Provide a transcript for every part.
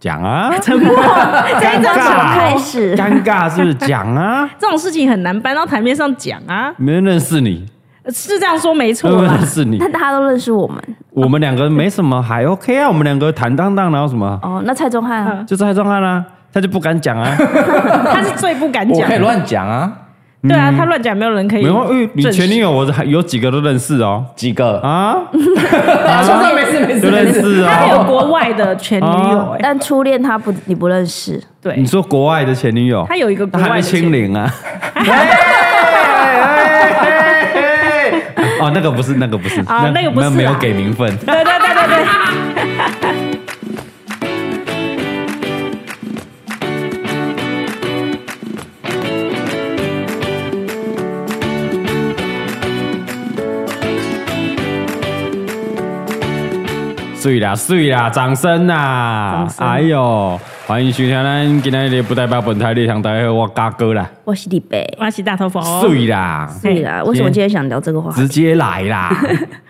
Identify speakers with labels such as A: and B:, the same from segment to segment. A: 讲 啊，
B: 沉默，这 一
A: 尴
B: 张
A: 尬
B: 小
C: 开
B: 开
C: 始，
B: 始，
A: 尴尬是不是？讲啊，
B: 这种事情很难搬到台面上讲啊，
A: 没人认识你，
B: 是这样说没
A: 没
B: 错
A: 人
B: 啦
A: 认。识 你，
C: 但大家都认识我们
A: 我们两个没什么，还 OK 啊，我们两个坦荡荡，然后什么，
C: 哦。那蔡宗翰
B: 嗯
C: 啊，
A: 就蔡宗翰啊，他就不敢讲 啊，
B: 他是最不敢
D: 我
B: 讲
D: 可以，乱讲啊，
B: 对啊，他乱讲没有人可以
A: 嗯没有，哎你
B: 证实
A: 前女友我还有几个都认识哦，
D: 几个
A: 啊，
D: 啊，说说没事没
A: 就
D: 事
A: 认
D: 没事，
A: 识
B: 他还有
A: 哦，
B: 国外的前女友哎，
C: 但初恋他不，你不认识，
B: 对
A: 啊你，说国外的前女友，
B: 他有一个
A: 他
B: 哎国
A: 还
B: 外
A: 没
B: 的前哎
A: 清零 啊。哦，那个不是，那个不是，
B: 啊哎那个不是啊
A: 没有给名分。
B: 对对对对对。
A: 碎啦碎啦，掌声呐！
B: 掌声
A: 哎呦，欢迎收听咱今天的不代表本台立场，大家好，我嘎哥啦，
C: 我是李贝。
B: 我是大头佛，
A: 碎啦，
C: 对啦，为什么今天想聊这个话？
A: 直接来啦！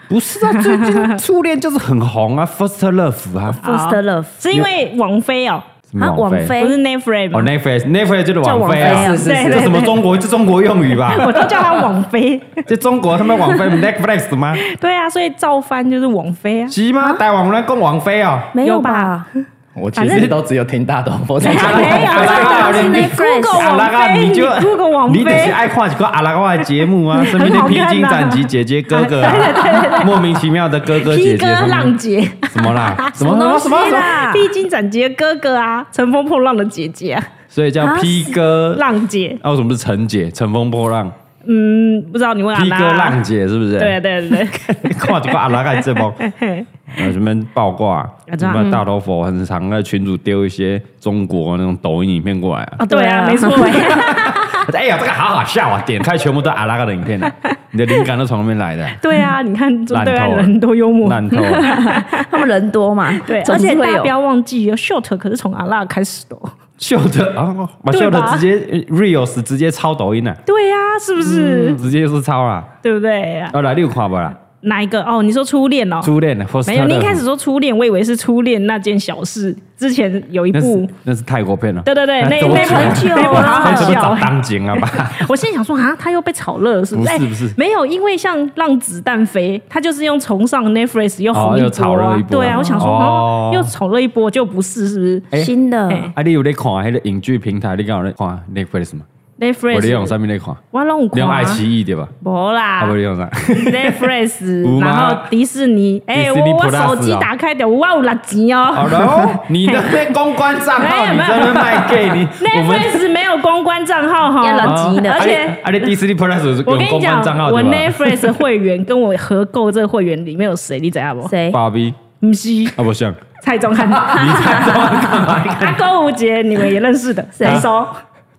A: 不是啊，最近初恋就是很红啊，First Love 啊，
B: 好
C: First Love
B: 是因为王菲哦，
A: 什么
C: 啊网飞
B: 不是 Netflix
A: 哦
B: 吗？
A: ，Netflix，Netflix 就是
C: 叫
A: 网
C: 网
A: 飞
C: 飞
A: 啊
C: 啊，
D: 是是
B: 对
D: 是，
A: 这
B: 对
A: 什么中国这中国用语吧？
B: 我都叫她王菲。
A: 这中国他们网飞 Netflix 吗？
B: 对啊，所以造翻就是王菲 啊。
A: 是吗？台湾我们讲网飞哦，
C: 没
B: 有
C: 有
B: 吧
C: 吧？
D: 我其实都只有听大头佛在讲，
B: 没有，
A: 啊
B: 真的
C: 你
B: 你 Google
A: 阿拉
B: 哦王
A: 嘎，
B: 菲，
A: 你就
B: Google 王
A: 你就是
B: 菲，
A: 爱看几个阿拉嘎的节目 啊，身边的披荆斩棘姐姐哥哥啊，莫名其妙的哥哥姐姐
B: 披哥啊
A: 什么
B: 浪姐，
A: 什么 啦，什么
C: 什
A: 什么
C: 么
A: 什么
C: 东西
A: 什么，
C: 啦
B: 披荆斩棘的哥哥啊，乘风破浪的姐姐啊，
A: 所以叫
C: 啊
A: 披哥。哦
B: 浪姐。
A: 那为什么是陈姐？乘风破浪，
B: 嗯，不知道你问阿
A: 披
B: 拉
A: 哥浪。姐是不是？
B: 对，对对，
A: 看几个阿拉嘎这 波，呃，什么爆挂，
B: 知道
A: 什么大头佛很常在群主丢一些中国那种抖音影片过来啊。
B: 啊对
C: 对啊
B: 啊，没错。
A: 我说哎呀，这个好好笑啊！点开全部都阿拉嘎的影 片了，啊你的灵感都从那边来的，
B: 对啊，你看中
A: 烂
B: 对岸
A: 透了，
B: 人多幽默。
A: 烂透了。
C: 他们人多嘛？
B: 对，
C: 总
B: 而
C: 是
B: 且大
C: 会
B: 家
C: 有
B: 不要忘记，short 可是从阿拉开始的 哦。
A: 秀的啊，把
B: 对
A: 秀的
B: 吧
A: 直接呃 reels 直接抄抖音了、
B: 对呀，是不
C: 嗯
B: 是？
A: 直接就是抄啦。
B: 对不对？
A: 要来六看吧啦，
B: 哪一个？哦，你说初恋哦？
A: 初恋的 first
B: 没有，
A: Love
B: 你一开始说初恋，我以为是初恋那件小事。之前有一
A: 那
B: 部
A: 是，那是泰国片了，啊
B: 对对 对，那
A: 怎么
B: 那部
A: 可能
C: 久
B: 那部好
A: 啊 那
B: 好
A: 是不是
B: 笑
A: 找。当警啊吧？
B: 我现在想说啊，他又被炒热了，是不
A: 不
B: 是？
A: 是
B: 哎
A: 不是
B: 没有，因为像《让子弹飞》，他就是用崇尚 Netflix 又红
A: 哦
B: 一
A: 又炒
B: 波
A: 热一
B: 啊。
A: 波
B: 对啊，我想说
A: 哦
B: 啊，又炒热一波，就不是是不是
A: 哎
C: 新的
B: 哎
A: 啊，你有在看那个影剧平台？你刚好在看 Netflix 吗？我在用
B: ？Netflix，
A: 上面在看，
B: 我让我
A: 你用爱
B: 看啊，
A: 奇艺对吧？
B: 没
A: 啊，
B: 啦
A: 不，是用啥？有
B: Netflix，
A: 吗
B: 然后迪士尼，哎、
A: Disney
B: 我我
A: Plus
B: 手机
A: 哦
B: 打开掉，哇，有垃圾
A: 好
B: 哦。
A: 的哦，你的那公关账号，
B: 没有
A: 你
B: 没有
A: 在那边卖 gay，你 我们
B: Netflix 没有公关账号 哈，
C: 要垃圾
A: 啊
C: 急的
A: 啊
B: 而且
A: 你啊，你 Disney Plus 有
B: 我跟你
A: 公
B: 讲
A: 关账，号对
B: 我
A: 吧
B: Netflix 会员跟我合购这个会员里面有谁？你知道不？
C: 谁？
A: 芭比
B: 不是
A: 啊，不像。
B: 蔡 宗翰， 阿勾吴杰，你们也认识的，
C: 谁
B: 很熟？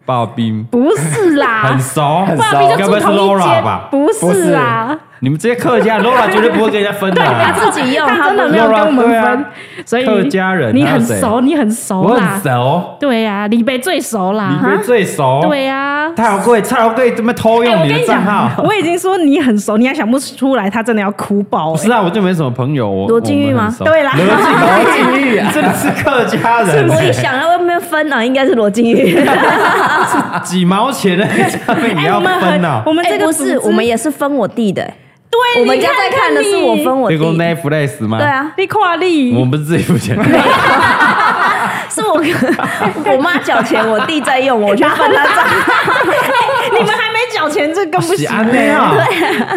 A: 刨冰
B: 不是啦
A: 啊 很，熟，很
D: 熟
B: 啊爸比
A: 该不
B: 就住
A: 会是
B: 同一
A: Laura
B: 间
A: 吧？
B: 不是啊，
A: 你们这些客家 Laura 绝对不会跟人家分的
C: 他
A: 啊。
C: 自己用，
B: 他真的没有
A: Laura，
B: 跟我们
A: 对啊
B: 分，所以
A: 客家人
B: 你
A: 还有
B: 很
A: 谁
B: 熟，你很熟
A: 我
B: 啦
A: 很，熟，
B: 对呀，李贝最熟
A: 你
B: 啦，
A: 们最熟。
B: 啊对呀，
A: 蔡小贵，蔡小贵怎么偷
B: 哎
A: 哦用
B: 我
A: 你
B: 跟
A: 的
B: 你
A: 账号？
B: 讲，我已经说你很熟，你还想不出来，他真的要哭爆、
A: 不
B: 欸。
A: 是啊，我就没什么朋友。我
C: 罗晋玉吗？
A: 我们很熟
B: 对啦
A: 罗 晋
D: 罗晋玉啊
A: 你真的是客家人
C: 我一
A: 欸，
C: 想到外面分啊，应该是罗晋宇。
A: 几毛钱的上面也
B: 哎
A: 要
B: 我们
A: 分
B: 很，
A: 啊
B: 我。们这
C: 哎，
B: 个
C: 不
B: 组织、
C: 是，我们也是分我弟的。
B: 对，
C: 我们家在
B: 你
C: 看的是我分我
A: 这
C: 弟
A: 个。Netflix 吗？
C: 对，啊，
B: 你跨力，
A: 我们不是自己付钱。
C: 是我我妈缴钱，我弟在用，我去分他账。
B: 你们还没缴钱，这更不行、
A: 安内啊！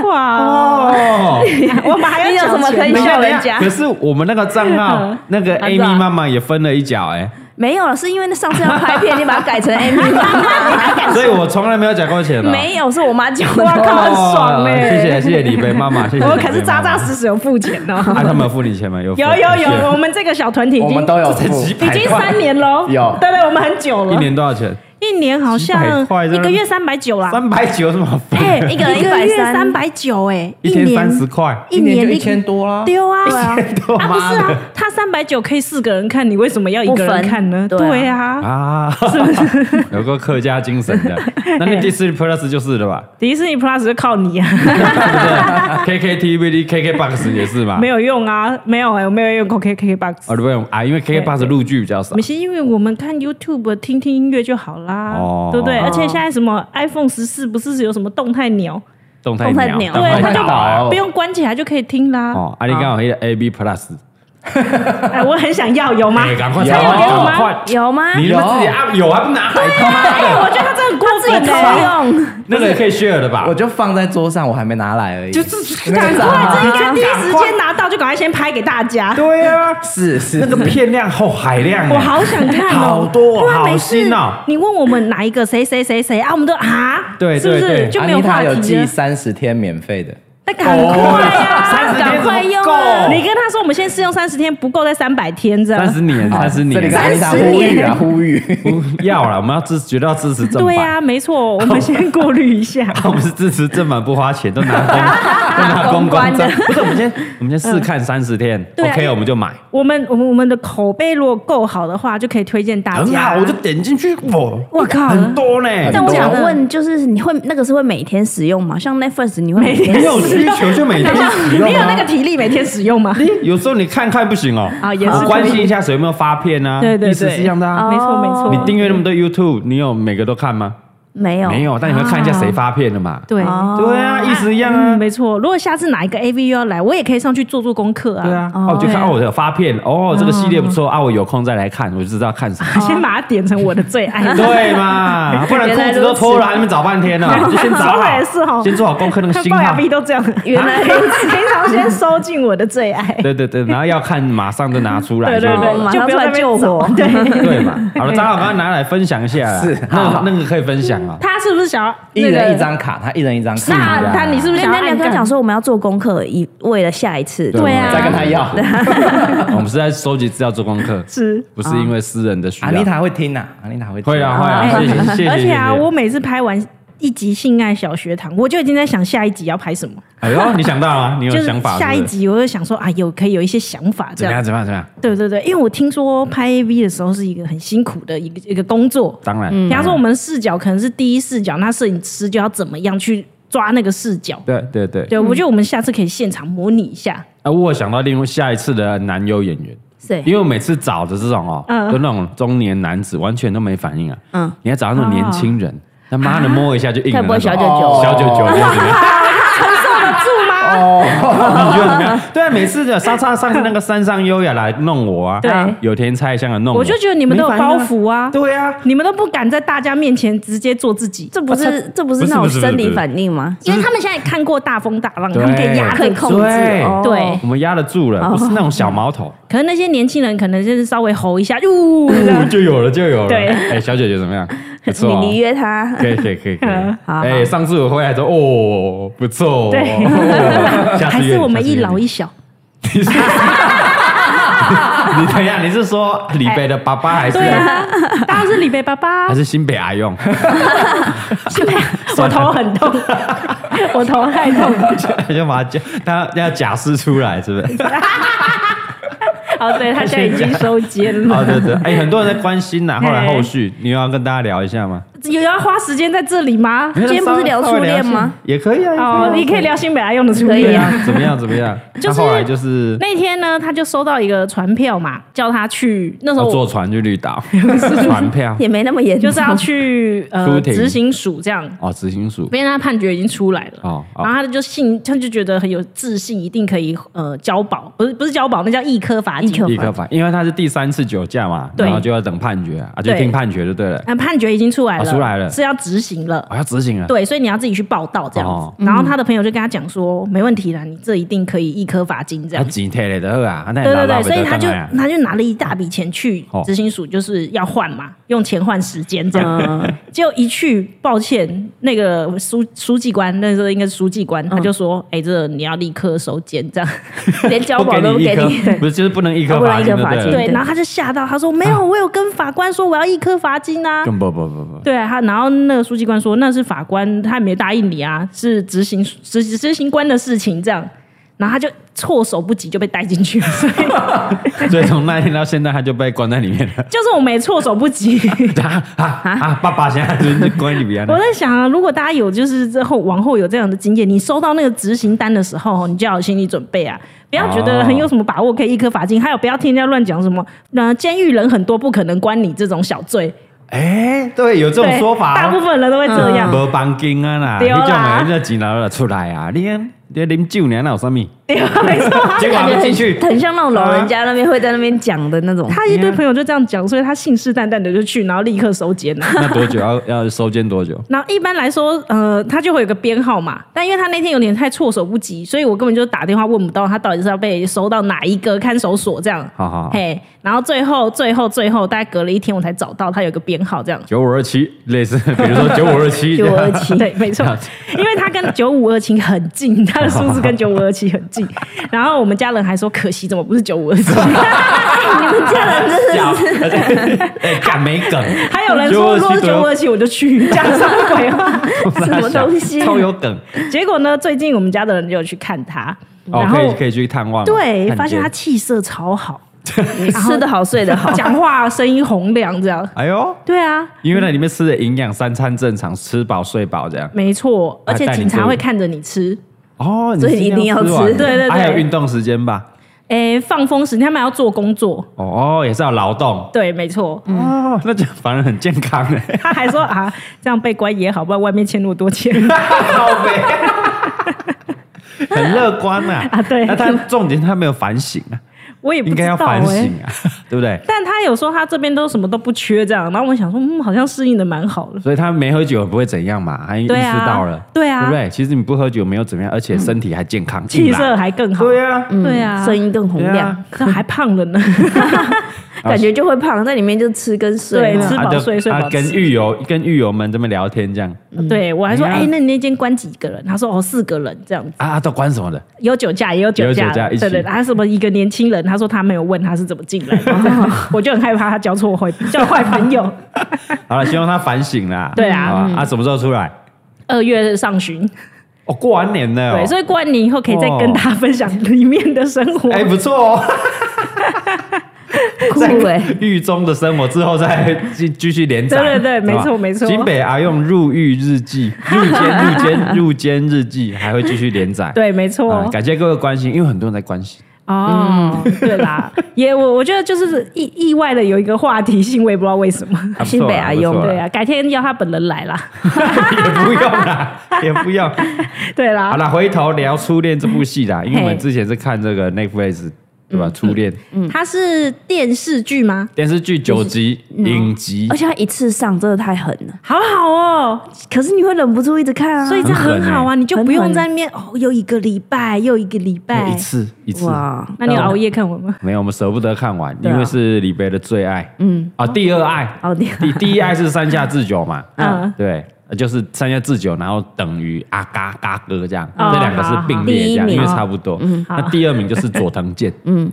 B: 哇哦，
A: 哦，
B: 我们还
C: 你
B: 要
C: 有
B: 缴
C: 什么可
B: 钱
C: 以
B: 呢
C: 笑
A: 等一
C: 人
A: 下
C: 家
A: 可？是我们那个账号
B: 嗯，
A: 那个
C: 啊是啊
A: Amy 妈妈也分了一角哎。
C: 没有了，是因为那上次要拍片，你把它改成 M V 啊
A: 所以我从来没有讲过钱的。啊哦
C: 没有，是我妈缴
B: 哇靠
C: 的。
B: 很爽欸
A: 谢谢谢谢李贝妈妈，谢谢。
B: 我哦可是扎扎。实实有付钱哦。
A: 啊，他们有付你钱吗？有付
B: 有有有，我们这个小团体已
D: 我
B: 经
D: 们都有
A: 这
D: 付
A: 几
B: 已经三年喽。
D: 有
B: 对对，我们很久了。
A: 一年多少钱？
B: 一年好像
A: 几百块的
B: 一个月三百九啦，
A: 三百九有什么好分
C: 哎、
A: 的？
C: 一个人
B: 一
C: 一
B: 个
C: 百
B: 月三
C: 三，
B: 百九，哎，
A: 一天三十块，
B: 一
D: 年
B: 年
D: 就
B: 一
D: 一千多啦。
B: 丢啊，啊
A: 多
B: 啊不是啊，他三百九可以四个人看，你为什么要一个
C: 不
B: 人
C: 分
B: 看呢？
C: 对啊
B: 对啊，
A: 啊，有个客家精神的，那你第四 Plus 就是了 吧？
B: 迪士尼 Plus 就靠 你啊，
A: 对不对？KKTV、KKBox 也是嘛？
B: 哎没有用啊，没有哎，我没有用过 KK Box
A: 啊，。不用啊，因为 KKBox 录剧比较少
B: 没。是因为我们看 YouTube 听听音乐就好啦，
A: 哦
B: 对不对？
A: 哦
B: 而且现在什么 iPhone 十四不是有什么动态鸟，
A: 动态
C: 动态鸟
B: 对，它就
D: 哦
B: 不用关起来就可以听啦。
A: 哦，啊，你刚好黑 AB Plus，
B: 哎，我很想要，有吗？
A: 哎赶快
B: 他有啊给我
A: 赶
B: 吗？
A: 快
C: 有吗？
A: 你自己按有啊还不拿？
B: 哎，我觉得他真的很过
C: 自己
B: 分
C: 偷
B: 哎。
C: 用，
A: 那个也可以 share 的吧
D: 我？就放在桌上，我还没拿来而已。
A: 就是
D: 那个
B: 哇，
D: 啥
B: 这应该第一时间拿到就赶快先拍给大家。
A: 对啊，
D: 是是
A: 那个片量后海量欸，
B: 我好想看
A: 好
B: 哦，
A: 多
B: 不然
A: 好
B: 每次
A: 新哦。
B: 你问我们哪一个谁谁谁谁啊，我们都啊，
A: 对
B: 是不
A: 对对
B: 是就没有
D: 安妮
B: 话
A: 啊
D: 塔有
B: 题
D: 寄
B: 了？
D: 三十天免费的，
B: 那赶快呀，
A: 30天哦
B: 赶快用
A: 怎么
B: 啊！
A: 够
B: 你跟他说我们先试用三十天，不够再三百天这样
A: 三。十年，三十
D: 这里
A: 年
D: 跟，安妮塔
C: 30
D: 呼吁啊
C: 年
D: 呼 吁，
A: 不要了，我们要支持，绝对要支持正版。
B: 对啊呀，没错，我们先过滤一 下。
A: 我们是支持正版不花钱，都 拿公都拿公关证，不是我们先我们先试看三十天
B: 嗯对啊
A: ，OK 我们就买，
B: 我们我们我们的口碑如果够好的话，就可以推荐大
A: 很
B: 家。
A: 好，我就点进去，哇，
B: 我靠
A: 很多呢，啊
C: 但
D: 很
C: 我
D: 多
C: 想问，就是你会那个是会每天使用吗？像 Netflix 你会每天
A: 没
C: 使
A: 有
C: 用？
A: 需求就每天使
B: 你有
A: 用
B: 那个
A: 啊。
B: 体力每天使用吗？
A: 有时候你看看不行哦，
B: 啊也是
A: 我
B: 可以
A: 关心一下谁有没有发片啊，
B: 对对对
A: 意思是一样的啊。
B: 没错没
C: 哦
B: 错，
A: 你订阅那么多 YouTube，你有每个都看吗？
C: 没有
A: 没有，但你会看一下谁发片的嘛？
B: 对。
C: 哦
A: 对啊，意思一样啊
B: 嗯，。没错。如果下次哪一个 AV 又要来，我也可以上去做做功课啊。
A: 对啊，哦，我就看
B: 对嗯
A: 哦，我有发片，哦，这个系列不错啊，我有空再来看，我就知道看什么。
B: 先把它点成我的最爱。
A: 对嘛，不然裤子都脱了，还在那边找半天呢，就先找
B: 说
A: 好，
B: 也是哦
A: 先做好功课那个
B: 看
A: 心啊
B: 龅牙
A: 哈。
B: B 都这样，
C: 原来
B: 平平常先收进我的最爱。
A: 对对对，然 后要看马上就拿出来，
B: 对对
A: 对
C: 哦
B: 对，就不要在那边
C: 马上出来救火
B: 找对，
A: 对嘛。 好了，张老刚拿来分享一下啦，
D: 是
A: 那
D: 好
A: 个那个可以分享啊。
B: 他是不是想要
D: 一
B: 那个
D: 人一？张卡，他一人一张
B: 那
D: 卡，
B: 他你是不
C: 那
B: 是想要
C: 那你要跟
B: 按
C: 他
B: 杠
C: 讲说我们要做功课，以为了下一次。
A: 对啊
D: 再跟他要。
A: 我们是在收集资料做功课，
B: 是？
A: 不是因为私人的需
D: 安妮
A: 要。
D: 塔会听呐，安妮塔会听
A: 会啊会啊，谢谢谢谢。
B: 而且啊，
A: 谢谢
B: 我每次拍完一集《性爱小学堂》，我就已经在想下一集要拍什么，
A: 哎呦，你想到啊，你
B: 就
A: 有
B: 是
A: 想法？
B: 下一
A: 是不是
B: 集我嗯就想说啊，有可以有一些想法这
A: 怎么
B: 样
A: 样。怎么样怎么样？
B: 对对对，因为我听说拍 AV 的时候是一个很辛苦的一个一个工作。
A: 当然，
B: 比方说，我们视角可能是第一视角，那摄影师就要怎么样去抓那个视角？
A: 对对对。
B: 对，我觉得我们下次可以现场模拟一下。
A: 啊，我有想到另外下一次的男优演员，
C: 谁
A: 因为我每次找的这种哦，
B: 嗯
A: 都那种中年男子，完全都没反应啊。
C: 嗯
A: 你要找那种年轻
B: 哦
A: 人，他妈的摸一下就硬了
C: 该不
A: 那
C: 会
A: 种。
C: 小九
A: 哦
C: 九
A: 小九九， 你
B: 住吗？
A: 觉得怎么样？对啊，每次的上上上次那个山上优雅来弄我啊，
B: 对
A: 有天菜香的弄
B: 我就觉得你们都有包袱啊，
A: 对啊，
B: 你们都不敢在大家面前直接做自己，
C: 这不是这不是那
A: 不是不
C: 种
A: 是
C: 生理反应吗？
B: 啊因为他们现在看过大风大浪，他
A: 对
B: 们可以压
C: 可以
B: 着
C: 控
B: 控。
C: 制
A: 对
C: 哦
B: 啊对
A: 我们压得住
B: 哦
A: 了，不是那种小毛头，
B: 可是那些年轻人可能就是稍微吼一下，哟，这 样
A: 就有了就有了。
B: 对
A: 哎，小姐姐怎么 样？ 不错
C: 你
A: 哦，
C: 你约他，
A: 可以可以可以可以
B: 嗯。
C: 好
A: 哎，上次我回来说哦，不错哦，
B: 对
A: 哦下次
B: 还
A: 约
B: 是
A: 你
B: 我们
A: 下次约
B: 一
A: 你
B: 老一小。
A: 你是你等一下，你是说李北的爸爸还是、
B: 对啊，当 然是李贝爸爸
A: 还。是新北阿用？
B: 我头很痛， 我头太 痛。
A: 就把他假他要假释出来，是不是？
B: 哦，对，他现在已经收监了，
A: 哦，对对，哎、很多人在关心 呐、
B: 嘿
A: 后来后续，你有要跟大家聊一下吗？
B: 有要花时间在这里吗？
A: 今
C: 天不是聊初恋吗？
A: 也可 以啊，
B: 哦，你可以聊新北爱用的初
A: 对
B: 恋。
A: 啊，怎么样怎么样？
B: 就是
A: 他后来就是
B: 那天呢，他就收到一个传票嘛，叫他去那时候
A: 要啊坐
B: 我
A: 船去绿 岛，船票
C: 也没那么严重，
B: 就是啊要去
A: 出
B: 呃
A: 庭
B: 执行署这样，
A: 哦，执行署
B: 因为他判决已经出来了。
A: 哦
B: 然
A: 哦
B: 后他就信，他就觉得很有自信，一定可以呃交保，不是不是交保，那叫一科罚
C: 一科
B: 金。
A: 立刻反，因为他是第三次酒驾嘛，
B: 对
A: 然后就要等判决啊，啊就
B: 对
A: 听判决就对了。
B: 嗯，判决已经出来
A: 啊
B: 了，
A: 出来了
B: 是要执行了。
A: 我要执行了。
B: 对，所以你要自己去报道这样子。
A: 哦
B: 然后他的朋友就跟他讲说，没问题啦，你这一定可以一颗罚金这
A: 啊，
B: 样。
A: 钱摕来就好啊，啊那
B: 对
A: 老老
B: 对对，
A: 的
B: 所以他就
A: 当然啊
B: 他就拿了一大笔钱去
A: 哦
B: 执行署，就是要换嘛，用钱换时间这样。
C: 嗯
B: 结果一去，抱歉，那个书书记官那时候应该是书记
A: 嗯
B: 官，他就说：“哎，这你要立刻收件这样。”
C: 连交
A: 不
C: 保都
A: 给你一
C: 不给
A: 颗
C: 你，，
A: 不是就是不能一颗
C: 哦不能
A: 罚
C: 一
A: 金
C: 颗罚
A: 就
C: 金
A: 对了，啊
B: 对，
C: 对
B: 然后他就吓到，他说：“没有，我有跟法官说我要一颗罚金啊。”
A: 更不不不 不，
B: 对啊，他然后那个书记官说那是法官，他也没答应你啊，是执行执执行官的事情这样，然后他就措手不及就被带进去了， 所以
A: 所以从那天到现在，他就被关在里面 了。
B: 就是我们也措手不及。
A: 啊啊啊！爸爸现在就是关里面
B: 我
A: 了。
B: 在想啊，如果大家有就是之后往后有这样的经验，你收到那个执行单的时候，你就要有心理准备啊，不要觉得很有什么把握可以一颗罚金，还有不要听人家乱讲什么，那监狱人很多，不可能关你这种小罪，
A: 哎，对，有这种
B: 对
A: 说法哦，
B: 大部分人都会这样。
A: 无帮金啊啦，你
B: 对啦
A: 种人家钱拿了出来啊，你你啉酒呢，那有啥物？
B: 对啊，没错。
A: 结果还
C: 感
A: 没
C: 觉
A: 进去啊
C: 很，很像那种老人家那边会在那边讲的 那种。
B: 他一堆朋友就这样讲，所以他信誓旦旦的就去，然后立刻收监了。
A: 那多久要要收监多久？
B: 然后一般来说，呃，他就会有个编号嘛，但因为他那天有点太措手不及，所以我根本就打电话问不到他到底是要被收到哪一个看守所这样。
A: 好好好，
B: 嘿，然后最后最后最后，大概隔了一天我才找到他有个编号这 样。
A: 九五二七，类似， 比如说九五二 七，
C: 九 二七，
B: 对，没错，因为他跟九五二七很近，他的数字跟九五二七很 近。然后我们家人还说，可惜怎么不是九五二七？
C: 你们家人真 的
A: 笑， 哎，干没梗，
B: 还有人说，如果是 九五二七，我就去，讲什么鬼话？
A: 什
C: 么东西
A: 超有梗，
B: 结果呢，最近我们家的人就有去看他，
A: 哦
B: 然，后
A: 可以可以去探望，
B: 对
A: 探
B: 发现
A: 监
B: 他，气色超好，
C: 吃得好睡得好，
B: 讲话声音洪亮，这样。
A: 哎呦，
B: 对啊，
A: 因为那里面吃的营养，三餐正常，吃饱睡饱这样。
B: 没错，
A: 还
B: 而且
A: 带你
B: 警察
A: 去
B: 会看着你吃。
A: 哦，
C: 所以一定要
A: 要
C: 吃
A: 完
B: 对对
A: 啊还有
B: 对
A: 运动时间吧？
B: 诶，放风时间他们还要做工作，
A: 哦，哦也是要劳动。
B: 对，没错。
A: 哦，那这样 反而很健 康哎，
B: 他还说啊，这样被关也好，不然外面欠那么 多钱。
A: 好呗， 很乐观呐
B: 啊对
A: 那但重点是他没有反省啊，
B: 我也不
A: 应
B: 知
A: 该
B: 道
A: 要
B: 哎
A: 反
B: 诶
A: 省啊， 对不对？
B: 但他有说他这边都什么都不缺这样，然后我想说，嗯，好像适应的蛮好的。
A: 所以他没喝酒也不会怎样嘛，他意识
B: 对啊
A: 到了，
B: 对啊嗯
A: 对不对？其实你不喝酒没有怎么样，而且身体还健康，
B: 气
A: 竟
B: 色
A: 然
B: 还更好，
A: 对啊，
C: 嗯
B: 对啊
C: 声音更洪
A: 对
C: 亮
A: 啊，
B: 这还胖 了呢。
C: 感觉就会胖，在里面就吃跟睡
B: 对
C: 嘛
B: 吃。饱
A: 啊他就
B: 睡睡
A: 他
B: 饱
A: 跟
B: 吃
A: 狱友跟狱友们这么聊天这样
B: 对我还说，
A: 你
B: 哎、
A: 看
B: 那你那间关几个人？他说哦，四个人这样子，
A: 啊，啊都关什么 的？
B: 有酒驾也有酒
A: 也有
B: 驾
A: 酒驾
B: 的，
A: 一起
B: 对对，他什么一个年轻人，他说他没有问他是怎 么进来的，这样我就很害怕他交错坏交坏朋友。
A: 好了，希望他反省啦。
B: 对啊
A: 好吧啊，什么时候出来？
B: 二月上旬，
A: 哦，过完年了哦，
B: 对，所以过完年以后可以再跟大家分享里面的生活。
A: 哎，不错哦。
C: 酷哎，
A: 狱中的生活之后再继继续连载，
B: 对
A: 是
B: 对对
A: 吧
B: 没错没错
A: 金北阿用入狱日记、入监入监入监日记还会继续连 载，
B: 对，没错。
C: 哦
A: 啊感谢嗯各位关心，因为很多人在关心。
B: 哦，对啦， 也我我觉得就是意意外的有一个话题性，我也不知道为什么。
A: 还不错啦
C: 新北阿用
A: 还不错
B: 对
A: 啦
B: 啊，改天要他本人来啦。
C: 啊
A: 也 不用啦， 也不用。
B: 对啦
A: 好，啦，回头聊《初恋》这部戏啦，因为我们
B: 嘿
A: 之前是看这个 Netflix 对
C: 嗯
A: 吧？《初恋》
B: 他是电视剧吗？
A: 电视剧九集，
C: 嗯
A: 影集
C: 而且他一次上真的太狠了，
B: 好好哦，
C: 可是你会忍不住一直看啊。
B: 所以这样
A: 很
B: 很
A: 狠
B: 好啊，
A: 欸
B: 你就不
C: 很
B: 用
C: 狠
B: 在那边哦，又一个礼拜又一个礼拜
A: 一。次一次。
C: 哇，
B: 那你有熬夜看完吗？
A: 没有，我们舍不得看完，
C: 对啊
A: 因为是李贝的最爱。嗯，啊，第二爱，
C: 哦第二
A: 第第一爱是山下智久 嘛，
B: 嗯
A: 嗯，对，就是山下智久，然后等于阿嘎嘎哥这样，
B: 哦
A: 这两个是并列这
C: 好
A: 样，
C: 好嗯第一
A: 因
C: 名
A: 为差不多。
B: 好
A: 那第二名就是佐藤健，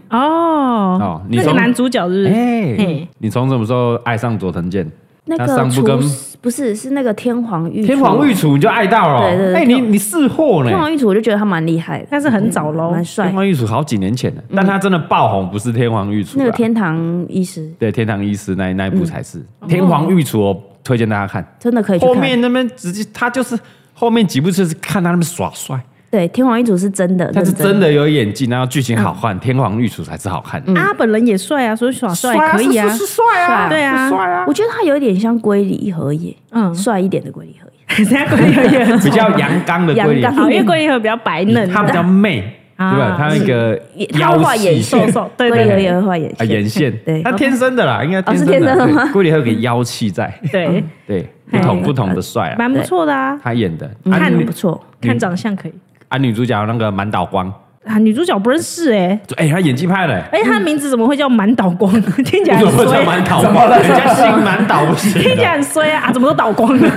B: 哦
A: 哦，你
B: 那个
A: 从
B: 男主角是不是？
A: 哎
B: 嘿，
A: 你从什么时候爱上佐藤健？
C: 那
A: 他
C: 个
A: 上部
C: 厨
A: 跟
C: 师不是是那个天皇御厨
A: 天皇御厨你就爱到了哦，
C: 对对对
A: 哎，你你识货
C: 天
A: 呢？
C: 皇御厨，我就觉得他蛮厉害的，
B: 但是很早喽
C: 嗯蛮。
A: 天
C: 帅。
A: 皇御厨好几年前了，但他真的爆红，不是天皇御厨啊，
C: 嗯那个天堂医师
A: 对天堂医师那那一部才是天皇御厨，我推荐大家看。
C: 真的可哦以去
A: 后
C: 看。
A: 面那边直接他就是后面几部就是看他那边耍帅，
C: 对，天皇御厨是真的，
A: 他是
C: 认
A: 真的有演技，然后剧情好看，
C: 嗯
A: 天皇御厨才是好看。
B: 啊，本人也帅啊，所以耍帅可以啊。
A: 帅
C: 啊
B: 对
A: 是
B: 啊
A: 帅啊，
C: 我觉得他有一点像龟梨和也，
B: 嗯
C: 帅一点的龟梨和也。
B: 人家龟梨也很
A: 比较阳刚的龟梨
C: 阳，刚
B: 嗯好，因为龟梨和比较白嫩，
A: 他比较媚，对吧？他那个
C: 也他会
A: 腰
C: 画眼
A: 细
C: 线
B: 瘦，瘦，对
C: 龟
B: 对
A: 对
C: 梨也会画眼
A: 啊
C: 线，
A: 眼线，
C: 对
A: 他天生的啦，应该
C: 哦是
A: 天
C: 天生的
A: 的
C: 吗
A: 对。龟梨还有个妖气在，
B: 对，
A: 对，不同
B: 嘿
A: 不同的帅啊，
B: 蛮不错的嗯啊，
A: 他演的
C: 嗯
A: 啊
C: 看
A: 女
C: 不错，
B: 看长相可以
A: 啊女主角那个满岛光，
B: 啊。女主角不认识哎，
A: 哎，他演技派嘞，
B: 而且她的名字怎么会叫满岛 光？听起来
A: 为什么
B: 很
A: 叫
B: 衰，啊
A: 满岛光？人家姓满岛不行
B: 听起来
A: 的，
B: 很衰啊，啊怎么都倒光了？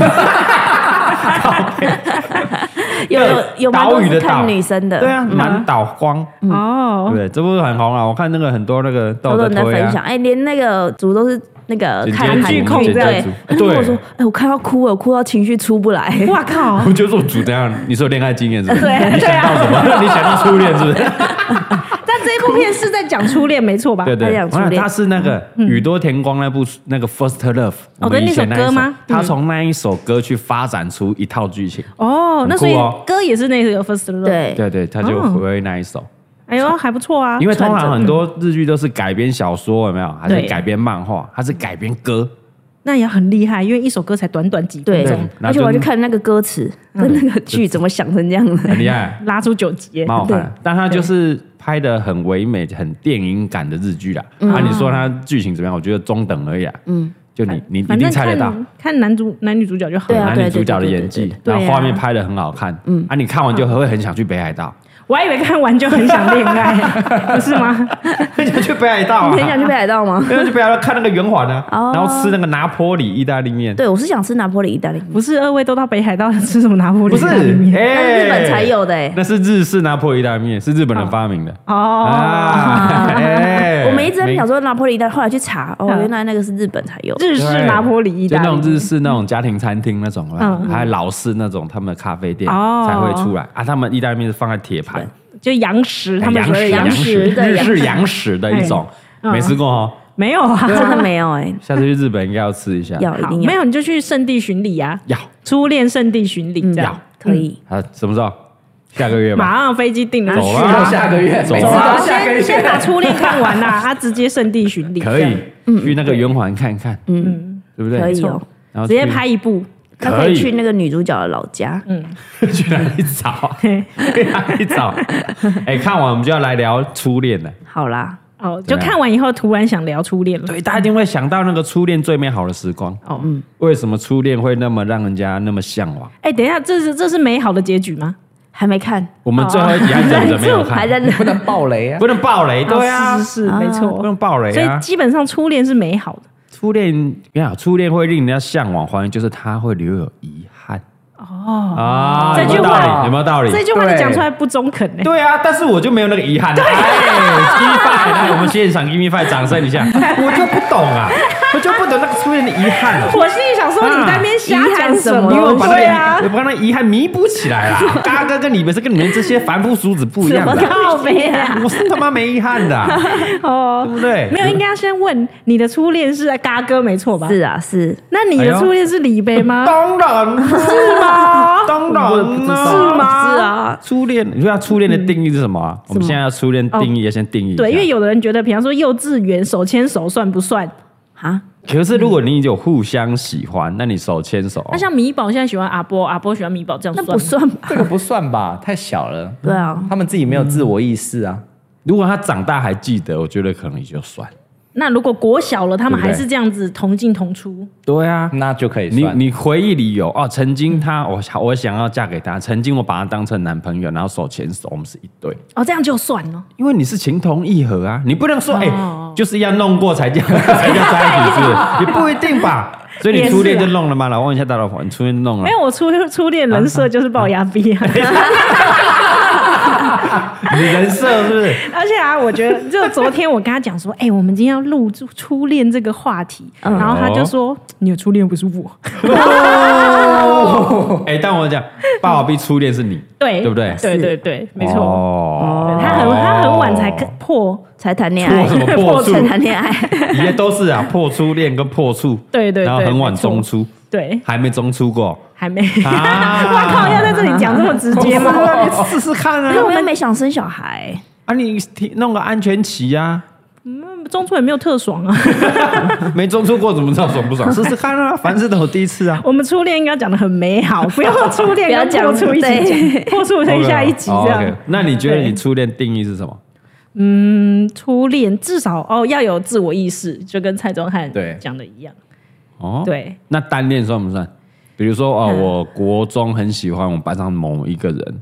C: 有有有蛮
A: 岛
C: 多
A: 屿
C: 是
A: 的岛
C: 看女生的，嗯
A: 对啊，满岛光，对不
B: 哦，
A: 对？这不是很红啊？我看那个很多那个都
C: 好多
A: 有
C: 人在
A: 在推
C: 分
A: 啊
C: 享，。哎，连那个组都是那个
A: 剪接
C: 看
A: 组
C: 韩剧
B: 剧控
C: 对
B: 这
A: 样
C: 对
A: 子，
C: 他就跟我说
A: 对，
C: 哎，我看到哭了，我哭到情绪出不来，
B: 哇靠！
A: 我就说主这样，你是有恋爱经验是不 是？
B: 对
A: 你想到什么？你想到初恋是不是？
B: 但这一部片是在讲初恋，没错吧？
A: 对对，
C: 他讲初
A: 我想
C: 恋
A: 他是那个宇多田光那部那个 First Love，我们
B: 嗯哦对那
A: 以前
B: 首
A: 一
B: 歌吗嗯
A: 他从那一首歌去发展出一套剧情，
B: 哦，那所以
A: 很酷哦
B: 歌也是那个 first love。，
C: 对，
A: 对对，他就
B: 哦
A: 回那一首。
B: 哎呦，还不错啊。
A: 因为通常很多日剧都是改编小说，有没有？还是
B: 嗯对
A: 改编漫画？还是改编歌？
B: 那也很厉害，因为一首歌才短短几分
C: 对
B: 钟，
A: 对，那
C: 而且
A: 就
C: 我还去看那个歌词跟那个剧怎么想成这样的
A: 很，厉害，
B: 拉出九集耶。
A: 蛮好看的
C: 对。
A: 但他就是拍的很唯美、很电影感的日剧啦。
B: 嗯
A: 啊，你说他剧情怎么样？我觉得中等而已啊。嗯，就你你一
B: 反
A: 定
B: 正
A: 猜得到。
B: 看看男主男女主角就好
C: 对啊
B: 了。
A: 男女主角的演
C: 对
A: 技
C: 对，
B: 对对对
A: 然后
B: 对啊
A: 画面拍的很好看，嗯，啊，你看完就会很想去北海道，
B: 我还以为看完就很想恋 爱，不是吗？
A: 很想去北海道
C: 你很想
A: 啊，
C: 去北海道吗？
A: 很想去北海道看那个圆环啊，
C: 哦
A: 然后吃那个拿坡里意大利面，
C: 对，我是想吃拿破里意大利面，
B: 不是，二位都到北海道吃什么拿破
A: 不
B: 仑
A: 是，
B: 意大利面？
C: 那
A: 哎，
C: 日本才有的哎。
A: 那是日式拿破里意大利面，是日本人发明的。
B: 哦，
A: 啊哎
C: 我们一直在想
A: 没
C: 说拿破里意大利，后来去查，哦，
B: 嗯
C: 原来那个是日本才有。
B: 日式拿破里意
A: 就
B: 大
A: 那
B: 利
A: 种
B: 面
A: 日式那种家庭餐厅那种啦
B: 嗯，嗯
A: 还有老式那种他们的咖啡店
B: 哦
A: 才会出来啊。他们意大利面是放在铁盘，
B: 就洋食，他们所谓的
A: 洋
B: 洋
A: 食啊
C: 食对
A: 日式
C: 洋食
A: 洋食的一种，
B: 嗯
A: 没吃过哦。
B: 没有啊，
C: 真的没有 哎，
A: 下次去日本应该要吃一下，
C: 要一
B: 好
C: 定
B: 没
C: 要，
B: 有你就去圣地巡礼啊，
A: 要
B: 初恋圣地巡礼这
A: 要。
B: 样
C: 嗯可以。
A: 啊，什么时候？下个月吧。
B: 马上飞机订了，
A: 走
B: 去
A: 啊
D: 到下个月，
A: 走啊
D: 每次到下
B: 先
D: 个
B: 先把
D: 月。
B: 初恋看完啦， 他直接圣地巡礼，
A: 可
B: 这
A: 以
B: 样
A: 去那个圆环看看，嗯，对不对？
C: 可以哦
A: 然后
B: 直接
A: 去
B: 拍，一部。
C: 那可
A: 可
C: 以去
A: 以
C: 那个女主角的老家，
A: 去哪里 找？去哪里找？哎，看完我们就要来聊初恋了。
C: 好啦，
B: 哦，
A: 怎
B: 就
A: 么样
B: 看完以后突然想聊初恋了。
A: 对，大家一定会想到那个初恋最美好的时光。
B: 哦，嗯，
A: 为什么初恋会那么让人家那么向往？
B: 哎，等一下，这是这是美好的结局吗？
C: 还没看，
A: 我们最后一集还忍着没有
B: 哦
C: 还
A: 看，
C: 在
D: 不能爆雷啊！
A: 不能爆雷，对啊
B: 是，是是，
C: 啊
B: 没
A: 不
B: 错。
A: 能爆雷
B: 所
A: 啊
B: 以。基本上初恋是美好的。
A: 初恋，你看，初恋会令人家向往，怀念就是他会留有遗憾。哦啊，
B: 这句话
A: 有没有道理？有没有道理？
B: 这句话你
D: 对
B: 讲出来不中肯欸 呢。
A: 对啊，但是我就没有那个遗憾。对，一发，来我们现场一米发，掌声一 下。我就不懂啊，我就不懂那个初恋的遗憾啊。
B: 我心里想说，你在那边瞎讲什么？
C: 啊
A: 因为我把那
B: 对
A: 个、
B: 啊，
A: 我把那遗憾弥补起来 啦。嘎哥跟你们是跟你们这些凡夫俗子不一样
C: 什么
A: 的，
B: 靠背啊！
A: 我是他妈没遗憾 的啊、
B: 哦
A: 对，不对？
B: 没有，应该要先问你的初恋是嘎哥没错吧？
C: 是啊是，
B: 那你
A: 哎
B: 的
A: 呦
B: 初恋是李贝吗？
A: 当然是 吗？当然啦、
B: 是吗
C: 是啊，
A: 初恋，你说要初恋的定义是什么啊？我们现在要初恋定义要先定义一下。
B: 嗯哦对，因为有的人觉得，比方说幼稚园手牵手算不算？
C: 啊，
A: 可是如果你有互相喜欢，那你手牵手，
B: 那像米宝现在喜欢阿波，阿波喜欢米宝，这样
C: 那
B: 算
C: 不算
B: 吗？
C: 吧？
D: 这个不算吧，太小了。
C: 对啊，
D: 他们自己没有自我意识啊。
A: 如果他长大还记得，我觉得可能也就算。
B: 那如果国小了，他们
A: 对不
B: 还
A: 对
B: 是这样子同进同出，
A: 对啊，
D: 那就可以
A: 你
D: 算。
A: 你回忆里有哦，曾经他我想我想要嫁给他，曾经我把他当成男朋友，然后手牵手，我们是一对，
B: 哦，这样就算了。
A: 因为你是情同意合啊，你不能说哎、
B: 哦
A: 就是要弄过才叫才叫在一起，是不是？也不一定吧。所以你初恋就弄了吗？来问一下大老婆，你初恋弄了
B: 没？有，我初初恋人设就是龅牙逼 啊，
A: 你人设是不是？
B: 而且啊，我觉得就昨天我跟他讲说， 哎、我们今天要录初初恋这个话题，
A: 嗯
B: 然后他就说，你的初恋不是我，
A: 哎、但我讲，爸爸比初恋是你，
B: 对
A: 对不对？
B: 对对对，没错。
A: 哦
B: 对他很他很晚才破，
C: 才谈恋
A: 破什么
C: 爱，
A: 破处
C: 才？谈恋爱，
A: 一切都是啊，破初恋跟破处，
B: 对对对
A: 然后很晚
B: 没错
A: 中出，
B: 对，
A: 还没中出 过。
B: 还没。
A: 啊
B: 哇靠！要在这里讲这么直接吗？
A: 试试看
C: 因为
A: 啊！
C: 我妹妹想生小孩，
A: 啊，你提弄个安全期啊，
B: 嗯，中出也没有特爽啊。
A: 没中出过怎么知道爽不爽？试试看啊，凡事都有第一次啊。
B: 我们初恋应该讲的很美好，不要初 恋
C: 不要
B: 跟
C: 讲
B: 破处一起
C: 对
B: 讲， 破处剩下一集这
A: o k
B: 样。
A: 哦那你觉得你初恋定义是什么？
B: 嗯，初恋至少哦要有自我意识，就跟蔡宗翰
D: 对
B: 讲的一样。
A: 哦，
B: 对，
A: 那单恋算不算？比如说哦，
B: 嗯
A: 我国中很喜欢我们班上某一个人，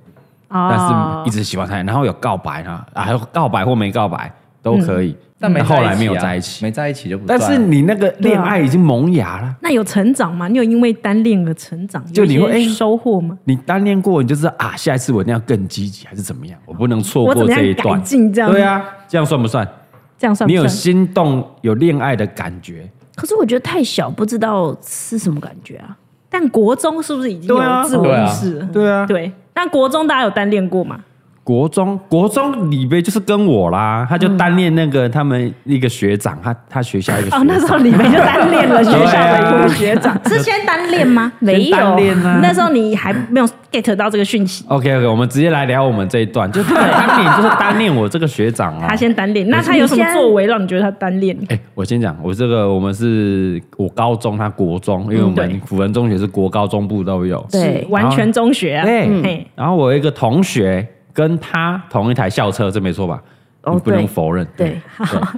A: 但
B: 哦
A: 是一直喜欢他，然后有告白他，啊，还有告白或没告白都可
B: 嗯
A: 以，
D: 但没在一起啊
A: 后来没有在一起。
D: 没在一起就不算
A: 但
D: 了。
A: 是你那个恋爱已经萌芽了，
B: 那有成长吗？你有因为单恋而成长，
A: 就你
B: 有
A: 会
B: 一些
A: 哎
B: 收获吗？
A: 你单恋过，你就知道啊，下一次我一定要更积极，还是怎么样？我不能错
B: 我怎
A: 过
B: 么样
A: 这一
B: 改
A: 段。
B: 进这样
A: 对啊，这样算不算？
B: 这样算
A: 你
B: 不
A: 有
B: 算？
A: 心动，有恋爱的感觉，
C: 可是我觉得太小，不知道是什么感觉啊。
B: 但国中是不是已经
A: 对啊
B: 有自我意识了？
A: 对啊，
B: 对，但国中大家有单恋过吗？
A: 国中，国中李贝就是跟我啦，他就单恋那个他们一个学长，他他学校一个学
B: 哦，那时候
A: 长，
B: 你们就单恋了，学校的一
A: 对啊
B: 个学长是先单恋吗？
C: 没有
A: 单恋啊
B: 那时候你还没有 get 到这个讯息，
A: OK OK，我们直接来聊我们这一段，就他单恋，就是单恋我这个学长啊。
B: 他先单恋，那他有什么作为让你觉得他单恋？
A: 哎、我先讲，我这个我们是我高中，他国中，因为我们
B: 对
A: 辅仁中学是国高中部都有。
C: 嗯对嗯
B: 是完全中学啊，
A: 对嗯
B: 嘿
A: 然后我有一个同学跟他同一台校车，这没错吧？
C: 哦
A: 你不能
C: 对
A: 否认。
C: 对，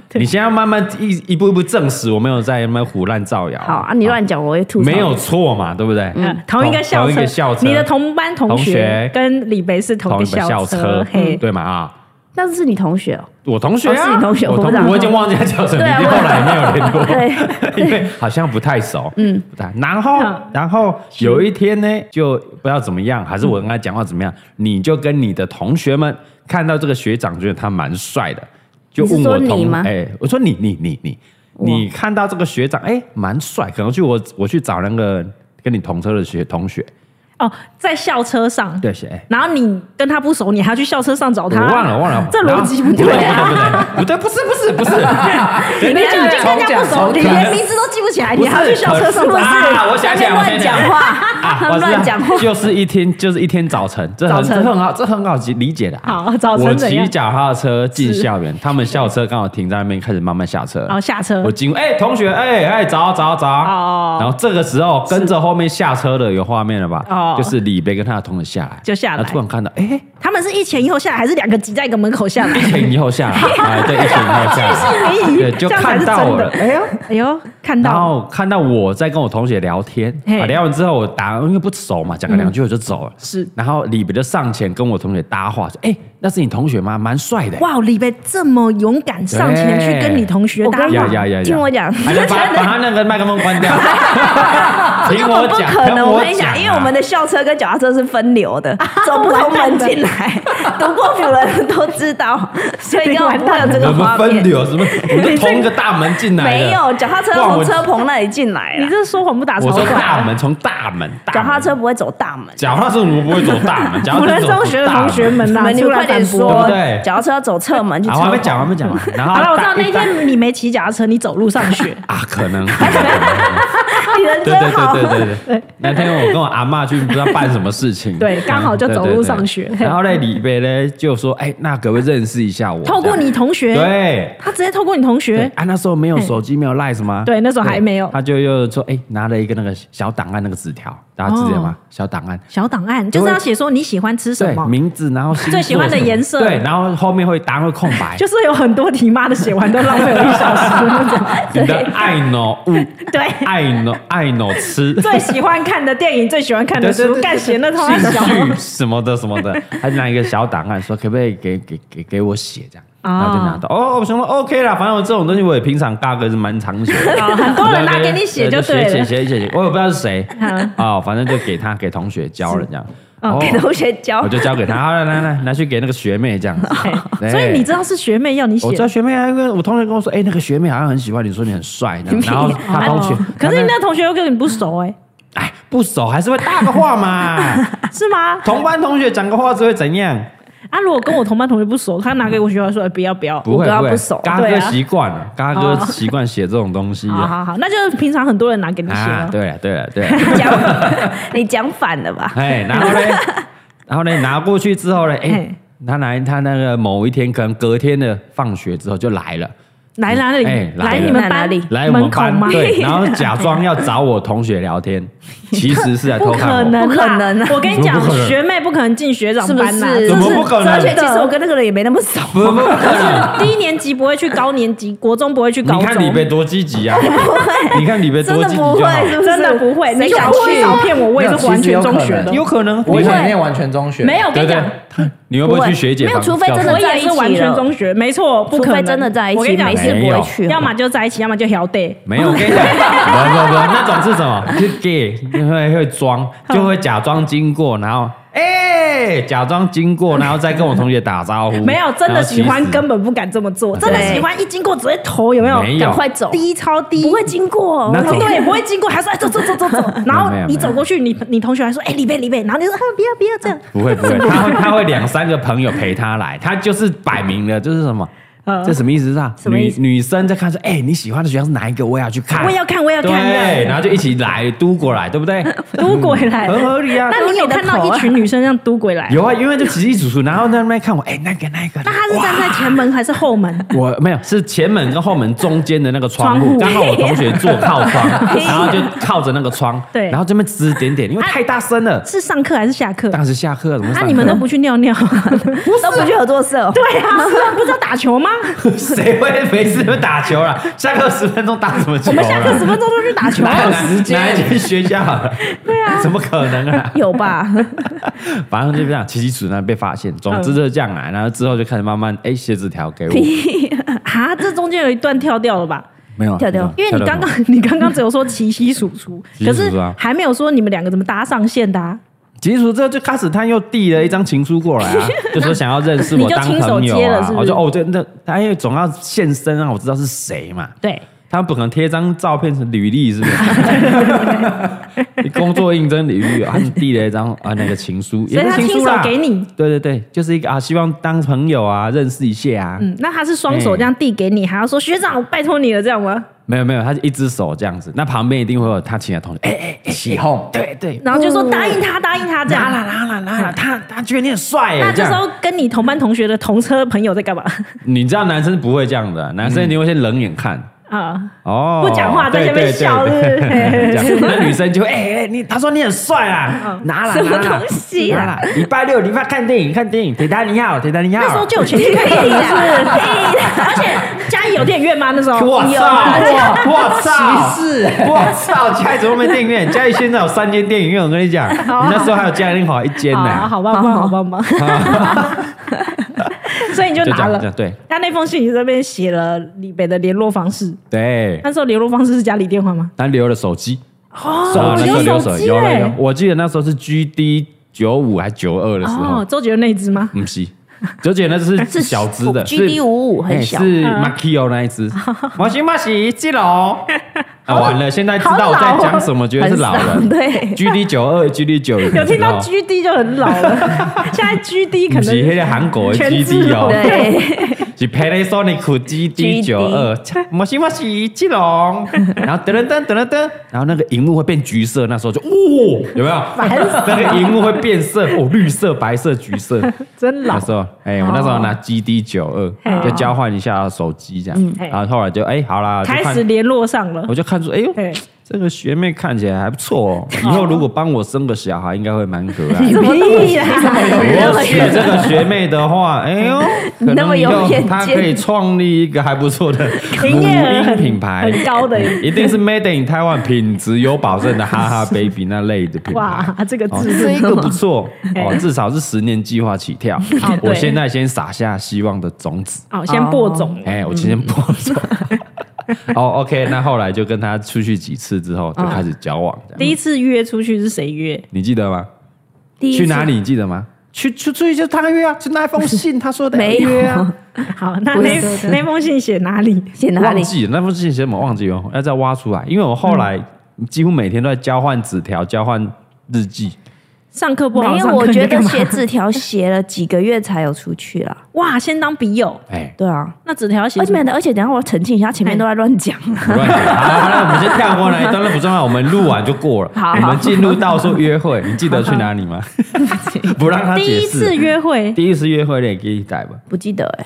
A: 对，你先要慢慢一一步一步证实，我没有在那边胡乱造谣。
C: 好啊，你嗯乱讲，我会吐槽。
A: 没有错嘛，对不对？
B: 呃同一个校
A: 同一
B: 车，
A: 个校车
B: 你的同班同
A: 同学
B: 学跟李北是同
A: 同
B: 个
A: 一个校
B: 车
A: 车，，
B: 嘿，
A: 对嘛啊？
C: 那是你同学哦。
A: 我同学
C: 哦
A: 啊，
C: 是你同学
A: 我
C: 我不知道
A: 我已经忘记他叫什么
C: 对
A: 名字，
C: 啊我
A: 后来也没有联络。
C: 对，
A: 因为好像不太熟，嗯，不太。然后
B: 嗯，
A: 然后有一天呢，就不知道怎么样，还是我跟他讲话怎么样，你就跟你的同学们看到这个学长，觉得他蛮帅的，就问我
C: 你是说你
A: 同
C: 吗
A: 哎，我说你你你你你看到这个学长哎蛮帅，可能去我我去找那个跟你同车的学同学，
B: 哦，在校车上，
A: 对，谁？哎
B: 然后你跟他不熟，你还要去校车上找
A: 我
B: 他，
A: 忘了忘了，
B: 这逻辑不对啊。
A: 然 后不对不对不对，不对，不是不是不是，
B: 你就已经跟人家不熟，
A: 从
B: 你
A: 从
B: 连名字都记不起来，
A: 不
B: 你
A: 是
B: 还要去校车上
A: 可
B: 找
A: 是啊，我想起来，我
C: 乱
A: 想起来
C: 讲话，
A: 啊，我知道
C: 乱讲 话
A: 就是一天，就是一天早晨，这很
B: 早晨
A: 这很好，这很好理解的、啊。
B: 好早晨
A: 我
B: 怎
A: 骑
B: 样
A: 脚踏车进校园，他们校车刚好停在那边，开始慢慢下车。
B: 然后哦下车
A: 我，经过，哎、同学，哎、哎、早早早。
B: 哦
A: 然后这个时候跟着后面下车的有画面了吧？
B: 哦
A: 就是李贝跟他的同学下来，
B: 就下来
A: 然后突然看到，哎、
B: 他们是一前一后下来，还是两个挤在一个门口下来？
A: 一前一后下 来，哎，对，一前一后下来，
B: 哎
A: 对，就
B: 这样才
A: 看
B: 是
A: 到
B: 真
A: 我了
B: 的。。哎呦，哎呦，看
A: 然
B: 到了
A: 后看到我在跟我同学聊天，
B: 嘿嗯
A: 啊，聊完之后我打，因为不熟嘛，讲个两句我就走了。
B: 是
A: 然后李北就上前跟我同学搭话，说：“哎、那是你同学吗？蛮帅的、
B: 哇，李贝这么勇敢上前去跟你同学
C: 我
B: 搭
C: 跟
A: 哎
C: 你
A: 呀
B: 话，
A: 呀呀呀
C: 听我讲，
A: 哎 来把把他那个麦克风关掉，听我
C: 不
A: 讲，啊
C: 可能！
A: 我
C: 我跟你讲，因为我们
A: 的
C: 的校车跟脚踏车是分流 的，走不同门进来，读过辅的人都知道，所以根 本不会有这
A: 我
C: 个
A: 们
C: 画
A: 分
C: 面。
A: 流 什么？我们就同一个大门进来的
C: 没有，脚踏车
A: 哇我
C: 从车棚那里进来
B: 你
C: 了，
B: 这说谎不打啊草
A: 我说
B: 稿。
A: 大门，从大门，大
C: 脚
A: 门
C: 踏车不会走大门。
A: 脚踏车我们不会走大门，脚踏
B: 我
A: 车
B: 们
A: 走
B: 中学的
A: 大门
B: 同学们
C: 你
B: 呐，
C: 们你
B: 出
C: 们
B: 来
C: 快点
B: 反驳
A: 对
C: 说
A: 不对，
C: 脚踏车要走侧门去
A: 啊，
C: 车
A: 我还没
C: 棚。
A: 讲，我还没讲完。然后
B: 好了，我知道
A: 大
B: 那天你没骑脚踏车，你走路上 学，
A: 啊，可 能。
C: 你人
A: 对
C: 真
A: 对
C: 好，
A: 对对对对。那天我跟我阿妈去不知道办什么事情，嗯
B: 对刚好就走路
A: 对对对
B: 上学
A: 然后嘞，李贝嘞就说：“哎，那可不可以认识一下我？”
B: 透过你同
A: 这
B: 学，
A: 样对。
B: 他直接透过你同
A: 对
B: 学，
A: 啊，那时候没有手机，没有 Line 什么啊，
B: 对那时候还没有
A: 他就又说，哎，拿了一个那个小档案，那个纸条，大家记得吗？小档案，
B: 小档案就是要写说你喜欢吃哦什
A: 对，
B: 么，
A: 名字，然后星座
B: 最喜欢的颜色
A: 对，然后后面会答案会空白，
B: 就是有很多题，妈的写完都浪费我一小时那种。
A: 你的爱诺物，
B: 对，
A: 爱诺爱诺吃，
B: 最喜欢看的电影，最喜欢看的
A: 对对
B: 书
A: 对，
B: 干写那套
A: 兴
B: 小。
A: 趣什么的什么 的，他就拿一个小档案说可不可以给给给给我写这样，然后就拿到哦，我想说 OK 啦，反正我这种东西我也平常大哥是蛮常写的，
B: 哦很多 人拿给你写就对了哦
A: 写写写写，我也不知道是谁啊，反正就给他给同学教了这样，哦
C: 给同学教
A: 我。就交给他，好来来来拿去给那个学妹这样子，对
B: 所以你知道是学妹要 你写
A: 我知道学妹啊，因为我同学跟我说，哎，那个学妹好像很喜欢你，说你很帅， 这样然后他同学
B: 哦，可是你
A: 他
B: 那同学又跟你不熟哎，
A: 哎不熟还是会搭个话嘛，
B: 是吗？
A: 同班同学讲个话是会怎样？
B: 啊，如果跟我同班同学不熟，他拿给我学校说哎不要不要，
A: 不会
C: 我跟他
A: 会
C: 不熟哦
A: 嘎
B: 对
A: 哥
B: 啊
A: 习惯 了，嘎哥习惯写这种东西
B: 好
A: 啊。
B: 好好，那就是平常很多人拿给你写
A: 啊
B: 了，。
A: 对啊，对啊，对啊。
C: 讲你讲 反了吧？
A: 哎，然 后呢，然后呢，拿过去之后呢，哎
B: 嘿，
A: 他来他那个某一天，可能隔天的放学之后就来了，
B: 来哪里？
A: 哎来
B: 来
A: 了
B: 你们班
C: 来哪里
A: 来我
B: 门
A: 们
B: 口
A: 班
B: 吗？
A: 对， 然后假装要找我同学聊天，其实是在
B: 不
A: 偷看
B: 可
A: 我。
B: 能，
C: 不可能啊
B: 我跟你讲
A: 怎么不可，能
B: 学妹不可能进学长
C: 是不
B: 班啊呐、
C: 是？
A: 怎么不可能
C: 而且其实我跟那个人也没那么熟，
A: 不不，
B: 低年级不会去高年级，国中不会去高
A: 你看李
B: 中。
A: 贝多积 极啊！你看李贝
C: 真
A: 多
C: 的
A: 积极
C: 不
A: 就好
C: 会，。是不是？
B: 真的不会，
C: 谁
B: 你
C: 敢
B: 小
C: 去
B: 时？候骗我，我也
D: 没有
B: 是完
D: 其实有
B: 全中
D: 可
B: 学
D: 能
B: 的，
A: 有可能，
D: 我以
A: 你
D: 前也念完全中学，
B: 没有。我跟
A: 对
B: 你
A: 对
B: 讲，，
A: 你会不
C: 不
A: 会
C: 会
A: 去学姐
C: 没
A: 房？
C: 有除非
A: 叫
C: 真的
A: 房
B: 我也是完全中学，没错，不
C: 除
B: 可
C: 非
B: 能
C: 真的在一
B: 我
C: 起，
B: 跟你讲
C: 没事
A: 没
C: 不
A: 有
C: 会去。哦
B: 要么就在一起，要么就摇 day。
A: 没有，我跟你讲，不不不，那种是什么？就 gay 就会会装，就会假装经过，然后哎、假装经过，然后再跟我同学打招呼。
B: 没有，真的喜
A: 然
B: 欢
A: 后其实
B: 根本不敢这么做，真的
C: 对
B: 喜欢一经过直接头有没有？
A: 没有
C: 赶快走，
B: 低超低，
C: 不会经过，
A: 那种
B: 哦对，不会经过，还说哎走走走 走走，然后
A: 没有
B: 你走过去，你你同学还说哎李贝李贝，然后你说啊不要不要这样，
A: 不会不会，他会他会两三个朋友陪他来，他就是摆明了就是什么。
B: 嗯
A: 这什么意思啊？
C: 什么意
A: 女
C: 思
A: 女生在看说，哎、你喜欢的学校是哪一个？我也要去 看，
B: 我也要看我也要看
A: 对，
B: 对
A: 然后就一起来嘟过来，对不对？
B: 嘟过来。
A: 很合理啊。
B: 那你有看到一群女生这样嘟过来？
A: 有啊，因为就起起楚楚，然后在那边看我，哎、那个那个，
B: 那她是站在前门还是后门？
A: 我没有，是前门跟后门中间的那个窗户，
B: 窗户
A: 刚好我同学坐靠 窗，然后就靠着那个窗，
B: 对
A: 然后这边指指点点，因为太大声了，
B: 是上课还是下课？
A: 当时下课了怎么上
B: 啊，
A: 课？
B: 你们都不去尿尿？
C: 都不去合作社。
B: 对啊，是啊不知道打球
A: 啊
B: 吗？
A: 谁会没事就打球啦？下课十分钟打什么球
B: 我
A: 啦？
B: 们下课十分钟就去打球。啊
A: 哪有
D: 时间
A: 哪一间学校？对啊，怎么可能啊？
C: 有吧？
A: 反正就这样，奇奇楚呢被发现。总
B: 嗯
A: 之就是这样啊，然后之后就开始慢慢哎写纸条给 我，
B: 啊，这中间有一段跳掉了吧？
A: 没有啊
C: 跳跳
B: 因为你刚刚你刚刚只有说奇稀鼠出，
A: 奇
B: 可
A: 稀
B: 是
A: 鼠出啊
B: 还没有说你们两个怎么搭上线的、啊，
A: 结束之后就开始，他又递了一张情书过来 啊，就说想要认识我当朋
B: 你就
A: 友
B: 亲手接了
A: 啊
B: 是。不是
A: 我说哦，对，那他因为总要现身让我知道是谁嘛，
B: 对，
A: 他不可能贴张照片成履历是 不是？你工作应征履历，他们递了一张啊那个情书，
B: 所
A: 也
B: 以
A: 不
B: 他
A: 是
B: 亲
A: 书
B: 手
A: 啦，
B: 给你，
A: 对对对，就是一个啊，希望当朋友啊，认识一下啊。
B: 嗯，那他是双手这样递给你，还要说学长，我拜托你了，这样吗？
A: 没有没有，他是一只手这样子，那旁边一定会有他其他同学，哎、
D: 起哄，
A: 对对，
B: 然后就说答应他，答应他这
A: 拿
B: 样。
A: 啦拿啦拿啦，他他觉得你很帅嗯
B: 那
A: 哎哎，这
B: 这时
A: 样。
B: 候跟你同班同学的同车朋友在干嘛？
A: 你知道男生不会这样的，男生一定会先冷眼看。
B: 啊，
A: 哦，
B: 不讲话在
A: 对
B: 那边
A: 对
B: 笑
A: 对对
B: 是不
A: 这
B: 是
A: 样那女生就会 哎哎，你他说你很帅
B: 嗯
A: 啊，拿了
C: 什么
A: 拿了
C: 东西啊
A: 拿了，礼拜六礼拜看电影看电影，铁达尼号铁达尼号。
B: 那时候就有钱去看电影，是不是？而且家里有电影院吗？那时候
A: 我
B: 有
A: 操！
B: 啊
A: 我操！
D: 歧视
A: 我操！家里怎么没电影院？家里现在有三间电影院，我跟你讲，你那时候还有家庭好一间
B: 哦好
A: 呢。
B: 好棒棒，好棒棒。 所以你就
A: 就这
B: 拿
A: 样
B: 了
A: 这，样对
B: 他那封信你这边写了李北的联络方式，
A: 对，
B: 那时候联络方式是家里电话吗？
A: 他留了手机，
B: 哦
A: 啊那时候留
B: 有
A: 手
B: 机
A: 有了有
B: 耶，。
A: 我记得那时候是 G D 九五还九二的时候
B: 哦，，周杰伦那一只吗？
A: 不是，九姐那 只是小只的是
C: GD 五五很小
A: 哎是 Makio 那一只。马西马西，记牢。啊，完了，现在知道我在讲什么，觉得是老
C: 哦很
A: 人。
C: 对，
A: GD 九二、GD 九零，
B: 有听到
A: 你知道
B: G D 就很 老了，现在 G D 可
A: 哦不是那
B: 能
A: 个韩国的
B: 全自
A: GD
B: 动
A: 哦，
C: 对，
A: 是 Panasonic GD 九二。马西马西，记牢。然后噔噔噔噔噔噔，然后那个荧幕会变橘色，那时候就哦，有没有？那个荧幕会变色，哦，绿色、白色、橘色。
B: 真老哦
A: 那。时候，哎、我那时候拿 GD 九二，就交换一下手机这样，然后后来就哎、好啦，就
B: 嗯开
A: 看
B: 始联络上了
A: 我，就看出，哎呦
B: 哎，
A: 这个学妹看起来还不错哦，以后如果帮我生个小孩，应该会蛮可爱
C: 你
B: 哦
A: 的。
C: 怎么啊
B: 屁 啦
A: 我娶这个学妹的话，哎 呦，可
C: 那么
A: 能以
C: 有
A: 后
C: 远见
A: 她可以创立一个还不错 的
B: 营
A: 母
B: 业额
A: 婴
B: 很
A: 品牌，
B: 很高的
A: 嗯一定是 Made in Taiwan 品质有保证的哈哈 baby 那类的品牌。
B: 哇，这个
A: 哦，
B: 字
A: 这一
B: 是
A: 个不 错哦
B: 哎，
A: 至少是十年计划起跳。
C: 哦
B: 对
A: 我现在先撒下希望的种子，
B: 哦，先播种了，
C: 嗯
A: 哎，我今天播 种。 哦，OK，那后来就跟他出去几次之后，
C: 哦
A: 就开始交往。这样
B: 第一次约出去是谁约？
A: 你记得吗？
C: 第一次
A: 去哪？里你记得吗？去去出去就是他约啊，就那封信他说的
C: 没有
A: 约啊，
B: 好，那
C: 不是
B: 那
C: 对对
B: 那封信写哪里？
C: 写哪
A: 忘
C: 里？
A: 记了那封信写什么忘记了，要再挖出来，因为我后来
C: 嗯
A: 几乎每天都在交换纸条、交换日记。
B: 上课不好，
C: 没有，
B: 上课
C: 我
B: 你
C: 觉
B: 在
C: 得
B: 干嘛
C: 写纸条写了几个月才有出去啦。
B: 哇，先当笔友，
A: 哎，
C: 对啊，
B: 那纸条写
C: 而
B: 什么
C: 且而且，等一下我要澄清一下，前面都在乱讲。
A: 不乱讲好，那我们先跳过那一段，那不重要，我们录完就过了。
C: 好好
A: 我们进入到说约会，你记得去哪里吗？不让他
B: 第
A: 解
B: 一次
A: 释。
B: 约会
A: 第一次约会，你也给你带吧。
C: 不记得哎、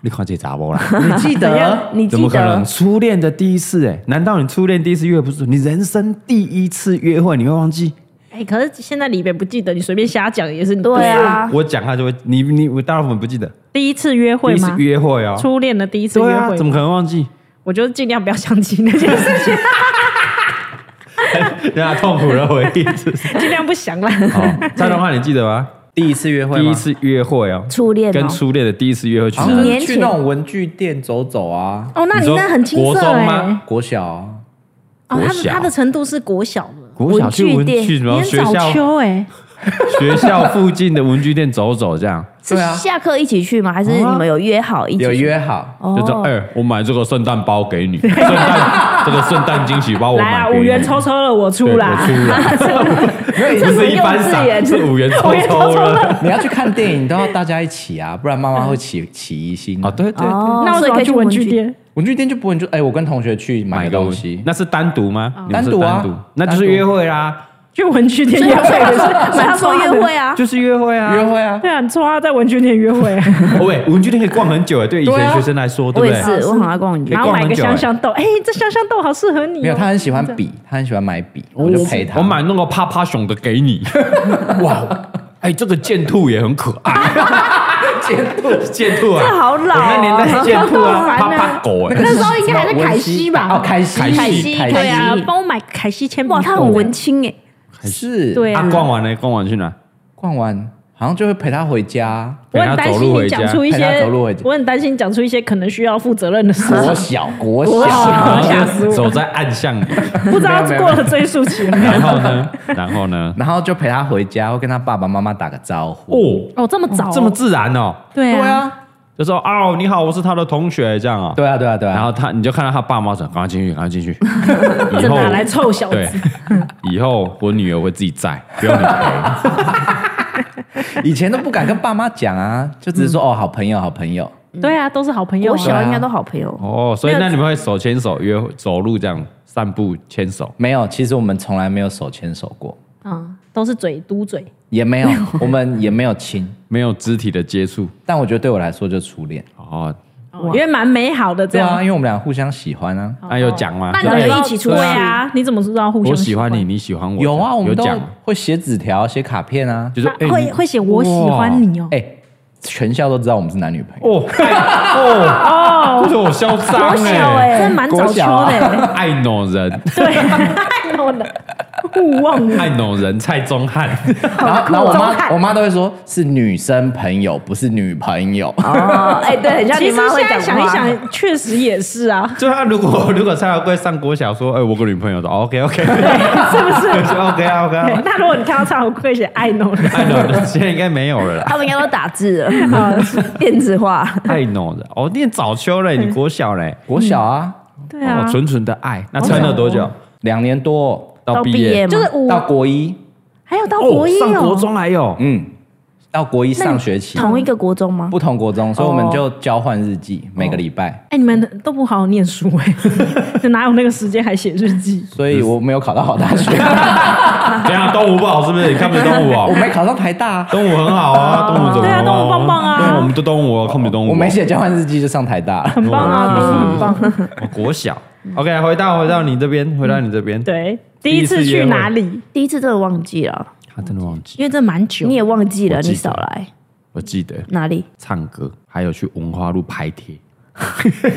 A: 你看这杂波啦，
D: 你记得
C: 你
A: 怎
C: 记
A: 么可能？
C: 得？
A: 初恋的第一次、哎，难道你初恋第一次约会不是你人生第一次约会？你会忘记？
B: 哎、可是现在李北不记得，你随便瞎讲也是你
C: 对啊，
A: 我讲他就会，你你我大部分不记得，
B: 第一次约
A: 第
B: 会
A: 一次
B: 吗？
A: 约会哦，
B: 初恋的第一次约
A: 对
B: 会，
A: 啊，怎么可能忘记？
B: 我就尽量不要想起那件事情，
A: 让他痛苦的回忆是不是。
B: 尽量不想了。
A: 哦，蔡东汉，你记得吗？
D: 第一次约会吗
A: 第一次约会哦，
C: 初恋
A: 跟
C: 哦，
A: 初恋的第一次约会去
D: 好
A: 哪
C: 几
A: 里？
D: 像
C: 年
D: 是去
C: 前
D: 那种文具店走走啊，
C: 哦，
A: 你
C: 那你
A: 说
C: 那很青
A: 国
C: 涩
A: 中
C: 哎、
A: 吗
D: 国小啊
B: 哦，他
A: 国
B: 的
A: 小
B: 他的程度是国小了，
A: 国小去文
C: 文具店
A: 去什
B: 你
A: 么
B: 很
A: 学
B: 早
A: 校
B: 秋哎、
A: 学校附近的文具店走走，这样
C: 是
D: 对啊
C: 下课一起去吗？还是
A: 哦
C: 你们有约好一起？
D: 有约好，
C: 哦
A: 就说：“哎、我买这个圣诞包给你，圣诞这个圣诞惊喜包我
B: 来啊，
A: 买给你，
B: 五元抽抽了，我出
A: 对
B: 啦。
A: 我出了，不是一般
C: 幼稚
A: 赏，
C: 园
A: 是五元抽抽了。
D: 你要去看电影都要大家一起啊，不然妈妈会起起疑心
A: 哦，。对对对
C: 哦，
B: 那我
C: 所
B: 怎
C: 以
B: 么
C: 可
B: 要
C: 以
B: 去
C: 去
B: 文
C: 文
B: 具
C: 具
B: 店？
D: 文具店就不能就哎，我跟同学去买个东西，
A: 那是单独吗？你们
D: 单
A: 是
D: 独啊
A: 单独，那就是约会啦，
B: 去文具店
C: 所以
B: 约会，
C: 所以他说约会啊，
A: 就是约会啊。
D: 约会啊，
B: 对啊，你说他在文具店约会、
A: 哦喂，文具店可以逛很久哎，对以
D: 对
A: 前
D: 啊
A: 学生来说，对
C: 我
A: 不
C: 也
A: 对？啊
C: 是，我很爱逛文具
A: 可以
B: 然
A: 逛
B: 后买个
A: 很久
B: 香香豆，哎、这香香豆好适合你、哦。
D: 没有，他很喜欢笔，他很喜欢买笔，我就陪
A: 我
D: 他。
B: 哦
A: 买那个趴趴熊的给 你。哇，哎，这个剑兔也很可 爱。剑 兔，剑兔啊，
C: 这好老哦
A: 我那年代剑兔
B: 好
A: 啊，
B: 烦
A: 趴
B: 啊
A: 趴狗哎，
B: 那时候应该还在凯西吧？
D: 哦，凯西，
A: 凯
C: 西
D: 凯
B: 对
D: 西，
B: 啊
C: 凯西，
B: 帮我买凯西铅笔。
C: 哇，他很文青哎、
D: 是，
B: 对啊
A: 啊，逛完了，逛完去哪？
D: 逛完好像就会陪他回家。
B: 我很担心你讲出一
D: 陪他
B: 些
D: 走路回，家
B: 我很担心讲出一些可能需要负责任的事，
D: 国小，国
B: 国
D: 小，
B: 小
A: 然后
B: 吓死
A: 就
B: 我
A: 啊走在暗巷里，
B: 不知道过了追溯期没有。
A: 然后 呢，然后呢？
D: 然后就陪他回家，会跟他爸爸妈妈打个招呼。
A: 哦，
B: 哦，这么早、
A: 这么自然哦，
B: 对
D: 对
B: 啊，
D: 啊，
A: 就说哦，你好，我是他的同学，这样啊。
D: 对啊，对啊，对啊。
A: 然后他，你就看到他爸妈说：“赶快进去，赶快进 去。”以
B: 这
A: 后
B: 哪来臭小
A: 对
B: 子？，
A: 以后我女儿会自己在，不用你 陪。
D: 以前都不敢跟爸妈讲啊，就只是说哦，好朋友，好朋友。
B: 对啊，都是好朋友、
C: 我
B: 啊。
C: 小应该都好朋友。
A: 哦，所以那你们会手牵手约会走路这样散步牵手？
D: 没有，其实我们从来没有手牵手过，
B: 嗯，都是嘴嘟嘴。
D: 也没有，我们也没有亲。
A: 没有肢体的接触
D: 但我觉得对我来说就初恋，
A: 哦，
B: 因为蛮美好的这
D: 对啊，
B: 样。
D: 因为我们俩互相喜欢啊。
A: 那有讲吗？
C: 那
A: 就
C: 你
A: 哎
C: 们一起出去
B: 对啊？你怎么知道互相？
A: 我喜欢你，，你喜欢我，
D: 有啊，我们都
A: 讲吗，
D: 会写纸条、写卡片啊。
A: 就是
B: 那
A: 哎
B: 会
A: 你
B: 会写我喜欢你哦。
D: 哎，全校都知道我们是男女朋友。
A: 哦哎哦哦，这种嚣张
C: 国小哎、
A: 哎，
B: 真的蛮早
D: 国
B: 秋
D: 小啊
B: 的欸，
A: 爱弄人，
B: 对，太多了，勿忘我。
A: 爱弄人，蔡宗翰，
D: 然后，然后我
C: 好酷
D: 妈
C: 哦
D: 我妈都会说是女生朋友，不是女朋友。
C: 哦，哎、对，很像
B: 其
C: 你
B: 实
C: 妈会
B: 现
C: 讲
B: 在
C: 话
B: 想一，想，确实也是啊，
A: 就他如果如果蔡小贵上国小说，哎，我有个女朋友的，OK OK，
B: 是不是？
A: OK 啊 OK
B: 对
A: 啊，
B: 那如果你看到蔡文贵写爱弄人，
A: 爱弄人，现在应该没有了啦。
C: 他们应该都打字了，电子化。
A: 爱弄人，哦，念早秋嘞，你国小嘞，
D: 国小啊，
B: 嗯对啊哦
A: 哦，纯纯的爱，那撑了多久？
D: 两年多
A: 到
C: 到
A: 毕
C: 毕业
A: 业
C: 吗
B: 就是五
D: 到国一，
B: 还有到
A: 哦
B: 国一，
A: 上国中还有，
D: 嗯，到国一
C: 那你
D: 上学期，
C: 同一个国中吗？
D: 不同国中，所以我们就交换日记，每个礼拜。
B: 哎，你们都不好好念书 哎，哪有那个时间还写日记？
D: 所以我没有考到好大学，
A: 怎样？东吴不好是不是？你看不起东吴
D: 我
A: 哦？
D: 没考上台大，
A: 东吴很好啊，东吴怎么了？
B: 啊对啊东吴棒棒啊
A: 对我们都东吴哦，看不起东吴哦。
D: 我没写交换日记就上台大了。
B: 很棒 啊，
A: 哦
B: 都很棒。
A: 我国小。OK，回到回到你这边，回到你这边。，
B: 嗯对，第一次去哪里？
C: 第一次真的忘记了，
A: 他真的忘记，
B: 因为这蛮久
C: 你，也忘记了，
A: 我记得
C: 你少来
A: 我记得
C: 哪里？
A: 唱歌，还有去文化路拍贴，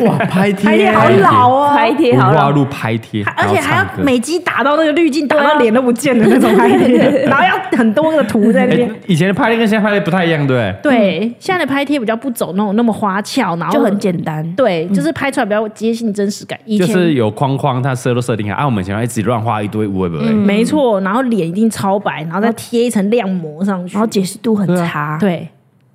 D: 哇，拍
B: 哎
D: 贴
B: 呀，好老哦，
C: 拍贴
A: 文
C: 好
A: 化
C: 了，
A: 路拍贴，
B: 而且还
A: 然后唱
B: 要
A: 歌
B: 美肌打到那个滤镜，打到脸都不见的那种拍 贴，然后要很多个图在那边。
A: 哎，以前的拍贴跟现在拍贴不太一样，对不对？
B: 对，现在的拍贴比较不走那种那么花俏，然后
C: 就很简单。
B: 对，就是拍出来比较接近真实感。以
A: 就
B: 前
A: 是有框框，它设都设定好，啊，我们以前要一直乱画一堆，不会不会。
B: 没错，然后脸一定超白，嗯然后再贴一层亮膜上去，
C: 然后解释度很
A: 对啊
C: 差，
B: 对，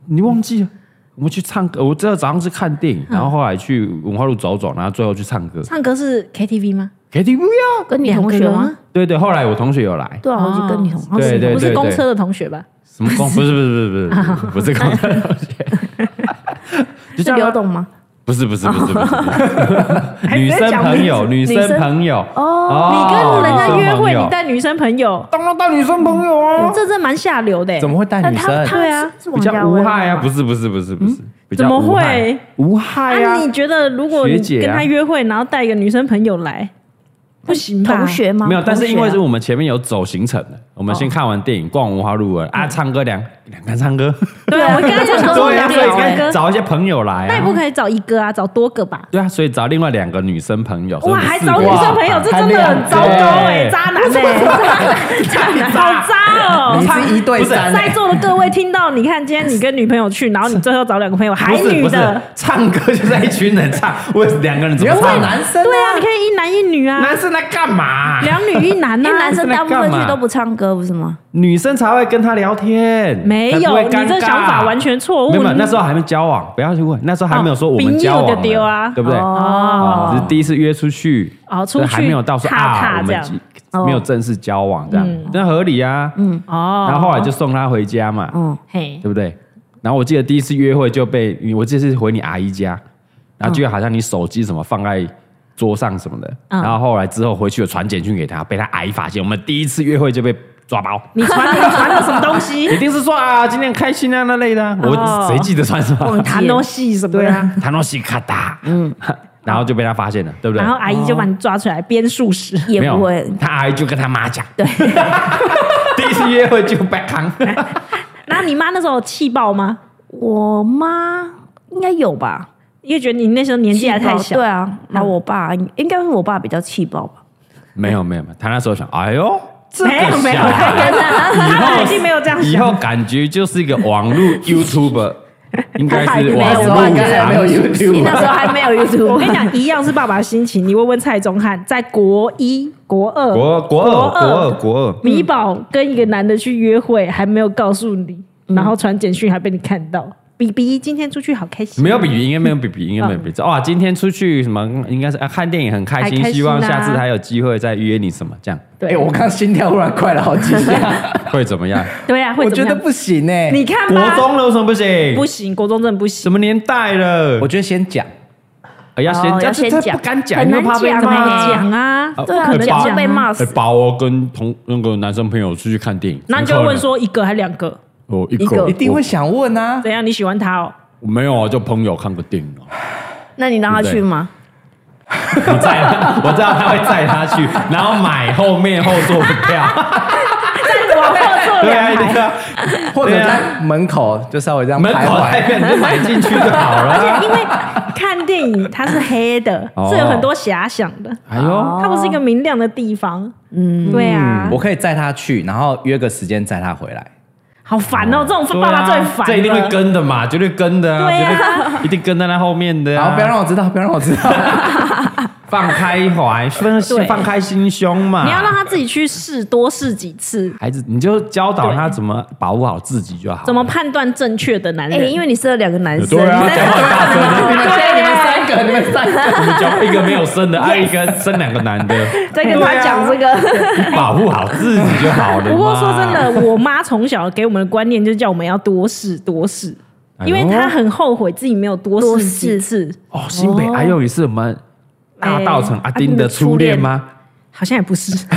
A: 你忘记了？我们去唱歌，我知道早上是看电
B: 嗯
A: 影，然后后来去文化路走走，然后最后去唱歌
B: 唱歌是 KTV 吗？
A: KTV 啊。
C: 跟你同学
B: 两个
C: 吗
B: 人？
A: 对对，后来我同学有来，
C: 对啊，
B: 哦
C: 我就跟你同
A: 对
C: 学。
A: 对
B: 不是公车的同学吧？
A: 什 么光？不是不是不是不是不是不是公车同学，就这
C: 是
A: 样
C: 刘
A: 啊。
C: 董吗？
A: 不是不是不是不是不 是，女生朋友，女生朋友
B: 你
A: 哦
B: 跟人家约会，你
A: 带
B: 带女生朋友，哎
A: 当然带女生朋友啊，
B: 这真蛮下流的欸。
D: 怎么会带
C: 那
D: 女
C: 他
D: 生？
C: 他
B: 对啊
C: 是是
A: 比
C: 王家
A: 较
C: 卫
A: 无
C: 吗
A: 害啊，不是不是不是不是，比较
B: 嗯怎么
A: 无害
B: 会
A: 无害
B: 啊，
A: 啊
B: 你？觉得如果
A: 学
B: 你
A: 姐
B: 跟
A: 啊
B: 他约会，然后带一个女生朋友来，不行吧？
C: 同学吗？
B: 啊
A: 没有，但是因为是
C: 同学啊
A: 我们前面有走行程的，我们先看完电影，逛文化路
B: 哦
A: 了啊，唱歌两两个唱歌，
B: 对啊，我刚刚就想说
A: 对啊，
B: 两
A: 所以应该
B: 个，
A: 找一些朋友来
B: 那也
A: 啊
B: 不，可以找一个啊，找多个吧？
A: 对啊，所以找另外两个女生朋友，所以
B: 哇，
A: 我们
B: 还
A: 四个
B: 找女生朋友，这真的很糟糕哎，
A: 对
B: 渣男 哎，渣男，好渣哦！
D: 你是一对三
B: 在座的各位听到，你看今天你跟女朋友去，然后你最后找两个朋友，还
A: 不是
B: 女
A: 不是
B: 的，，
A: 唱歌就是一群人唱，我两个人怎么唱？
D: 生
B: 对啊，你可以一男一女啊，
A: 男生在干嘛？
B: 两女一男
C: 因
B: 啊，
C: 为男生大部分
A: 那干嘛
C: 去都不唱歌，不是吗？
A: 女生才会跟他聊天，
B: 没
A: 才不
B: 有，
A: 会
B: 你
A: 尴
B: 这
A: 尬
B: 想法完全错误。
A: 没有，没有
B: 你
A: 那时候还没交往，不要去问，那时候还没有说我们交
B: 哦
A: 往
B: 朋友就对啊
A: 了，对不对？
B: 哦
A: 啊只是第一次约出去，
B: 哦出
A: 所以还
B: 去
A: 没有到说
B: 踏踏
A: 啊，我
B: 这
A: 们
B: 样
A: 几
C: 哦
A: 没有正式交往这样
B: 嗯，
A: 那合理啊。嗯，
B: 哦，
A: 然后后来就送她回家嘛，
C: 嗯，
B: 嘿，
A: 对不对？然后我记得第一次约会就被我这次回你阿姨家，然后就好像你手机什么放在桌上什么的，
B: 嗯
A: 然后后来之后回去有传简讯给她，被她阿姨发现，我们第一次约会就被抓包。
B: 你传你传了什么东西？
A: 一定是说啊，今天开心啊那类的啊，
B: 哦嗯
A: 我谁记得穿什 么？
B: 谈东西什么
A: 哦对
B: 的。
A: 啊，他诺西卡达，嗯，然后就被他发现了，对不对？
B: 然后阿姨就把你抓出来编数十，
C: 也
A: 没
C: 不
A: 有
C: 会，，
A: 他阿姨就跟他妈讲，
C: 对，
A: 第一次约会就被扛，
B: 然后你妈那时候有气爆吗？
C: 我妈应该有吧，
B: 因为觉得你那时候年纪还太
C: 气
B: 小，
C: 爆对啊，然后我爸应该是我爸比较气爆 吧，
A: 没有没有没有，他那时候想，哎呦，这个
B: 没有没有，
A: 小
B: 他
A: 孩
B: 他已经没有这样
A: 以后
B: 想。
A: 感觉就是一个网络 YouTuber，应该是
C: 没
A: 网
C: 有
A: 络
C: 应
D: 该还没有
A: 上
D: YouTube
C: 你 那 时候还没有 YouTube，
B: 我跟你讲，一样是爸爸的心情。你问问蔡宗翰，在国一、国二、
A: 国国二国二国二，
B: 米宝跟一个男的去约会，还没有告诉你，然后传简讯还被你看到。嗯比比今天出去好开心，
A: 没有比比，应该没有比比，应该没有比比。哇，今天出去什么？应该是啊看电影很开
B: 还
A: 心
B: 开，心
A: 希望下
B: 啊
A: 次还有机会再约你什么这样，
B: 对、
D: 哎，我刚心跳忽然快了好几下，
A: 会怎么样？
B: 对啊，会
D: 我
B: 怎
D: 觉
B: 么
D: 得
B: 样？
D: 不行哎。
B: 你看
A: 国
B: 吧，
A: 中了有什么不行？
B: 不行，国中真的不行
A: 什。么年代了？
D: 我觉得先讲，
A: 哎要
C: 哦
A: 先
C: 要
A: 讲，
C: 先
A: 这
C: 讲
A: 不敢讲，
C: 很
A: 因
C: 难
A: 为怕被
C: 讲
A: 骂
C: 欸。
B: 讲啊，
A: 啊
B: 不
C: 对啊
B: 可能
C: 讲
B: 讲
C: 会
B: 啊
C: 被骂死
A: 哎，把我跟同那个男生朋友出去看电影，
B: 那你就会问说一个还两个？
A: 怎么可能，我
C: 一
A: 哦一
C: 个
A: 个
D: 一定会想问啊。
B: 怎样？你喜欢他 哦？
A: 我没有啊，就朋友看个电影啊。
C: 那你让他去吗？
A: 你载他，我知道他会载他去，然后买后面后座的票。
B: 往后坐
A: 对啊，
B: 两排。
A: 对啊，
D: 或者
A: 对啊
D: 在门口就稍微这样
A: 门
D: 徘
A: 口太
D: 徊，
A: 远，你就买进去就好了啊。
B: 因为看电影它是黑的，
A: 哦
B: 是有很多遐想的，
A: 哎呦，
B: 它不是一个明亮的地方。哦嗯，对啊，
D: 我可以载他去，然后约个时间载他回来。
B: 好烦哦，这种
A: 对
B: 爸爸
A: 啊
B: 最烦了。
A: 这一定会跟的嘛，绝对跟的啊，
B: 对啊
A: 绝对一定跟在他后面的啊。
D: 然后不要让我知道，不要让我知道。
A: 放开怀，放放开心胸嘛。
B: 你要让他自己去试，多试几次，
A: 孩子，你就教导他怎么保护好自己就好。
B: 怎么判断正确的男
C: 哎，
B: 人？
C: 因为你是有两个男生，
A: 对啊，讲话很大声，
D: 你们
B: 对
D: 你
A: 啊
D: 们三个，你们三个，
A: 你 教一个没有生的，啊爱一个生两个男的，
C: 在 跟他讲这个，
A: 你保护好自己就好了嘛。
B: 不过说真
A: 啊
B: 的，我妈从小给我们的观念就是叫我们要多试多试，
A: 哎
B: 因
A: 呦
B: 为她很后悔自己没有多
C: 多
B: 试几
C: 试
B: 次，
A: 哦，新北阿佑也是我们大道
B: 哎
A: 城阿丁的初恋吗？
B: 好像也不是。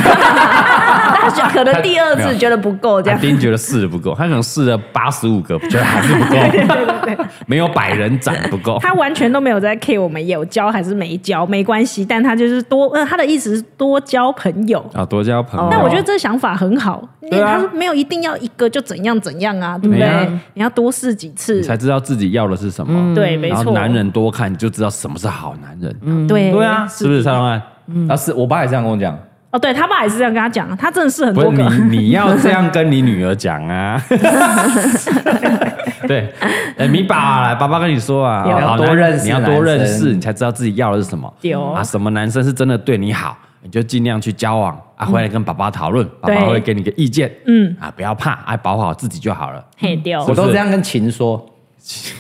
C: 他觉得可能第二次觉得不够这
A: 阿
C: 样。
A: 丁觉得试的不 够，他可能试了八十五个，觉得还是不够， 没有百人斩不 够。
B: 他完全都没有在 care 我们有交还是没交，没关系。但他就是多，呃，他的意思是多交朋友。
A: 啊，多交朋友。
B: 但哦我觉得这想法很好，因为
A: 对啊
B: 他是没有一定要一个就怎样怎样啊，对不对？
A: 没啊
B: 你要多试几次
A: 你，才知道自己要的是什么。
B: 嗯对，没
A: 然
B: 错。嗯
A: 后男人多看，你就知道什么是好男人。
B: 对
A: 对啊，是不是蔡东汉？
D: 啊，是我爸也这样跟我讲，
B: 哦，对他爸也是这样跟他讲，他真的是很
A: 不是
B: 多
A: 你
B: 个。，
A: 你要这样跟你女儿讲 啊。对，哎，米宝啊，爸爸跟你说啊，
D: 有
A: 哦好
D: 多
A: 男
D: 认识
A: 你要多认
D: 男
A: 识，
D: 生
A: 你才知道自己要的是什么
B: 有。
A: 啊，什么男生是真的对你好，你就尽量去交往啊，回来跟爸爸讨论，爸爸
B: 对
A: 会给你个意见。嗯，啊，不要怕，哎，保护好自己就好了。
B: 嘿，丢
A: 是不
D: 我
A: 是
D: 都这样跟琴说，
B: 情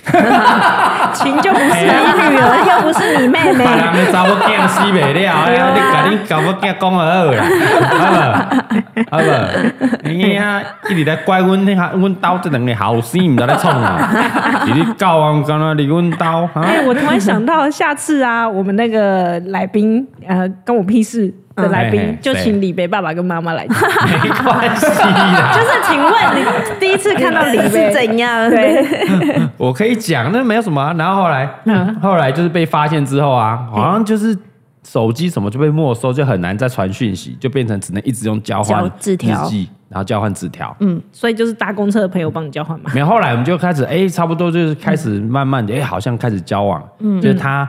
B: 就不
C: 你
B: 是
C: 女儿又不是你妹
A: 别，
C: 妹
A: 人的查某囝死袂了，哎呀，你甲你查某囝讲好好啦，好无？好无？你啊，一直在怪阮迄下，阮兜即两个后生毋知咧创啥，是你狗啊，敢若伫阮兜哈
B: 哎、？我突然想到，下次啊，我们那个来宾，呃，跟我屁事的来
A: 嗯
B: 宾，
A: 嘿嘿
B: 就请李北爸爸跟妈妈来。
A: 哎
B: 就
A: 没关系啦，
B: 是，请问你第一次看到李
C: 是
B: 北，
C: 怎样？
B: 对，
A: 我可以讲，那没有什么啊。然后后来，
C: 嗯
A: 后来就是被发现之后啊，好像就是手机什么就被没收，就很难再传讯息，就变成只能一直用交换
C: 交字条
A: 日记然后交换纸条。
B: 嗯，所以就是搭公车的朋友帮你交换嘛。
A: 没有，后来我们就开始，哎、差不多
C: 嗯
A: 就是开始慢慢的，哎、好像开始交往，就是他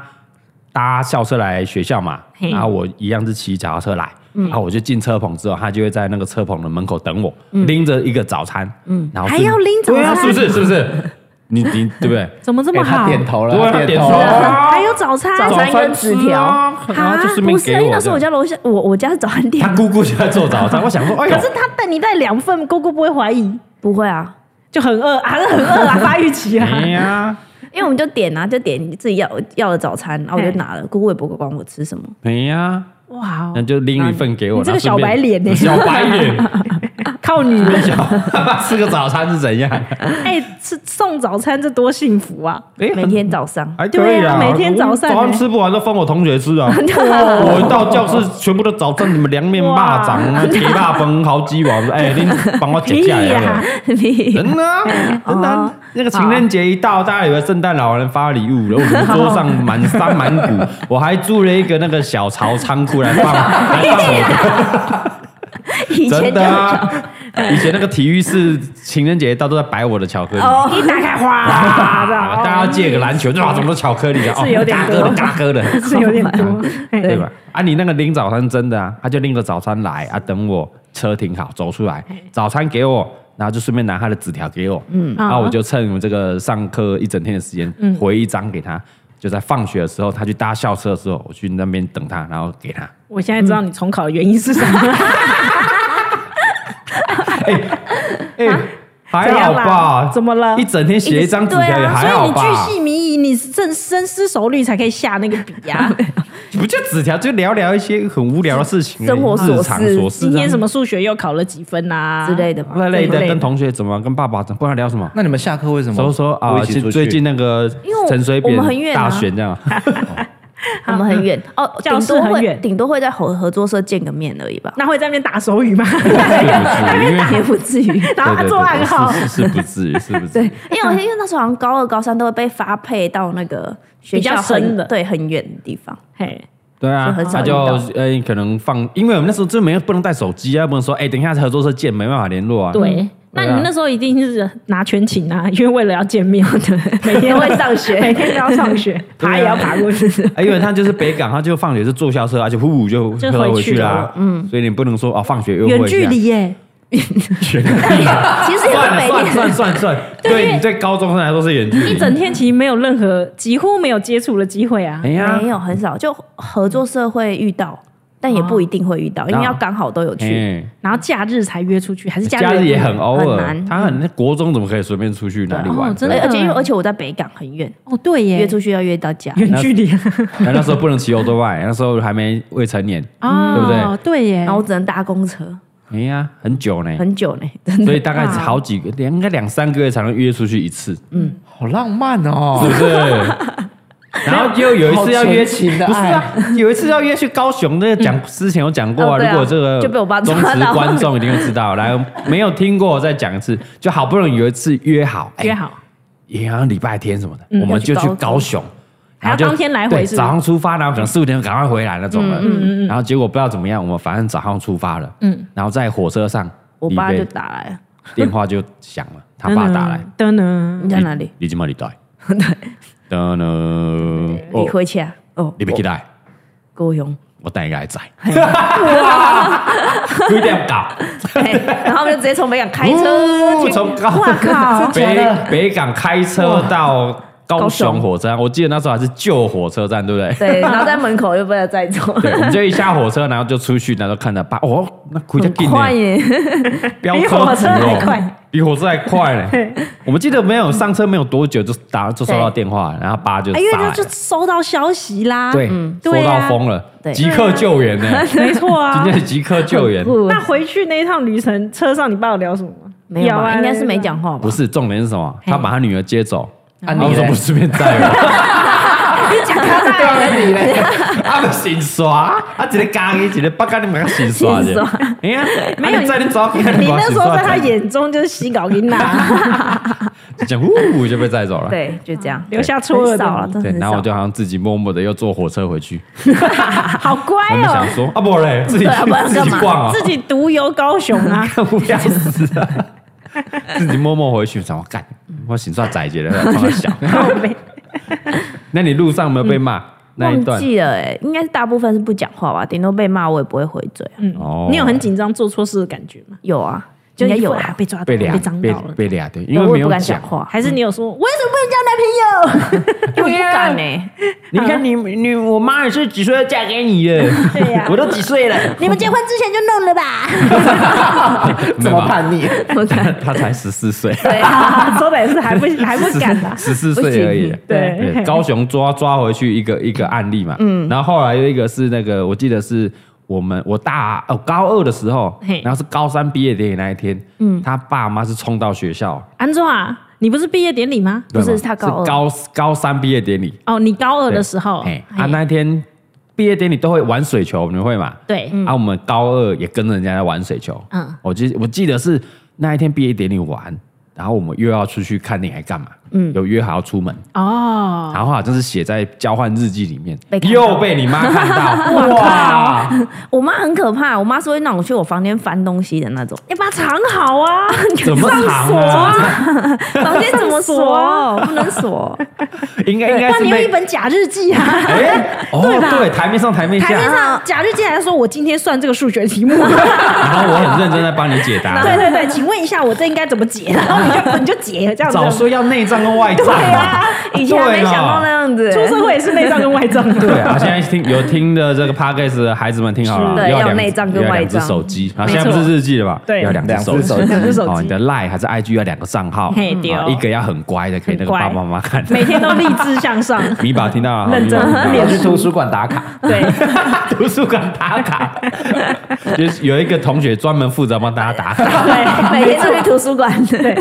A: 搭校车来学校嘛，
B: 嘿
A: 然后我一样是骑脚踏车来，
C: 嗯
A: 然后我就进车棚之后，他就会在那个车棚的门口等我，拎着一个早餐，嗯，然后
C: 嗯还
A: 顺
C: 要拎早
A: 对啊，
C: 餐
A: 是不是？是不是？你你对不对？
B: 怎么这么
D: 哎他
B: 好？
D: 点头了，
A: 对啊
D: 他
A: 点
D: 头
A: 头
D: 了。
A: 啊
C: 还有早餐，
A: 早
C: 餐
A: 餐
C: 跟纸条
A: 啊，然后就顺便
C: 哦不是，
A: 给
C: 因为
A: 我
C: 那时候我
A: 这样。
C: 家楼下，我我家是早餐店
A: 他，姑姑就在做早餐，我想说，哎呦
B: 可，是他带你带两份，姑姑不会怀疑，
C: 不会啊，
B: 就很饿，还是很饿啊， 发育期啊。
A: 哎呀，
C: 因为我们就点啊，就点自己要要的早餐，然后我就拿了，姑姑也不会管我吃什么，
A: 哎呀，
B: 哇哦
A: 那，就拎一份给我。
B: 你这个
A: 然后顺便
B: 小白脸欸
A: 小白脸，
B: 靠女人！
A: 小吃个早餐是怎样？
B: 哎、吃送早餐这多幸福 啊！
A: 哎，
C: 每天早上。
A: 还可
B: 对
A: 以
B: 啊
A: 啊，
B: 每天早上
A: 我早
B: 欸
A: 餐吃不完都分我同学吃啊。我一到教室，全部都早上你们凉面、啊
B: 哇
A: 霸掌、铁霸崩、好鸡王，哎，你帮我解下来了。
C: 你
A: 真的啊，真的啊
C: 哦，
A: 那个情人节一到，大家以为圣诞老人发礼物，然后我们桌上满山满 谷，我还租了一个那个小槽仓库来放，来放我
C: 以
A: 的，
C: 前
A: 真
C: 就
A: 的啊。以前那个体育室情人节一到都在摆我的巧克力，
C: 哦，
B: 一打 开，哗，这
A: 啊
B: 样
A: 大家要借个篮球，哇，怎么都巧克力啊？哦
B: 是有点
A: 大
B: 多
A: 哥的，大哥的，
B: 是 有点多，哎
A: 对吧？啊，你那个拎早餐真的啊，他就拎着早餐来啊，等我车停好走出
B: 哎
A: 来，早餐给我，然后就顺便拿他的纸条给我，嗯，
B: 啊
A: 然后我就趁我们这个上课一整天的时间回一张给
B: 嗯
A: 他，就在放学的时候，他去搭校车的时候，我去那边等他，然后 给他。
B: 我现在知道你重考的原因是什 么。
A: 哎，还
B: 怎
A: 好
B: 样
A: 吧
B: 啦？？啊怎么了
A: 一？整天写一张纸
C: 对
A: 条也
C: 啊，
A: 还
B: 所以
A: 好
B: 你
A: 吧？
B: 巨细靡遗，你深深思熟虑才可以下那个笔呀、
A: 不就纸条就聊聊一些很无聊的事情而已，
C: 生活琐
A: 日常
C: 事
A: 琐事啊，
B: 今天什么数学又考了几分啊
C: 之类的吧
A: 那类
B: 之
A: 的，
B: 类的
A: 跟同学怎么跟爸爸怎么，不然聊什么？
D: 那你们下课为什么
A: 说说啊，
D: 不一起
A: 其
D: 出去
A: 最近那个
C: 因为我
A: 陈水
C: 我
A: 扁
C: 们很远啊
A: 大选 这样，
C: 我们很远哦，
B: 教
C: 顶
B: 室
C: 多
B: 很
C: 会
B: 远
C: 顶多会在合合作社见个面而已吧，
B: 那会在那边打手语吗？
A: 是不是？因为
C: 也不至于。
B: 然后他
A: 对对
B: 做暗号，
A: 对是是是不至于，是不至
C: 对
A: 于。，
C: 因为我因为那时候好像高二、高三都会被发配到那个学校
B: 比较
C: 很
B: 深的
C: 对很远的地方，
B: 嘿，
A: 对啊
C: 就，很少
A: 他
C: 遇
A: 就
C: 到
A: 呃可能放，因为我们那时候真没有不能带手机啊，不能说哎，等一下合作社见，没办法联络啊。
B: 对。那你们那时候一定是拿全勤啊，因为为了要见面，每天会上学， 每天都要上学，爬也要爬过去。
A: 哎，因为他就是北港，他就放学是坐校车，而且呼呼就
B: 就
A: 喝
B: 回
A: 回
B: 去
A: 去啦
B: 了。
A: 嗯，所以你不能说哦，放学又
B: 远距离耶、
A: 远距离啊
C: 其实也
A: 算
C: 是
A: 了算了
C: 每天
A: 算了算了算了，对你对高中生来说是远距离。
B: 一整天其实没有任何几乎没有接触的机会啊
A: 哎。呀
C: 没，有很少，就合作社会遇到，但也不一定会遇到，因为要刚好都有去。
A: 哎
B: 然后假日才约出去，还是假日
A: 假日也很偶
C: 很
A: 尔，
C: 难
A: 他很国中怎么可以随便出去哪里玩？
B: 哦真的
C: 而
A: 对
C: 而且因为而且我在北港很远，
B: 哦，对耶，
C: 约出去要约到家。
B: 远距离啊，
A: 那那时候不能骑 o 多 b 那时候还没未成年。对不
B: 哦，
A: 对
B: 对耶
C: 然，后我只能搭公车，
A: 哎呀，很久呢，
C: 很久呢，真
A: 所
C: 的。
A: 以大概好几个，应该两三个月才能约出去一次，
C: 嗯
D: 好浪漫哦
A: 是 不，是？然后就有一次要约
D: 好纯情的
A: 不是啊，有一次要约去高雄，那个讲之前有讲过啊。
C: 哦对啊
A: 如果这个
C: 就被我爸抓
A: 忠
C: 到
A: 实观众一定会知道，来没有听过我再讲一次，就好不容易有一次约好，哎
B: 约好，
A: 也好像礼拜天什么的，我们就
C: 要去
A: 去
C: 高
A: 高雄，
B: 还
A: 然后
B: 要
A: 就
B: 当天来
A: 对
B: 回是不是
A: 早上出发，然后可能四五点赶快回来那种的。然后结果不知道怎么样，我们反正早上出发了，然后在火车上，
C: 我爸
A: 李
C: 就
A: 贝
C: 打来了，
A: 电话就响了，他哎爸打来，
B: 噔噔，
C: 你在哪里？
A: 你今晚你带？对，噔噔，
C: 你
A: 哦，
C: 回家哦，
A: 你别起来，
C: 高雄。
A: 我带一个来载。有点搞，
C: 嘿然后我们就直接从北港开车
A: 呜
C: 去，
A: 从高
C: 哇靠！
A: 北北港开车到高
C: 高
A: 雄
C: 雄
A: 火车站，我记得那时候还是旧火车站，对不对？
C: 对，然后在门口又被他载走，
A: 对，我们就一下火车，然后就出去，然后看到爸，哦，那回家
C: 很
A: 进
C: 快
A: 呢，
C: 耶，
A: 飙
B: 比
A: 车
B: 火
A: 子
B: 车还
A: 哦
B: 快，
A: 比火车还快嘞。我们记得没有上车没有多久就打就收到电话，然后爸就
B: 哎因为
A: 杀
B: 他
A: 来
B: 就收到消息啦，
A: 对，收
B: 对
A: 到
B: 啊
A: 疯了，
C: 对
A: 即刻救援呢，
B: 没错
A: 今
B: 啊。
A: 天是即刻救 援，
C: 不
B: 那回去那一趟旅程，车上你爸有聊什么吗？
C: 没有吧？
B: 啊
C: 应该是没。讲话吧？
A: 不是重点是什么？他把他女儿接走，
D: 啊
A: 然后
D: 你
A: 说
D: 嘞
A: 不顺便载我，
D: 对啊，你嘞？
A: 啊不行刷，啊一个家己一个北家你们行刷的
C: 心酸，
A: 哎呀，
B: 没有
A: 在你抓你
B: 你那时候在他
A: 眼
B: 眼中就是洗稿音啦，
A: 讲呜就被载走了。
C: 对，就这样，
B: 留下嗯错
C: 很
B: 愕的
C: 少了，
B: 你
C: 真的
A: 对，
C: 很
A: 然
C: 少。
A: 后我就好像自己默默的又坐火车回去。
B: 好乖
A: 我们
B: 哦
A: 想，说啊，不嘞，自己
C: 对啊不然
A: 自
C: 干
A: 己
C: 嘛
A: 逛啊，，
B: 自己独游高雄啊
A: 不要死啊！自己默默回去，想我干，我行算窄节了，放小。那你路上有没有被骂那一
C: 忘
A: 段？
C: 记了哎，应该是大部分是不讲话吧，顶多被骂我也不会回嘴啊。
B: 嗯
A: 哦
B: 你有很紧张做错事的感觉吗？
C: 有啊，
B: 就
C: 应该
B: 一
C: 有
B: 副啊
C: 啊，
B: 被抓到
A: 被
B: 了
A: 俩
B: 被脏
A: 被
B: 到了，
A: 被俩对，因
C: 对
B: 啊
A: 为
C: 我
A: 没
C: 也
A: 有
C: 不敢讲，话，
B: 还是你有说我为什么
C: 因为我不敢欸
B: 啊
C: 呢。
A: 你看你你我妈也是几岁就嫁给你了，
B: 对呀
A: 我都几岁了，
B: 你们结婚之前就弄了 吧？
D: 怎么叛 逆？
C: 我敢，
A: 他啊才十四岁，。
C: 对啊，
B: 说的也是还不还不敢啊
A: 十四岁而已。
B: 对
A: 对，高雄抓抓回去一个一个案例嘛，嗯，然后后来有一个是那个，我记得是我们我大哦高二的时候
C: 嘿，
A: 然后是高三毕业典礼那一天，嗯，他爸妈是冲到学校，
B: 安卓啊，你不是毕业典礼吗？
A: 对吗
C: 不是他高二
A: 是高高三毕业典礼
B: 哦，你高二
A: 对
B: 的时候，
A: 嘿啊那一天毕业典礼都会玩水球，你们会吗？
B: 对，
A: 啊，我们高二也跟着人家在玩水球。嗯
B: 嗯，
A: 我记我记得是那一天毕业典礼玩，然后我们又要出去看电影，还干嘛？嗯，有约好要出门，
B: 哦，
A: 然后好像是写在交换日记里面
C: 被，看到
A: 又被你妈看到，
C: 哇
A: 哇！
C: 我妈很可怕，我妈是会让我去我房间翻东西的那 种。
B: 你把它藏好啊，
A: 怎么 藏啊？
C: 房间怎么锁？不 能锁。
A: 应 该应该
B: 那
A: 是
B: 你有一
A: 被
B: 本假日 记啊。
A: 哎哦对，台面上台面
B: 台面
A: 下，
B: 上假日记还说，我今天算这个数学题 目。
A: 然后我很认真在帮你解 答。
B: 对对对，请问一下，我这应该怎 么解？然后你就你就解这样
A: 早
B: 子。
A: 说要内脏跟外脏
C: 对
A: 嘛
C: 啊。，以前还没想到那样子。
B: 出社会也是内脏跟外脏。
A: 对啊，现在听有听的这个 podcast 的孩子们听好了，
C: 是的
A: 要
C: 要
A: 两
C: 内脏跟
A: 要两
C: 外
A: 只
C: 脏
A: 手机，啊，
B: 没
A: 现在不
B: 错
A: 是日记了吧？
B: 对
A: 要两只
D: 两只
A: 手机
D: 手机，
B: 两只手机
A: 哦，你的 line 还是 IG 要两个账号，
B: 嘿对
A: 啊
B: 哦
A: 一个要很乖的，给那个
B: 很乖
A: 爸爸妈妈看。
B: 每天都励志向上。
A: 米宝听到啊了，好
B: 认真
A: 米宝听到
D: 要
A: 了
D: 去图书馆打卡，
B: 对，
A: 图书馆打卡，就是有一个同学专门负责帮大家打卡，
C: 对，每天都去图书馆。对，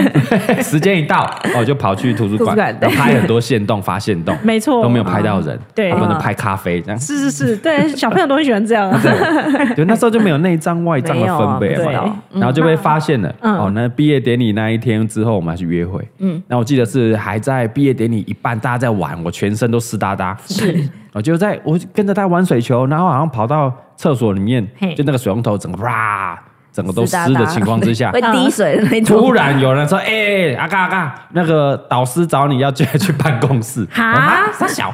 A: 时间一到哦就跑去图书
C: 图
A: 馆
C: 书馆，
A: 然
C: 对
A: 后拍很多线动发线动，
B: 没错
A: 都没有拍到人，
B: 对
A: 他们都拍咖啡这样。
B: 是是是，对，小朋友都很喜欢这样。
A: 对，那时候就没有内脏外脏的分别
B: 没有
A: 嘛
B: 啊，
A: 然后就被发现了。
B: 嗯
A: 哦，那毕业典礼那一天之后，我们还去约会。嗯，那我记得是还在毕业典礼一半，大家在玩，我全身都湿哒哒。是， 我就在我跟着他玩水球，然后好像跑到厕所里面
B: 嘿，
A: 就那个水龙头整个啪，整个都湿
C: 哒
A: 的
C: 哒
A: 情况之 下
C: 会。滴水的那
A: 突
C: 种。
A: 然有人说：“哎、阿嘎阿嘎，那个导师找你要叫你去 办公室。”
C: 哈
A: 我说哈，傻小。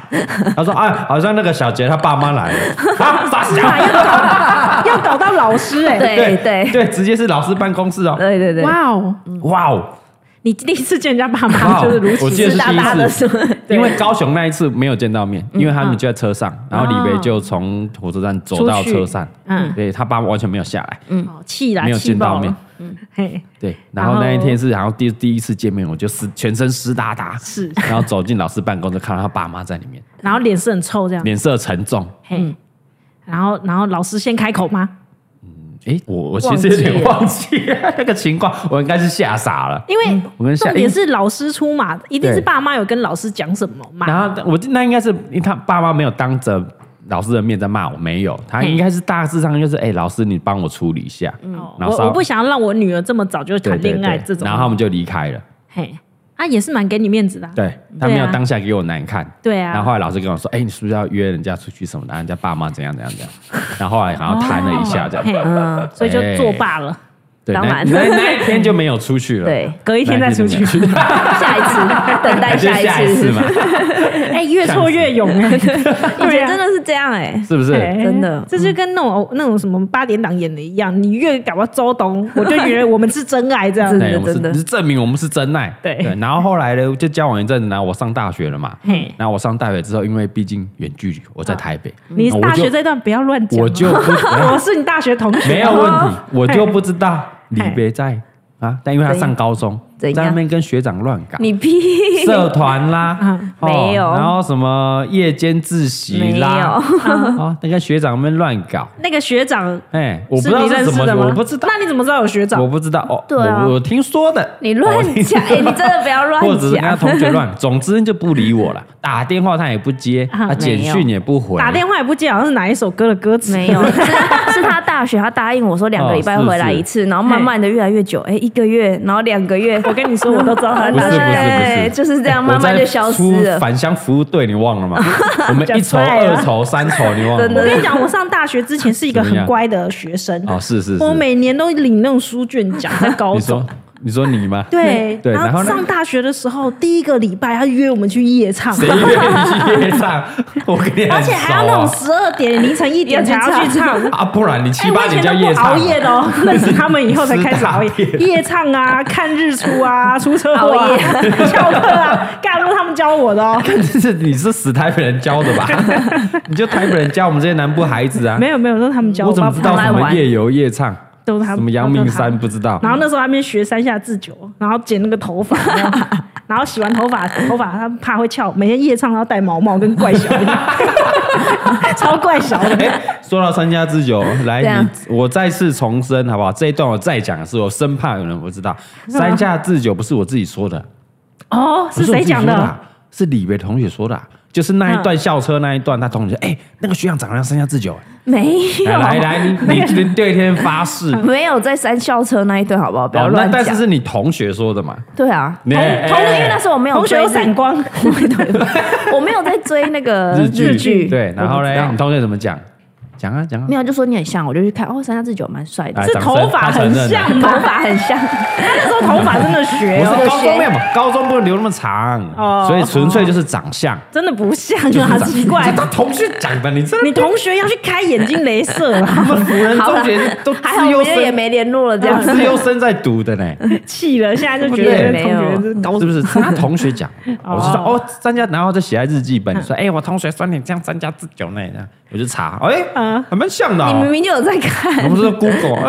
A: 他说：“啊，好像那个小杰他爸妈来了。”啊，傻小。
B: 要搞到老师哎、
C: 对对
A: 对，直接是老师办公室哦。
C: 对对对，
B: 哇哦！
A: 哇哦，
B: 你第一次见人家爸
A: 哇哦
B: 妈就是如
A: 我
B: 此
A: 记得是
C: 大大
A: 第一
C: 的
A: 次，
C: 是吗？
A: 因为高雄那一次没有见到面，因为他们就在车上，然后李梅就从火车站走到车上，
B: 嗯
A: 对他爸完全没有下来，
B: 哦气啦，
A: 没有
B: 气
A: 见到
B: 爆
A: 面
B: 了。。嗯嘿，
A: 对，然后
B: 然后
A: 那一天是，然后第第一次见面，我就湿全身湿哒哒，
B: 是
A: 然后走进老师办公室，看到他爸妈在里面，
B: 然后脸色很臭这样。
A: 脸色沉重。
B: 嘿，然后然后老师先开口吗？
A: 诶，我我其实有点忘记那个情况，我应该是吓傻了。
B: 因为
A: 嗯我跟夏
B: 重点是老师出马，一定是爸妈有跟老师讲什么嘛？
A: 然后我那应该是因为他爸妈没有当着老师的面在骂我，没有，他应该是大致上就是，哎、老师你帮我处理一下，
B: 哦
A: 然后
B: 我
A: 稍
B: 我不想要让我女儿这么早就
A: 对
B: 谈恋爱
A: 对对
B: 这种。
A: 然后他们就离开了，
B: 嘿，啊也是蛮给你面子的啊。
A: 对他没有当下给我难看。
B: 对
A: 然后
B: 啊，
A: 后来老师跟我说：“哎、你是不是要约人家出去什么的？然后人家爸妈怎样怎样怎样？”然后后来好像谈了一下这样，
B: 嘿，所以就作罢了。
A: 对，
C: 当
A: 那
C: 然
A: 那那一天就没有出去了，
C: 对，
B: 隔一天再出去，
C: 下一次等待
A: 就
C: 下
A: 下
C: 一
A: 一次
C: 次
A: 嘛，，
B: 哎，越挫越勇哎，
C: 以
B: 对
C: 前
B: 啊
C: 真的是这样哎，
A: 是不 是？
B: 对
C: 真的
B: 这就跟那种那种什么八点档演的一样，你越搞到周董，我就觉得我们是真爱这样
C: 真。的
A: 对，我们是
C: 真的
A: 是证明我们是真爱。
B: 对
A: 然后后来呢，就交往一阵子，然后我上大学了嘛
B: 嘿。
A: 然后我上大学之后，因为毕竟远距离，我在台北，
C: 啊
B: 你
A: 我就
B: 大学这段不要乱讲哦，
A: 我就不
B: 我是你大学同学，
A: 啊
B: 哦
A: 没有问题，我就
B: 嘿
A: 不知道李别在啊，但因为他上高中，
C: 怎
A: 在
C: 样
A: 那边跟学长乱搞。
C: 你屁，
A: 社团 啦
B: 嗯，
A: 哦
C: 没有
A: 然后什么夜间自习
C: 没
A: 啦
C: 有，，
A: 啊，那个学长们乱搞，
B: 那个学长，
A: 哎，我不知道
B: 你
A: 是
B: 认
A: 怎
B: 识
A: 么
B: 的
A: 的，
B: 吗？
A: 我不知道，
B: 那你怎么知道有学
A: 我
B: 长？
A: 不知道哦，
C: 对啊
A: 我我听说的，
C: 你乱 讲，哎，你真的不要乱
A: 或者是跟他
C: 讲，
A: 同学 乱，总之就不理我了，打电话他也不接，
B: 啊
A: 他简讯也不回，
B: 打电话也不接，好像是哪一首歌的歌词？
C: 没有，是是他大学，他答应我说两个礼拜回来一次，然后慢慢的越来越久，哎，一个月，然后两个月，我跟你说，我都知道 他
A: 不是不是不是
C: 对，就是这样，
A: 我
C: 慢慢
A: 在
C: 就消失
A: 出
C: 了。
A: 返乡服务队，你忘 了吗？我们一筹、
B: 讲出来了
A: 二筹、三筹，你忘了
C: 真
A: 吗
C: 的
B: 我？跟你讲，我上大学之前是一个
A: 怎么样
B: 很乖的学 生，
A: 哦，是是是，
B: 我每年都领那种书卷奖，在 高
A: 你
B: 中
A: 说。你说你吗？
B: 对，
A: 对然后呢
B: 上大学的时候，第一个礼拜他约我们去夜唱，
A: 谁愿意去夜唱？我跟你很熟啊
B: 啊而且还要那种十二点、凌晨一点才要去唱。
A: 啊，不然你七
B: 哎，我
A: 八
B: 以
A: 点
B: 前
A: 叫
B: 都
A: 夜
B: 不
A: 唱啊，
B: 熬夜的哦，认识他们以后才开始熬夜
A: 吃大，便
B: 夜唱啊，看日出啊，出车祸啊
C: 熬，
B: 翘课啊，干都是他们教我的哦。
A: 这是你是死台北人教的 吧？你就台北人教我们这些南部孩子啊。
B: 没有没有，都是他们教
A: 我
B: 我，
A: 怎么知道
B: 爸爸
A: 什么夜游夜唱？
B: 都是他们
A: 什么阳明山不知道？
B: 然后那时候还没学三下自九，然后剪那个 头发，然后然后洗完头发，头发他怕会翘，每天夜唱都要戴毛毛，跟怪小 一样，超怪小的。
A: 哎，说到三家之酒，来，
C: 这样
A: 你我再次重申好不好？这一段我再讲的是，我生怕有人不知道，三家之酒不是我自己说的，
B: 哦，
A: 不
B: 是谁讲
A: 我自己说的
B: 的？
A: 啊？是李维同学说的啊，就是那一段校车那一段，他同学说哎，那个学长长得像三家之酒，哎
C: 没
A: 来来
C: 有，
A: 来，你你你对天发誓，
C: 没有在三校车那一段，好不好？不要
A: 哦那
C: 乱
A: 但是
C: 讲。
A: 是你同学说的嘛？
C: 对啊，
A: 同
C: 同因为那时候我没有
B: 同学
C: 追
B: 有
C: 日
B: 闪光，
C: 我没有在追那个
A: 日剧
C: 呃剧，
A: 对，然后
C: 我不知
A: 嘞，
C: 道
A: 你同学怎么讲？讲啊讲啊
C: 没，有就说你很像，我就去看哦，三下智久蛮帅的
A: 哎，
B: 是
A: 掌声
B: 头发
A: 他承
B: 很
A: 认了
B: 像
C: 头
B: 吗？
C: 发很像，
B: 那时候头发真的 学
A: 不
B: 哦，
A: 是高中没有嘛，高中不能留那么长，
B: 哦
A: 所以纯粹就是长相。
B: 真的不像
A: 就是
B: 啊，
A: 长
B: 奇怪。
A: 这同学讲的，你真
B: 你同学要去开眼睛镭射 啊 啦，
A: 的辅仁中学都
C: 还好
A: 自
C: 我
A: 优
C: 们就也
A: 生，嗯
C: 没联络了这样子
A: 自。优生在读的 呢，
B: 气了，现在就觉得
C: 对
B: 同学是高
A: 是不是？是他同学讲，我是说
B: 哦
A: 哦，三家，然后再写在日记 本，说哎，我同学说你这样三家之久呢，这样我就查，哎
B: 嗯，
A: 还蛮像的
C: 你明
A: 哦。
C: 明就有在
A: 我
C: 看，
A: 们是 Google，哎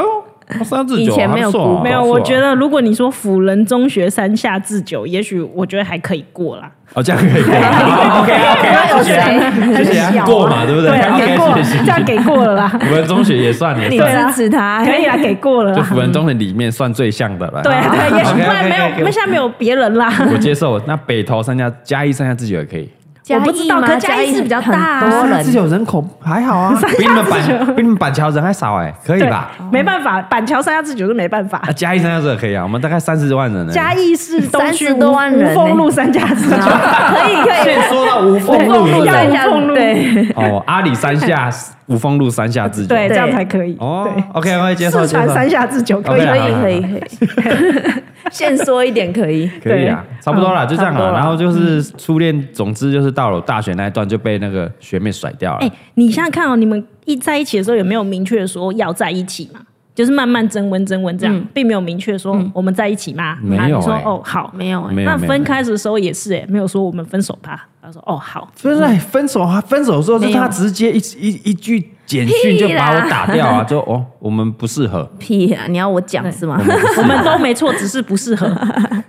A: 呦，三家之久
C: 以前
A: 还
C: 没有
A: 不错啊
C: Google
B: 没有，
A: 还不错
B: 我
A: 啊
B: 觉得如果你说辅仁中学山下智久，也许我觉得还可以过啦。
A: 哦，这样可以 过。OK OK，
C: 有
A: 谢谢啊，谢
B: 很
A: 谢
B: 小
A: 啊，
B: 啊
A: 过嘛，对不对
B: 对啊，给过
A: ？OK，
B: 了
A: 谢谢，
B: 这。样给过了 啦，
A: 我们中学也算也
C: 你
A: 算，
C: 啊支持他，
B: 可以啊啦，给过了
A: 就
B: 啦
A: 辅。仁中学里面算最像的了。
B: 对啊，对啊，也许
A: OK，OK，OK，
B: 不然没有，
A: OK，OK，OK
B: 我们现在没有别人啦。
A: 我接受。那北投三家、嘉义三家自己也可以。
C: 嘉义吗
B: 我不知道可嘉义是比较大啊
C: 很多
A: 三家哦自
C: 人，
A: 己有人口还好啊，比你们板比你们板桥人还少哎，可以
B: 对
A: 吧？，
B: 没办法，板桥山下智久是没办法
A: 啊，。嘉义三家这可以啊，我们大概三十万人呢。
B: 嘉义市东区
C: 30
B: 无
C: 多万人
B: 无
C: 呢
B: 风路三家 智久，
C: 可以可以
A: 现说到无
B: 对
A: 缝路是不
B: 要
A: 是
B: 无
C: 三
B: 缝
C: 峡
B: 路，
C: 对
A: 哦，阿里山下无缝路三下自己。
B: 对，这
C: 对
B: 样才可以。
A: 哦
B: 对，
A: ，OK OK，接受
B: 四
A: 接
B: 川
A: 受，
B: 山下智久可以
A: OK 啊
B: 吗
A: 啦
C: 可以可以可以， 现说一点可以。
A: 可以啊，差不多啦，就这样
C: 差不
A: 啊。
C: 多啦
A: 然后就是初恋，总之就是到了大学那一段就被那个学妹甩掉了。
B: 哎、你想想看哦，你们一在一起的时候有没有明确说要在一起嘛？就是慢慢增温增温这样，
C: 嗯
B: 并没有明确说我们在一起吗？
A: 没有
B: 啊你说
A: 哎
B: 哦好，
C: 没有欸
A: 没有
B: 那
A: 没有
B: 分开的时候也是哎、没有说我们分手吧？他说 哦好，
A: 不是分手啊，分手之后就
C: 没有
A: 他直接一一一句简讯就把我打掉啊，就哦，我们不适合，
C: 屁啊！你要我讲是吗？
B: 我们都没错，只是不适合。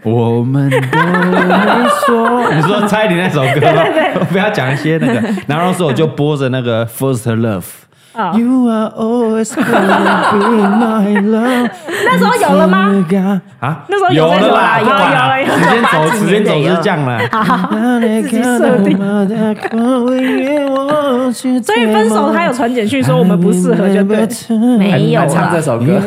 A: 我们都没说。你说蔡依林那首 歌吗？不要讲一些那个。然后那时候我就播着那个 First Love。
B: 啊
A: You are always gonna be my love 。那
B: 时候有了吗？
A: 啊，
B: 那时候
A: 有
B: 有
A: 了
B: 这首
A: 啦，
B: 啦有
A: 啦
B: 有有有
A: 时间走，时间
C: 八
A: 走
C: 几年的
A: 是这样啦。自
B: 己设定
A: 定
B: 所以分手他有传简讯说我们不适合，就对。
C: 没有
D: 还唱这
C: 啦，
D: 首歌，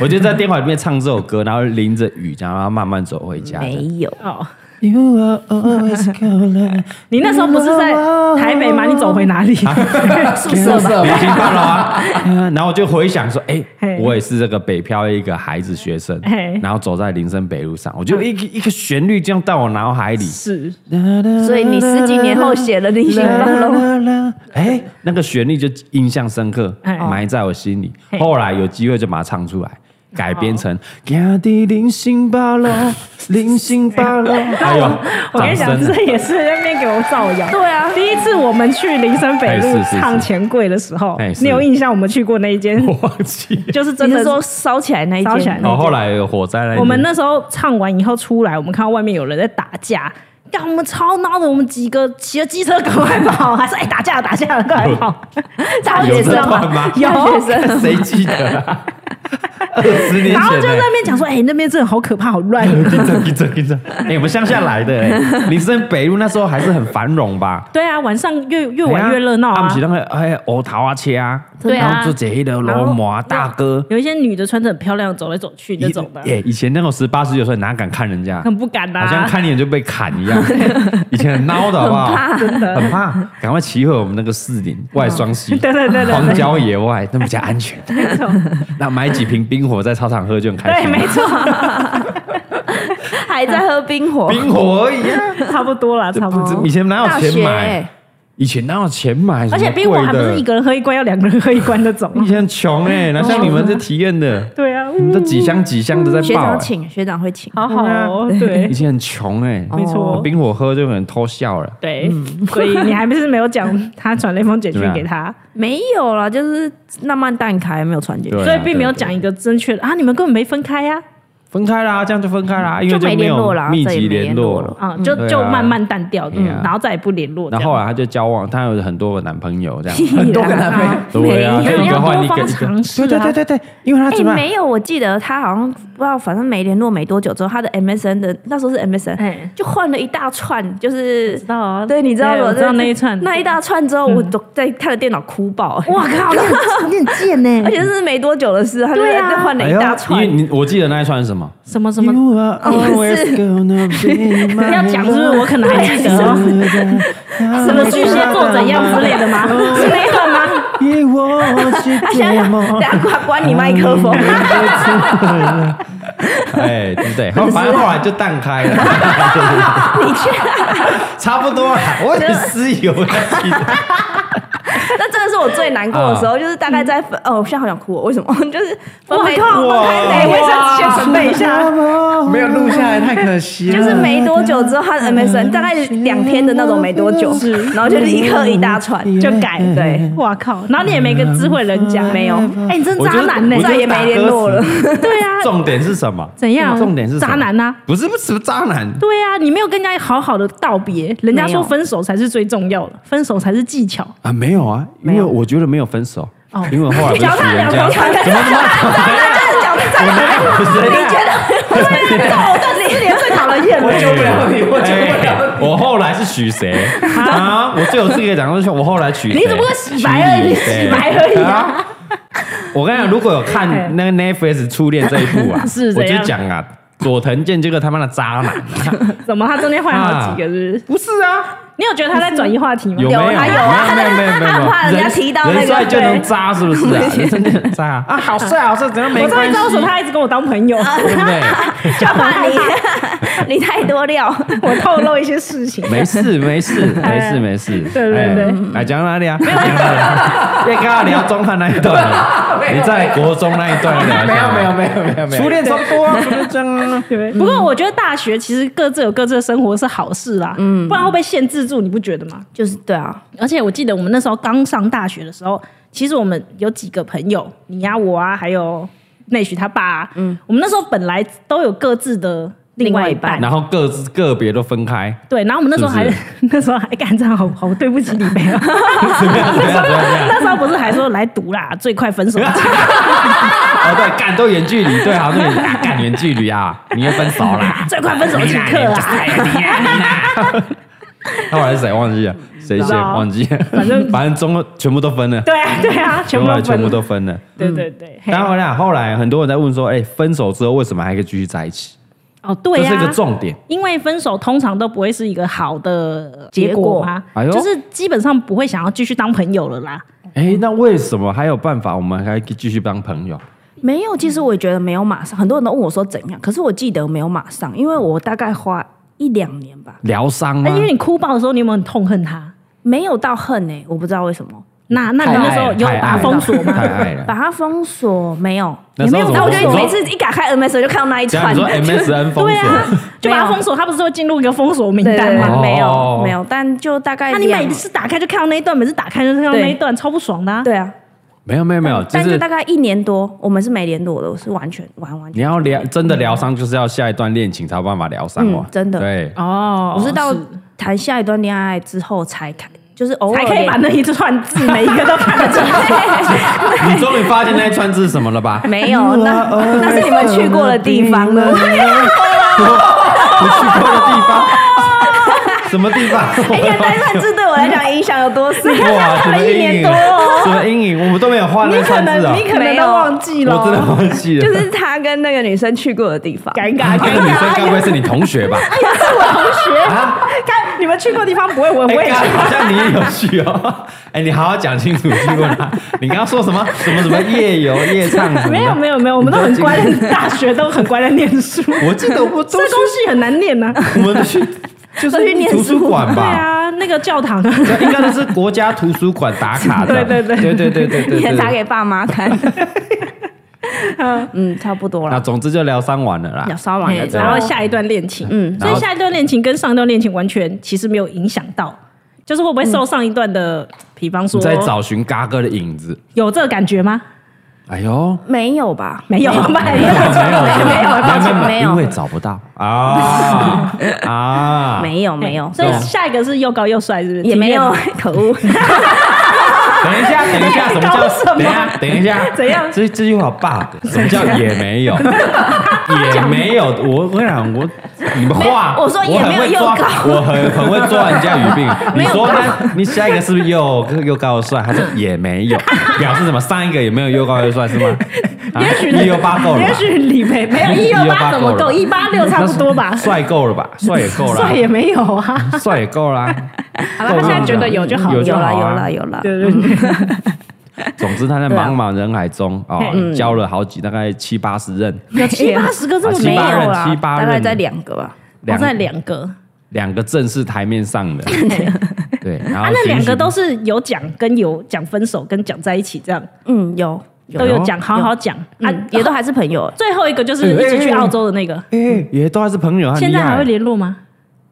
A: 我就在电话里面唱这首歌，然后淋着雨，然后慢慢走回家。
C: 没有。
B: 哦，
A: You are always calling
B: 你那时候不是在台北吗？你走 回哪里？宿舍吧。
A: 旅行到了 啊，嗯然后我就回想说，哎、
B: 嘿
A: 我也是这个北漂一个孩子学生
B: 嘿，
A: 然后走在林森北路上，我就一个一个旋律这样到我脑海里。
B: 是，
C: 所以你十几年后写了《逆行方龙》，
A: 哎，那个旋律就印象深刻，
B: 哎
A: 埋在我心里
B: 嘿。
A: 后来有机会就把它唱出来，改编成
C: 哦
A: 《家的零星八楼，零星八 楼》。哎呦，
B: 我跟你讲，
A: 掌声啊
B: 这也是在那边给我造 谣。
C: 对啊
B: 第一次我们去林森北
A: 哎
B: 路
A: 是是是
B: 唱钱柜的时候
A: 哎，是
B: 你有印象？我们去过那一 间，
A: 我忘 记。
B: 就是真
C: 你
B: 的
C: 是说烧起来那一
B: 烧起 来
C: 间？
A: 哦，后来有火灾了。
B: 我们那时候唱完以后出来，我们看到外面有人在打架，干我们超闹的，我们几个骑着机车赶快跑，还是哎打架了打架了，赶快跑！
C: 大
A: 有
B: 啊
C: 学
A: 这
C: 生
A: 段
C: 吗？
A: 吗？
B: 有
C: 大学生。
A: 谁记得 啊？二十年
B: 然后
A: 前
B: 就在
A: 呢、
B: 那边讲说，哎、那边真的好可怕，好乱。
A: 跟着跟着跟着，哎、我们乡下来的、 哎林森北路那时候还是很繁荣吧？
B: 对啊，晚上越越
A: 哎
B: 玩越热闹啊
A: 不是。那个哎，欧桃啊切啊，
B: 对啊
A: 然后做这一的罗马大哥，
B: 有一些女的穿着很漂亮，走来走去那种的，
A: 以哎以前那种十八十九岁哪敢看人家，
B: 很不敢呐、
A: 好像
B: 啊。
A: 看一眼就被砍一 样，以前很孬的好不好？
B: 真的
A: 很怕，赶快骑回我们那个士林外双溪，
B: 对对对对对
A: 荒郊野外那比较安 全。那买几瓶冰火在操场喝就很开
B: 对，
A: 心，
B: 没错，
C: 还在喝冰火，
A: 冰火而已啊。
B: 差不多啦，
A: 这
B: 差不
A: 不
B: 多。
A: 这以前哪
C: 大
A: 有
C: 学
A: 钱
C: 欸
A: 买？以前哪有钱买？
B: 而
A: 什
B: 且
A: 么
B: 冰火还不
A: 贵的
B: 是一个人嗯喝一罐，要两个人喝一罐那种。
A: 以前很穷哎，哪像你们这体验的，
B: 对啊，
A: 你们都几箱几箱的在
C: 学
A: 爆
C: 长
A: 欸。
C: 请，学长会请。
B: 好好哦，对
A: 以，前很穷哎，
B: 哦没错。
A: 冰火喝就很偷笑了。
B: 对，
A: 嗯
B: 所以你还不是没有讲他传了一封简
A: 啊
B: 讯给他，
C: 没有啦，就是浪漫蛋挞还没有传进去
A: 对啊
B: 所以并没有讲一个正确的啊，你们根本没分开呀，
A: 分开啦，这样就分开
B: 嗯
A: 啦，因为
C: 就没
A: 没
C: 联络
A: 有
C: 啦
A: 密
C: 再也
A: 集
C: 没
A: 联
C: 联络
A: 络
C: 了
B: 啊，就
A: 对啊
B: 就慢慢淡掉，
A: 对啊
B: 然后再也不不联络。
A: 然后后来，他就交往，他有很多个男朋友这样。
B: 啊
D: 很多个男朋友，
A: 对啊，
B: 没有
A: 就一个换一
B: 要
A: 个
B: 多方
A: 一
B: 尝
A: 个。
B: 试啊
A: 对对对对对，因为他
C: 哎、
A: 怎么样？
C: 没有，我记得他好像不知道，反正没联络没多久之后，他的 MSN 的那时候是 MSN，、
B: 哎
C: 就换了一大串，就是
B: 知道啊
C: 对，你知道
B: 对
C: 我
B: 我知道那一串
C: 那一大串之后，我都在他的电脑哭爆、哎
B: 我 靠，你很你很贱
C: 而
B: 呢，
C: 且是没多久的事，他就
B: 对啊
C: 就换了
A: 哎
C: 一
A: 呦
C: 大串。
A: 因为你我记得那一串是什么？
B: 什么什么
A: You are always gonna be my
B: 要讲是不是？我可能还记得哦， 什
A: 什
B: 么巨蟹座怎样之类嗯的嗯吗？是那一段吗？
A: 一我 去折
C: 等
A: 磨。
C: 下关关你麦克风，
B: 嗯
A: 哎，对不对？然后反正后来就淡开了。你去，差不多了。我也是有在记得。
C: 那真的是我最难过的时候，
B: 嗯
C: 就是大概在分哦，我现在好想哭、哦，为什么？ 就是分没
B: 哇靠
C: 分开没
B: 哇
C: 卫生纸先准备一下，
D: 没有录下来太可惜了。
C: 就是没多久之后，
B: 嗯
C: 他的 MSN 大概两天的那种没多久，然后就立刻一大串，
B: 就改
C: 对，
B: 我靠，然后你也没跟智慧人讲，
C: 没有
B: 哎，你真
A: 我觉
B: 渣
A: 得
B: 男呢
A: 我，觉
C: 再
A: 得
C: 也没联络 了
A: 打歌词
B: 对啊，
A: 重点是什么？
B: 怎样
A: 重点是什么
B: 渣男呐
A: 不是不是不是渣男，
B: 对啊，你没有跟人家好好的道别，人家说分手才是最重要的，分手才是技巧。
A: 啊，没有啊，因为我觉得没有分手，因为我后来不是
B: 脚踏
A: 娶人
B: 两
A: 家
B: 条，船，
A: 不是你觉得
B: 哦这也最讨 人厌
D: 我救不了你，我救不了
A: 哎我后来是娶谁啊？我最有资格讲的是我后来娶谁
B: 你只不过洗白而已，
A: 娶你
B: 洗白而已啊！
A: 啊！我跟你讲，如果有看那个 Netflix 初恋这一部啊，
B: 是
A: 我
B: 怎
A: 就
B: 样
A: 讲啊，佐藤健这个他妈的渣男，
B: 怎么他中间换好几个，是不
A: 不
B: 是？
A: 是啊？
B: 你有觉得他在转移话题吗？
A: 有没
C: 有啊
A: 没
C: 有
A: 有
C: 啊
A: 没有没有没有，
C: 他怕人家
A: 人
C: 提到那个
A: 人帅就能渣，是不是啊？人真的很渣啊！啊好帅好帅，怎么没
B: 我终于
A: 关
B: 知
A: 系
B: 道？为什么他一直跟我当朋友，
A: 对不对？
C: 就怕你 你太多料，
B: 我透露一些事情。
A: 没 事，没事，没事，没事。
B: 哎对对对
A: 哎，来讲哪里啊？ 讲哪里？因为刚刚聊中汉那一 段了，你在国中那一段聊一
D: 没
A: 下
D: 有没有没有没有没有，
A: 初恋差不多啊，初恋这样 啊。
B: 对，不过我觉得大学其实各自有各自的生活是好事啦，嗯，不然会被限制住，你不觉得吗？
C: 就是对啊，
B: 而且我记得我们那时候刚上大学的时候，其实我们有几个朋友，你呀、我啊，还有内许他爸、啊，嗯，我们那时候本来都有各自的另外一半，
A: 然后各自个别都分 开，
B: 对，然后我们那时候还
A: 是
B: 那时候还干这样，好好对不起李梅啊，
A: 怎么样？怎么样？怎么样？
B: 那时候不是还说来读啦，最快分手，
A: 哦，对，干都远距离，对，好，对，啊干远距离啊，你又分手啦，哎
B: 最快分手即刻啊啦，
A: 啊那后来是谁忘记了？谁
B: 不知
A: 先
B: 道
A: 忘记了？
B: 反 正
A: 反正中全部都分了，
B: 对啊对啊，全部
A: 后来
B: 都
A: 全
B: 分
A: 部
B: 了，
A: 都嗯分了。
B: 对对对，嘿啊
A: 当然啦，后来很多人在问说，哎、分手之后为什么还可以继续在一起？
B: 哦，对
A: 这是一个
B: 啊，
A: 重点。
B: 因为分手通常都不会是一个好的结果嘛，
A: 结果哎呦
B: 就是基本上不会想要继续当朋友了啦。
A: 哎，那为什么还有办法，我们还可以继续当朋友？
C: 没有，其实我也觉得没有马上，很多人都问我说怎样，可是我记得没有马上，因为我大概花一两年吧，
A: 疗伤吗
B: 那哎因？为你哭爆的时候，你有没有很痛恨他？
C: 没有到恨呢、我不知道为什么
B: 那那你那时候有
A: 太
B: 把
A: 爱
B: 他
A: 了
B: 封锁吗
A: 太？
D: 哎
A: 爱了。
C: 把它封锁，没有。
A: 哎那时候怎
C: 然
A: 么
C: 后我
A: 封
C: 就
A: 锁
C: 每次一打开 MS 就看到那一
A: 这样
C: 串
A: 你，说 MSN 封
B: 对
A: 锁？
B: 啊，就把他
C: 没有
B: 封锁，他不是会进入一个封锁名
C: 对
B: 单
C: 对
B: 吗？
A: 哦
C: 对，没有没有，但就大概
B: 那你
C: 两
B: 每次打开就看到那一段，每次打开就看到那一段，超不爽的、啊。
C: 对啊，
A: 没有没有没有，就
C: 但
A: 是
C: 就大概一年多，我们是没联络的，我是完全完完
A: 你
C: 全，
A: 要疗真的疗伤，就是要下一段恋情才有办法疗伤哦
C: 嗯。真的
A: 对，
B: 哦
C: 我是到谈下一段恋爱之后才开，就是偶尔
B: 才可以把那一串字每一个都看得出来。
A: 你终于发现那一串字是什么了 吧？
C: 没有，那那是你们去过的地方了。
A: 我去过的地方， 什么地方？
C: 哎呀，单串字对我来讲影响有多深？
A: 哇，什么
B: 一
A: 阴
B: 年
A: 影？
B: 多哦
A: 什么阴影？我们都没有画那
B: 你
A: 个
B: 可
A: 串字
B: 能
A: 啊
B: 你！可能
C: 没
B: 都
C: 有
B: 忘记了，
A: 我真的忘记了。
C: 就是他跟那个女生去过的地方。
B: 尴
A: 那
B: 尬尴
A: 个女生
B: 尬。
A: 该不会是你同学吧？
B: 是我同学，
A: 啊
B: 看你们去过的地方不会，
A: 哎
B: 我 我也
A: 干好像你也有去哦。 哎，你好好讲清楚，去过哪？你刚刚说什么？什么什么夜 游、夜唱什么的？
B: 没有没有没有，我们都很乖
A: 你都，
B: 大学都很乖在念书，这
A: 我记得我都
B: 东西很难念呐。啊
A: 我 们去就
C: 都去
A: 是
C: 念
A: 图书
C: 书
A: 馆
B: 对
A: 吧。
B: 啊，那个教堂，
A: 对应该都是国家图书馆打卡的，
B: 对对
A: 对对对对对对
C: 你也打
A: 对。
C: 给爸妈看。嗯，差不多
A: 那
C: 了，
A: 总之就疗伤完了啦
C: 要。烧完了之
B: 然
C: 后
B: 后，下一段恋情，
C: 嗯
B: 所以
A: 然后
B: 下一段恋情跟上一段恋情完全其实没有影响到，就是会不会受上一段的，比方说
A: 你在找寻嘎哥的影子。
B: 有这个感觉吗？
A: 哎呦，
C: 没有吧？
B: 没有，没
A: 没有
B: 有，
A: 没有没有
C: 没有
A: 因为找不到啊 啊，
C: 没有，没有，
B: 所以下一个是又高又帅，是不是？
C: 也没有，可恶。
A: 等一下，等一下，什么
B: 搞
A: 叫
B: 什
A: 等
B: 么
A: 一下，等一下，
B: 怎样
A: 这这句话有 bug，什么 叫也没 有？也没有，我我跟你讲，我你们话，
C: 没有我说也没有
A: 很会抓
C: 又高
A: 我很很会抓人家语 病。你
C: 没有
A: 说呢？你下一个是不是又又高又帅？他说
B: 嗯
A: 也没有，表示什么？上一个也没有又高又帅是吗？啊
B: 也许
A: 一又八够了吧
B: 也，许李梅没有一六八怎么够？一八六差不多吧，
A: 帅够了吧？帅也够了啊
B: 帅，也没有啊。
A: 帅也够啦。
B: 好了，他现在觉得有就好
A: 有
B: 了。
A: 就
C: 有
A: 好
C: 啦，
A: 啊
C: 有啦，有啦。
B: 对对对，
A: 总之，他在茫茫人海中哦
B: 嗯，
A: 交了好几，大概七八十任，
B: 有七八十个这么
A: 啊七
B: 没
C: 没有
A: 八人
C: 啦
A: 七，八
C: 大
A: 人
C: 概在两个吧。
B: 我
A: 两
B: 哦在两个，
A: 两个正式台面上的，对，然
B: 啊，
A: 后
B: 那两个都
A: 是
B: 是有讲跟有讲分手跟讲在一起这样
C: 嗯，有有
B: 都有讲，好好讲啊
C: 嗯，，也都还是朋友。
B: 最后一个就是
A: 哎
B: 一起去澳洲的那个，
A: 也都还是朋友，很
B: 现
A: 厉
B: 在
A: 害
B: 还会联络吗？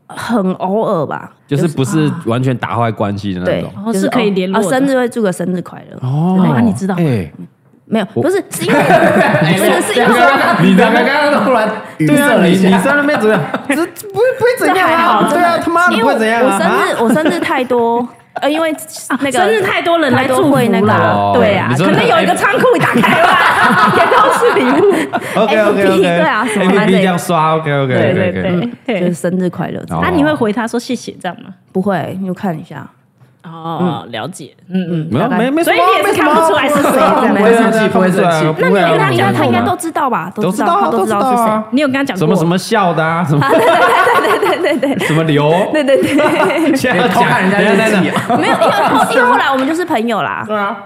C: 很偶尔吧，
A: 就是不是完全打坏关系的那
C: 对
A: 种，
B: 哦是可以联络
C: 哦
B: 的
C: 生日会祝个生日快乐。
A: 哦
B: 对啊你知道
A: 哎，
C: 没有，
A: 我
C: 不是是因为不是是因为
A: 你
D: 你
A: 的
D: 两个刚刚突然语
A: 对
D: 塞
A: 啊，
D: 了
A: 你
D: 一
A: 你在
D: 下，
A: 那边怎样？ 这这不会不会怎样
C: 这还好
A: 啊？对啊，他妈的
C: 因
A: 不
C: 为
A: 会怎样
C: 我我生
A: 啊？
C: 日我生日太多，呃，因为那个
B: 生日太多人来祝
C: 太多
B: 福
C: 会那个
A: 哦
B: 啦，对啊，
A: 你说
B: 可能有一个仓库打开吧，也都是礼物。
A: OK OK OK，
C: 对啊什么来着
A: p p 这样刷 OK OK
B: 对
A: OK
B: 对
A: OK，
B: 对
C: 就是
B: 对，
C: 生日快乐，
A: 哦
B: 那你会回他说谢谢这样吗？
C: 不会，你就看一下，
B: 哦，了解，嗯嗯。
A: 没有
C: 大概
A: 没没什
B: 所
A: 么，
B: 以你也是
A: 没什
B: 看
A: 么啊
B: 不出来是谁这样
D: 不
C: 没
D: 会
C: 有
D: 生气，不会生
A: 对啊
D: 气。
A: 不会啊
B: 那
C: 他
B: 你
C: 应该
B: 讲
C: 他应该
A: 过吗
C: 都知道吧，
A: 都知
C: 知
A: 道
C: 道，
A: 啊
C: 他都知道是谁
A: 啊。
B: 你有跟他讲
A: 什么什
B: 过？
A: 么笑的啊，什么
C: 对对对
A: 什么流，
C: 对对对，
A: 现在要
D: 偷看人家
A: 等一下
D: 日
A: 等一
D: 记
A: 下，
C: 没有，因为后因为后来我们就是朋友啦，
A: 对啊。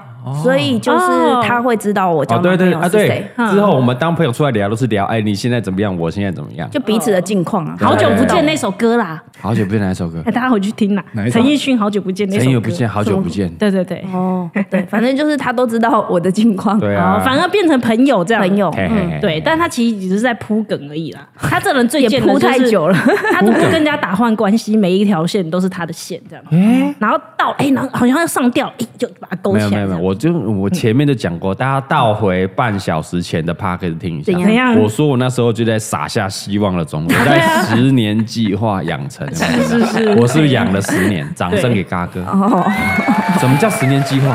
C: 所以就是他会知道我交
A: 哦，
C: 男
A: 对
C: 朋
A: 对
C: 友
A: 啊，
C: 是
A: 对
C: 谁，，
B: 嗯
A: 之后我们当朋友出来聊都是聊，哎，你现在怎么样？我现在怎么样？
C: 就彼此的近况啊。
B: 好久不见那首歌啦，
A: 好久不见哪一首歌
B: 哎，？大家回去听啦
D: 哪。一首
B: 陈奕迅《好久不见》那
A: 很
B: 首
A: 久
B: 歌，
A: 不见，好久不见。
B: 对对对。
C: 哦，对，反正就是他都知道我的近况。
A: 对
B: 哦
A: 啊，，
B: 反而变成朋友这样。
C: 朋友，
A: 嘿嘿嘿
B: 对，但他其实只是在铺梗而已啦。他这人最
C: 也
B: 贱的
C: 铺
B: 就是
C: 太久 了，
B: 他都不跟人家打换关系，每一条线都是他的线这样。然后到哎，然后好像要上吊，哎，就把它勾
A: 没
B: 起
A: 有嗯
B: 来。
A: 没有没有，我就我前面就讲过，大家倒回半小时前的 p a r k 听一下
C: 怎。
B: 怎样？
A: 我说我那时候就在撒下希望的种子，在十年计划养成。是是是，我是不是养了十年？掌声给嘎哥。
C: 哦，
A: 什么叫十年计划？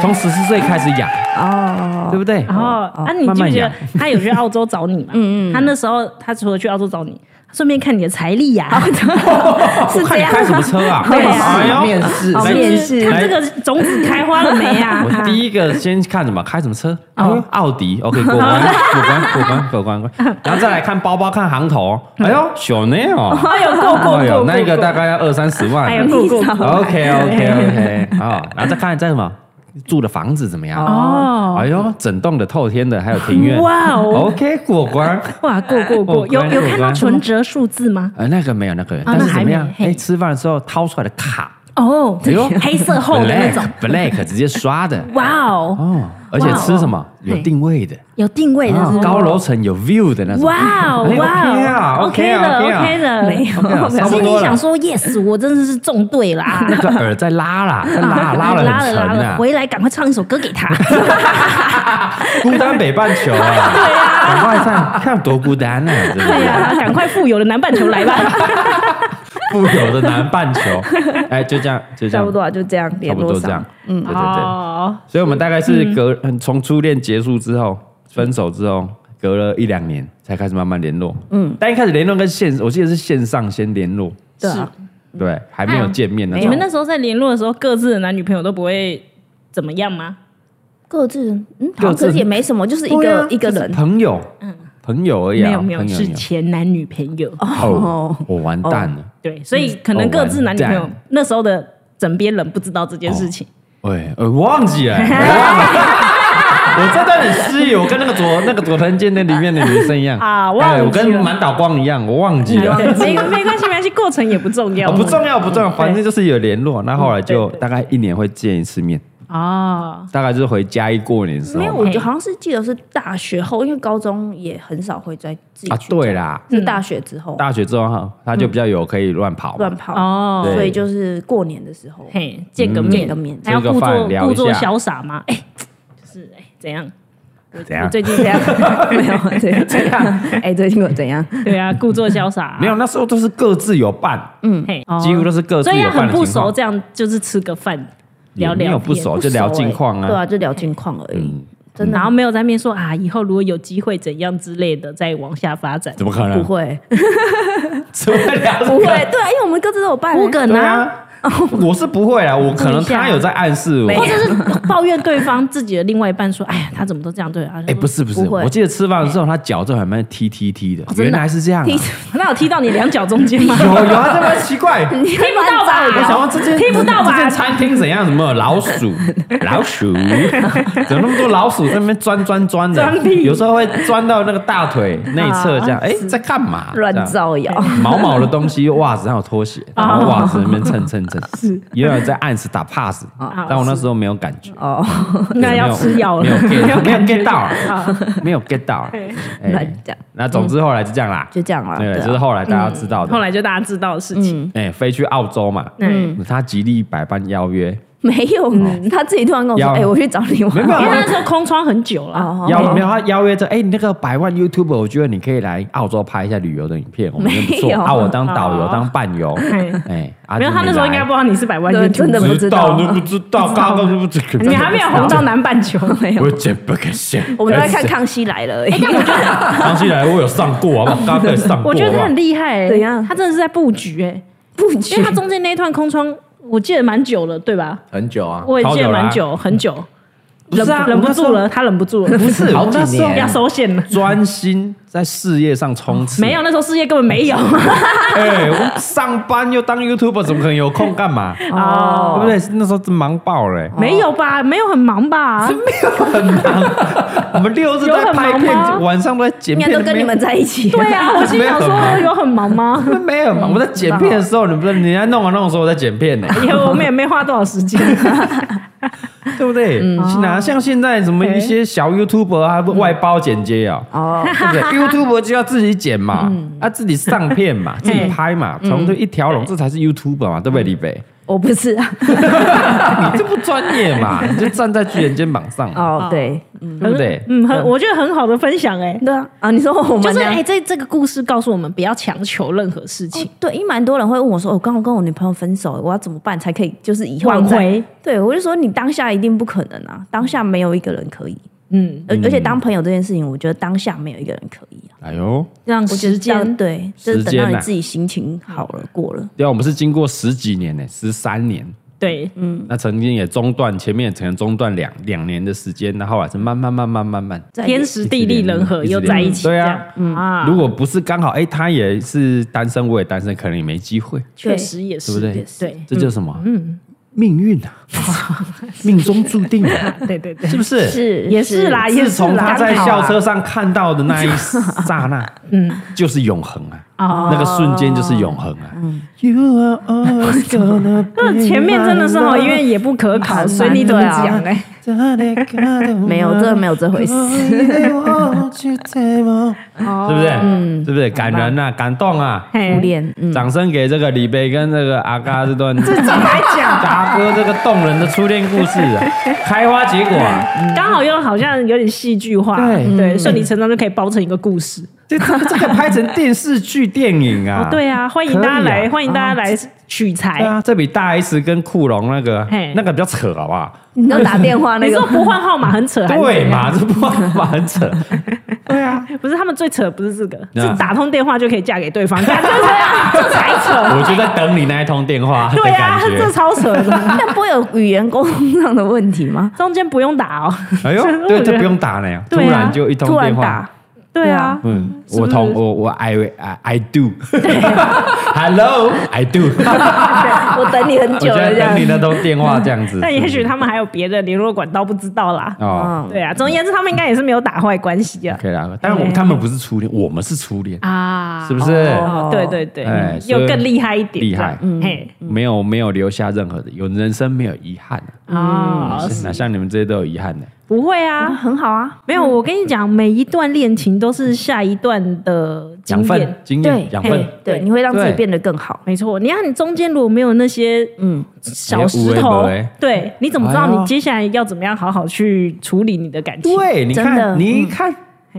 A: 从十四岁开始养，
C: 哦，
A: 对不对？
B: 然后啊，你
A: 慢
B: 记不
A: 慢
B: 记得
A: 养
B: 他有去澳洲找你嘛？ 嗯嗯，他那时候他除了去澳洲找你，他顺便看你的财力呀、
C: 是
A: 看
C: 这
A: 你
C: 样
A: 开什么
C: 吗？
A: 车啊？
B: 对啊
A: 哎呦
D: 面试
C: 好
A: 来
C: 面试
B: 他这个种子开花了没啊呀、
A: 我第一个先看什么？开什么车？哦，奥迪。OK，过 关，过关，过关，过关，过关。然后再来看包包，看行头。哎
B: 嗯
A: 呦，小内哦，
B: 哎呦，够够
A: 哎
B: 够
A: 呦，
B: 够，
A: 那个大概要二三十万
B: 哎。呦够够够
A: OK OK OK，好，然后再看再什么住的房子怎么样？
B: 哦，
A: 哎呦，整栋的、透天的，还有庭院。
B: 哇哦，
A: OK，过关。
B: 哇，够够
A: 哎过
B: 够，
A: 关
B: 有有
A: 过
B: 看到
A: 关
B: 存折数字吗？
A: 呃，那个没有那个，
B: 哦那
A: 但是怎么样
B: 还？没
A: 哎，
B: 嘿
A: 吃饭的时候掏出来的卡，
B: 哦，
A: 哎呦 哎
B: 黑色厚的那种，
A: black black 直接刷的。
B: 哇哦，
A: 哦，而且吃什么有
B: 嘿
A: 定位的。
B: 有定位的是不
A: 啊
B: 是
A: 高楼层有 view 的那种。
B: 哇哦
A: 哎
B: 哇
A: OK 啊
B: 哦
A: ，OK 啊
B: 的
A: OK 啊
B: OK 的，
C: 没有
A: OK 啊差不
B: 心里
A: 多了
B: 想。说 yes，我真的是中队啦
A: 那。个耳在拉啦，在 拉 拉了
B: 拉
A: 很
B: 拉
A: 沉
B: 了，
A: 啊，
B: 回来赶快唱一首歌给 他。
A: 孤单北半球啊， 对啊，赶快看看有多孤单啊呢， 真
B: 对
A: 的
B: 呀，赶快富有的南半球来吧。
A: 富有的南半球， 哎，就这样，就这
C: 差
A: 样
C: 不，多啊，就这样
A: 差
C: 联
A: 不多
C: 络
A: 这样
C: 上。，
A: 嗯， 对对对，
B: 哦，
A: 所以我们大概是隔嗯从初恋结束之后，分手之后。隔了一两年才开始慢慢联络，嗯，但一开始联络跟线，我记得是线上先联络，
C: 对啊，
A: 对，还没有见面哎那
B: 你们
A: 种，
B: 那时候在联络的时候，各自的男女朋友都不会怎么样吗？
C: 各自嗯，
A: 各
C: 好
A: 自
C: 像也没什么，就是一
A: 对啊
C: 个一个人。
A: 朋友，朋友而已啊，
B: 嗯没有没有，
A: 朋友
B: 是前男女朋友。
A: 哦，我完蛋了。
B: 对，所以可能各自男女朋
A: 哦
B: 友
A: 完蛋
B: 那时候的枕边人不知道这件事情。
A: 喂，呃，忘记了， 我忘了。我这段很失忆，我跟那个佐那个佐藤健那里面的女生一样
B: 啊忘记
A: 哎
B: 了
A: 我跟满岛光一样，我忘记了。
B: 对，没没关系，没关系，过程也不重要，
A: 哦，不重要，不重要，反正就是有联络。那后来就
B: 嗯对对
A: 大概一年会见一次面，
B: 哦。
A: 大概就是回嘉义过年的时
C: 没有，
A: 候
C: 我
A: 吧。
C: 就好像是记得是大学后，因为高中也很少会再自己
A: 啊，
C: 去
A: 对嗯啦，
C: 是大学之后
A: 大学之后哈，他就比较有可以乱跑嘛，
C: 乱跑
B: 哦
A: 对
C: 所以就是过年的时候
B: 嘿，见个
C: 见
B: 面
C: 个，面，
B: 还要
A: 嗯吃个
B: 故
A: 饭
B: 作
A: 聊一
B: 故作
A: 下
B: 潇洒吗？哎，就是哎，怎样？
A: 怎样
C: 我？最近 这样没有怎样怎样？哎，最近我怎样？
B: 对 啊，故作潇洒，
A: 没有，，那时候都是各自有伴，
B: 嘿，
A: 几乎都是各自
B: 哦所以
A: 有
B: 要
A: 伴
B: 很
A: 的
B: 不
A: 情况
B: 熟，。这样就是吃个饭，聊
A: 也没有
B: 聊
A: 不
B: 天
A: 熟，
C: 不
A: 就聊
C: 熟
A: 近
C: 欸
A: 况啊。嗯
C: 对啊，就聊近况而已，真的
B: 然后没有在面说啊，以后如果有机会怎样之类的，再往下发展。
A: 怎么可能？
C: 不会
A: 怎么会聊这个
C: 不会，对啊，因为我们各自都有伴，
B: 不可
A: 对
B: 能啊，
A: 啊， 我是不会啊，我可能他有在暗示我
C: 没。
B: 或者是 抱怨对方自己的另外一半说，哎呀，他怎么都这样对啊？
A: 哎，不是不是，
C: 不会
A: 我记得吃饭的时候，他脚就很慢踢踢踢的，原来是这样啊。
C: 踢
B: 那有踢到你两脚中间吗？
A: 有有，啊他这么奇怪。
C: 你
B: 听不到吧
A: 我想问这间
B: 听不到吧
A: 这间餐厅怎样？什么老鼠？老鼠？怎么那么多老鼠在那边钻钻钻的
B: 钻？屁
A: 有时候会钻到那个大腿内侧这样。哎，在干嘛？这
C: 乱
A: 样
C: 造谣，
A: 毛毛的东西，袜子还有拖鞋，然后袜子那边蹭蹭蹭，是也有在暗示打 pass，但我那时候没有感觉，
C: 哦，
B: 那要吃药了
A: 没有 get，没有
B: 感觉
A: get 到啊， 没有 get 到啊，哎
C: 乱讲，
A: 那总之后来就这样啦，
C: 就这样啦。
A: 对，
C: 啊
A: 这是后来大家知道
B: 嗯后
A: 的，
B: 来就大家知道的事情。
A: 哎，飞去澳洲嘛，嗯，他极力百般邀约，
C: 没有，他自己突然跟我说
A: 哦要：“
C: 哎，我去找你玩。”
A: 没有
B: 因为
A: 没
B: 他
A: 有
B: 那时候空窗很久 了，
C: 哦，
A: 邀没有他邀约着，哎，你那个百万 YouTube，我觉得你可以来澳洲拍一下旅游的影片，我们觉得不
C: 没
A: 错
C: 有
A: 啊，我当导游
B: 哦
A: 当伴 游，
B: 嗯
A: 哎，啊
B: 没有
A: 就
B: 他那时候应
A: 来
B: 该不知道你是百万
C: 对
B: YouTube，
C: 真的不知道
A: 都不知道，刚刚都不知道
B: 你还没有红到南半球。
C: 没有，
A: 我真不敢信。
C: 我们都在看《康熙来了》而
A: 哎
C: 已。
A: 康熙来了，我有上过，好不 好？刚刚上过，
B: 我觉得他很厉害、欸，
C: 怎样
B: 他真的是在布局哎、
C: 不
B: 因为他中间那一段空窗，我记得蛮久了，对吧？
D: 很久啊，
B: 我也记得蛮
A: 超久
B: 久，很久，
A: 不是啊
B: 忍忍不住
A: 我
B: 了，他忍不住了，
A: 不是
D: 好
A: 我那
D: 几
A: 时候
D: 年
B: 要收线了。
A: 专心在事业上冲刺。
B: 没有，那时候世界根本没有
A: 哎，我上班又当 YouTuber，怎么可能有空干嘛？对不
B: 哦，
A: 对？那时候真忙爆了， 欸
B: 没有吧？没有很忙吧？
A: 我们六日在拍
B: 有很忙吗
A: 片，晚上都在剪
C: 应
A: 片，
C: 该都跟你们在一起。
B: 对啊，我心想
A: 没有很
B: 说
A: 忙
B: 有很忙吗？
A: 没有没有
B: 嗯
A: 嘛？我在剪片的时候，你不是你在弄啊弄的时候，我在剪片呢，
B: 也我们也没花多少时间，
A: 对不对？
B: 哦
A: 哪像现在什么一些小 YouTuber 还不
B: 嗯
A: 外包剪接啊？
C: 哦，
A: 对不对 ？YouTube 就要自己剪
B: 嗯嗯
A: 嘛，啊，自己上片嘛，自己拍嘛，从这一条龙，这才是 YouTube 嘛，对不对，李北？
C: 我不是啊。
A: 你这不专业 嘛？你就站在巨人肩膀上，
C: 哦，对，
A: 对不对？
B: 嗯，很我觉得很好的分享哎、
C: 对啊，啊，你说我
B: 就
C: 们
B: 是
C: 俩
B: 哎、这这个故事告诉我们不要强求任何事情
C: 哦。对，因为蛮多人会问我说，哦我刚好跟我女朋友分手，我要怎么办才可以就是以后
B: 挽
C: 再
B: 回？
C: 对，我就说你当下一定不可能啊，当下没有一个人可以，
B: 嗯，
C: 而而且当朋友这件事情，我觉得当下没有一个人可以啊。
A: 哎呦，
B: 让
C: 我觉得
B: 时
C: 到
B: 间
C: 对，就是
A: 时
C: 等
A: 间啊
C: 到你
A: 呐
C: 自己心情好了过了，
A: 对啊，我们是经过十几年呢、十三年，
B: 对，
A: 那曾经也中断，前面也曾经中断两两年的时间，那后来是慢慢慢慢慢慢。
C: 再
B: 天时地利人和又在一起，
A: 对啊
B: 这样，嗯啊，
A: 如果不是刚好，哎、他也是单身，我也单身，可能也没机会，
B: 确实也是，
A: 对不对
B: 也是对
A: 这叫什么？嗯，命运 啊，命中注定啊，
B: 对对对，
A: 是不是？啊
C: 是
B: 也是啦，也
A: 自
B: 是啦
A: 从他在
B: 刚好啊
A: 校车上看到的那一刹那，嗯，就是永恒啊，
B: 哦
A: 那个瞬间就是永恒啊。You are always gonna be
B: 那前面真的是哦，
A: my
B: 因为也不可考，
C: 蛮
B: 所以你怎么讲呢？
C: 没
A: 没
C: 有，这个没有这回 事。
A: 对不对？哦嗯，对不对？感人啊，感动啊！
B: 嘿
C: 初恋，嗯，
A: 掌声给这个李贝跟这个阿嘎这段，这怎么讲？达哥这个动人的初恋故事 啊，开花结果啊！
B: 刚好又好像有点戏剧化，
A: 对
B: 对，顺理成章就可以包成一个故事。
A: 这这这个拍成电视剧、电影啊，
B: 对啊，欢迎大
A: 可以
B: 家来，
A: 啊
B: 欢迎大家来取
A: 对
B: 材。
A: 啊，这比大 S 跟库龙那个
B: 嘿
A: 那个比较扯，好不好？
C: 你要打电话那
B: 你
C: 个
B: 说，不换号码很扯，还是
A: 对
B: 怎样？
A: 嘛， 这不蛮扯。
B: 不是他们最扯，不是这个，
A: 啊
B: 是打通电话就可以嫁给对 方，干这才这才扯。
A: 我就在等你那一通电话的
B: 啊对
A: 感
B: 啊，这
A: 觉。
B: 超扯的，
C: 那不会有语言沟通上的问题 吗？
B: 中间不用打哦。
A: 哎
B: 我觉得
A: 呦，对，这不用打呢，突
B: 对啊
A: 然就一通
C: 突然
A: 电话
C: 打。，
B: 对啊，
A: 嗯，
B: 不
A: 我
B: 是
A: 同我我 I I I do，Hello，I do，
C: 我等你很
A: 我
C: 久
A: 在
C: 了这
A: 等你
C: 样。
A: 那通电话这样子。
B: 但也许他们还有别的联络管道，不知道啦。
C: 嗯
A: 哦
B: 对啊，总而言之，他们应该也是没有打坏关系啊。
A: ，OK 啦，但我们他们不是初恋，我们是初恋，
B: 啊
A: 是不是？
C: 哦
B: 对对对嗯
A: 哎，
B: 又
A: 所以
B: 更厉害一点，
A: 厉害
B: 这样嗯嘿，
A: 没有没有留下任何的，有人生没有遗憾啊。
B: 哦，
A: 哪像你们这些都有遗憾的？
B: 不会
C: 啊，
B: 啊，
C: 很好啊，
B: 没有，我跟你讲，每一段恋情都是下一段的经
A: 养分
B: 验，、
A: 经
C: 对
A: 验、养
C: 嘿
A: 分，
C: 对，你会让自己
A: 对
C: 变得更好。
B: 没错。你看你中间如果没有那些
C: 嗯，
B: 小石头
A: 哎有的没的，
B: 对，你怎么知道
A: 哎呦
B: 你接下来要怎么样好好去处理你的感情？
A: 对，你
C: 真的
A: 看，你看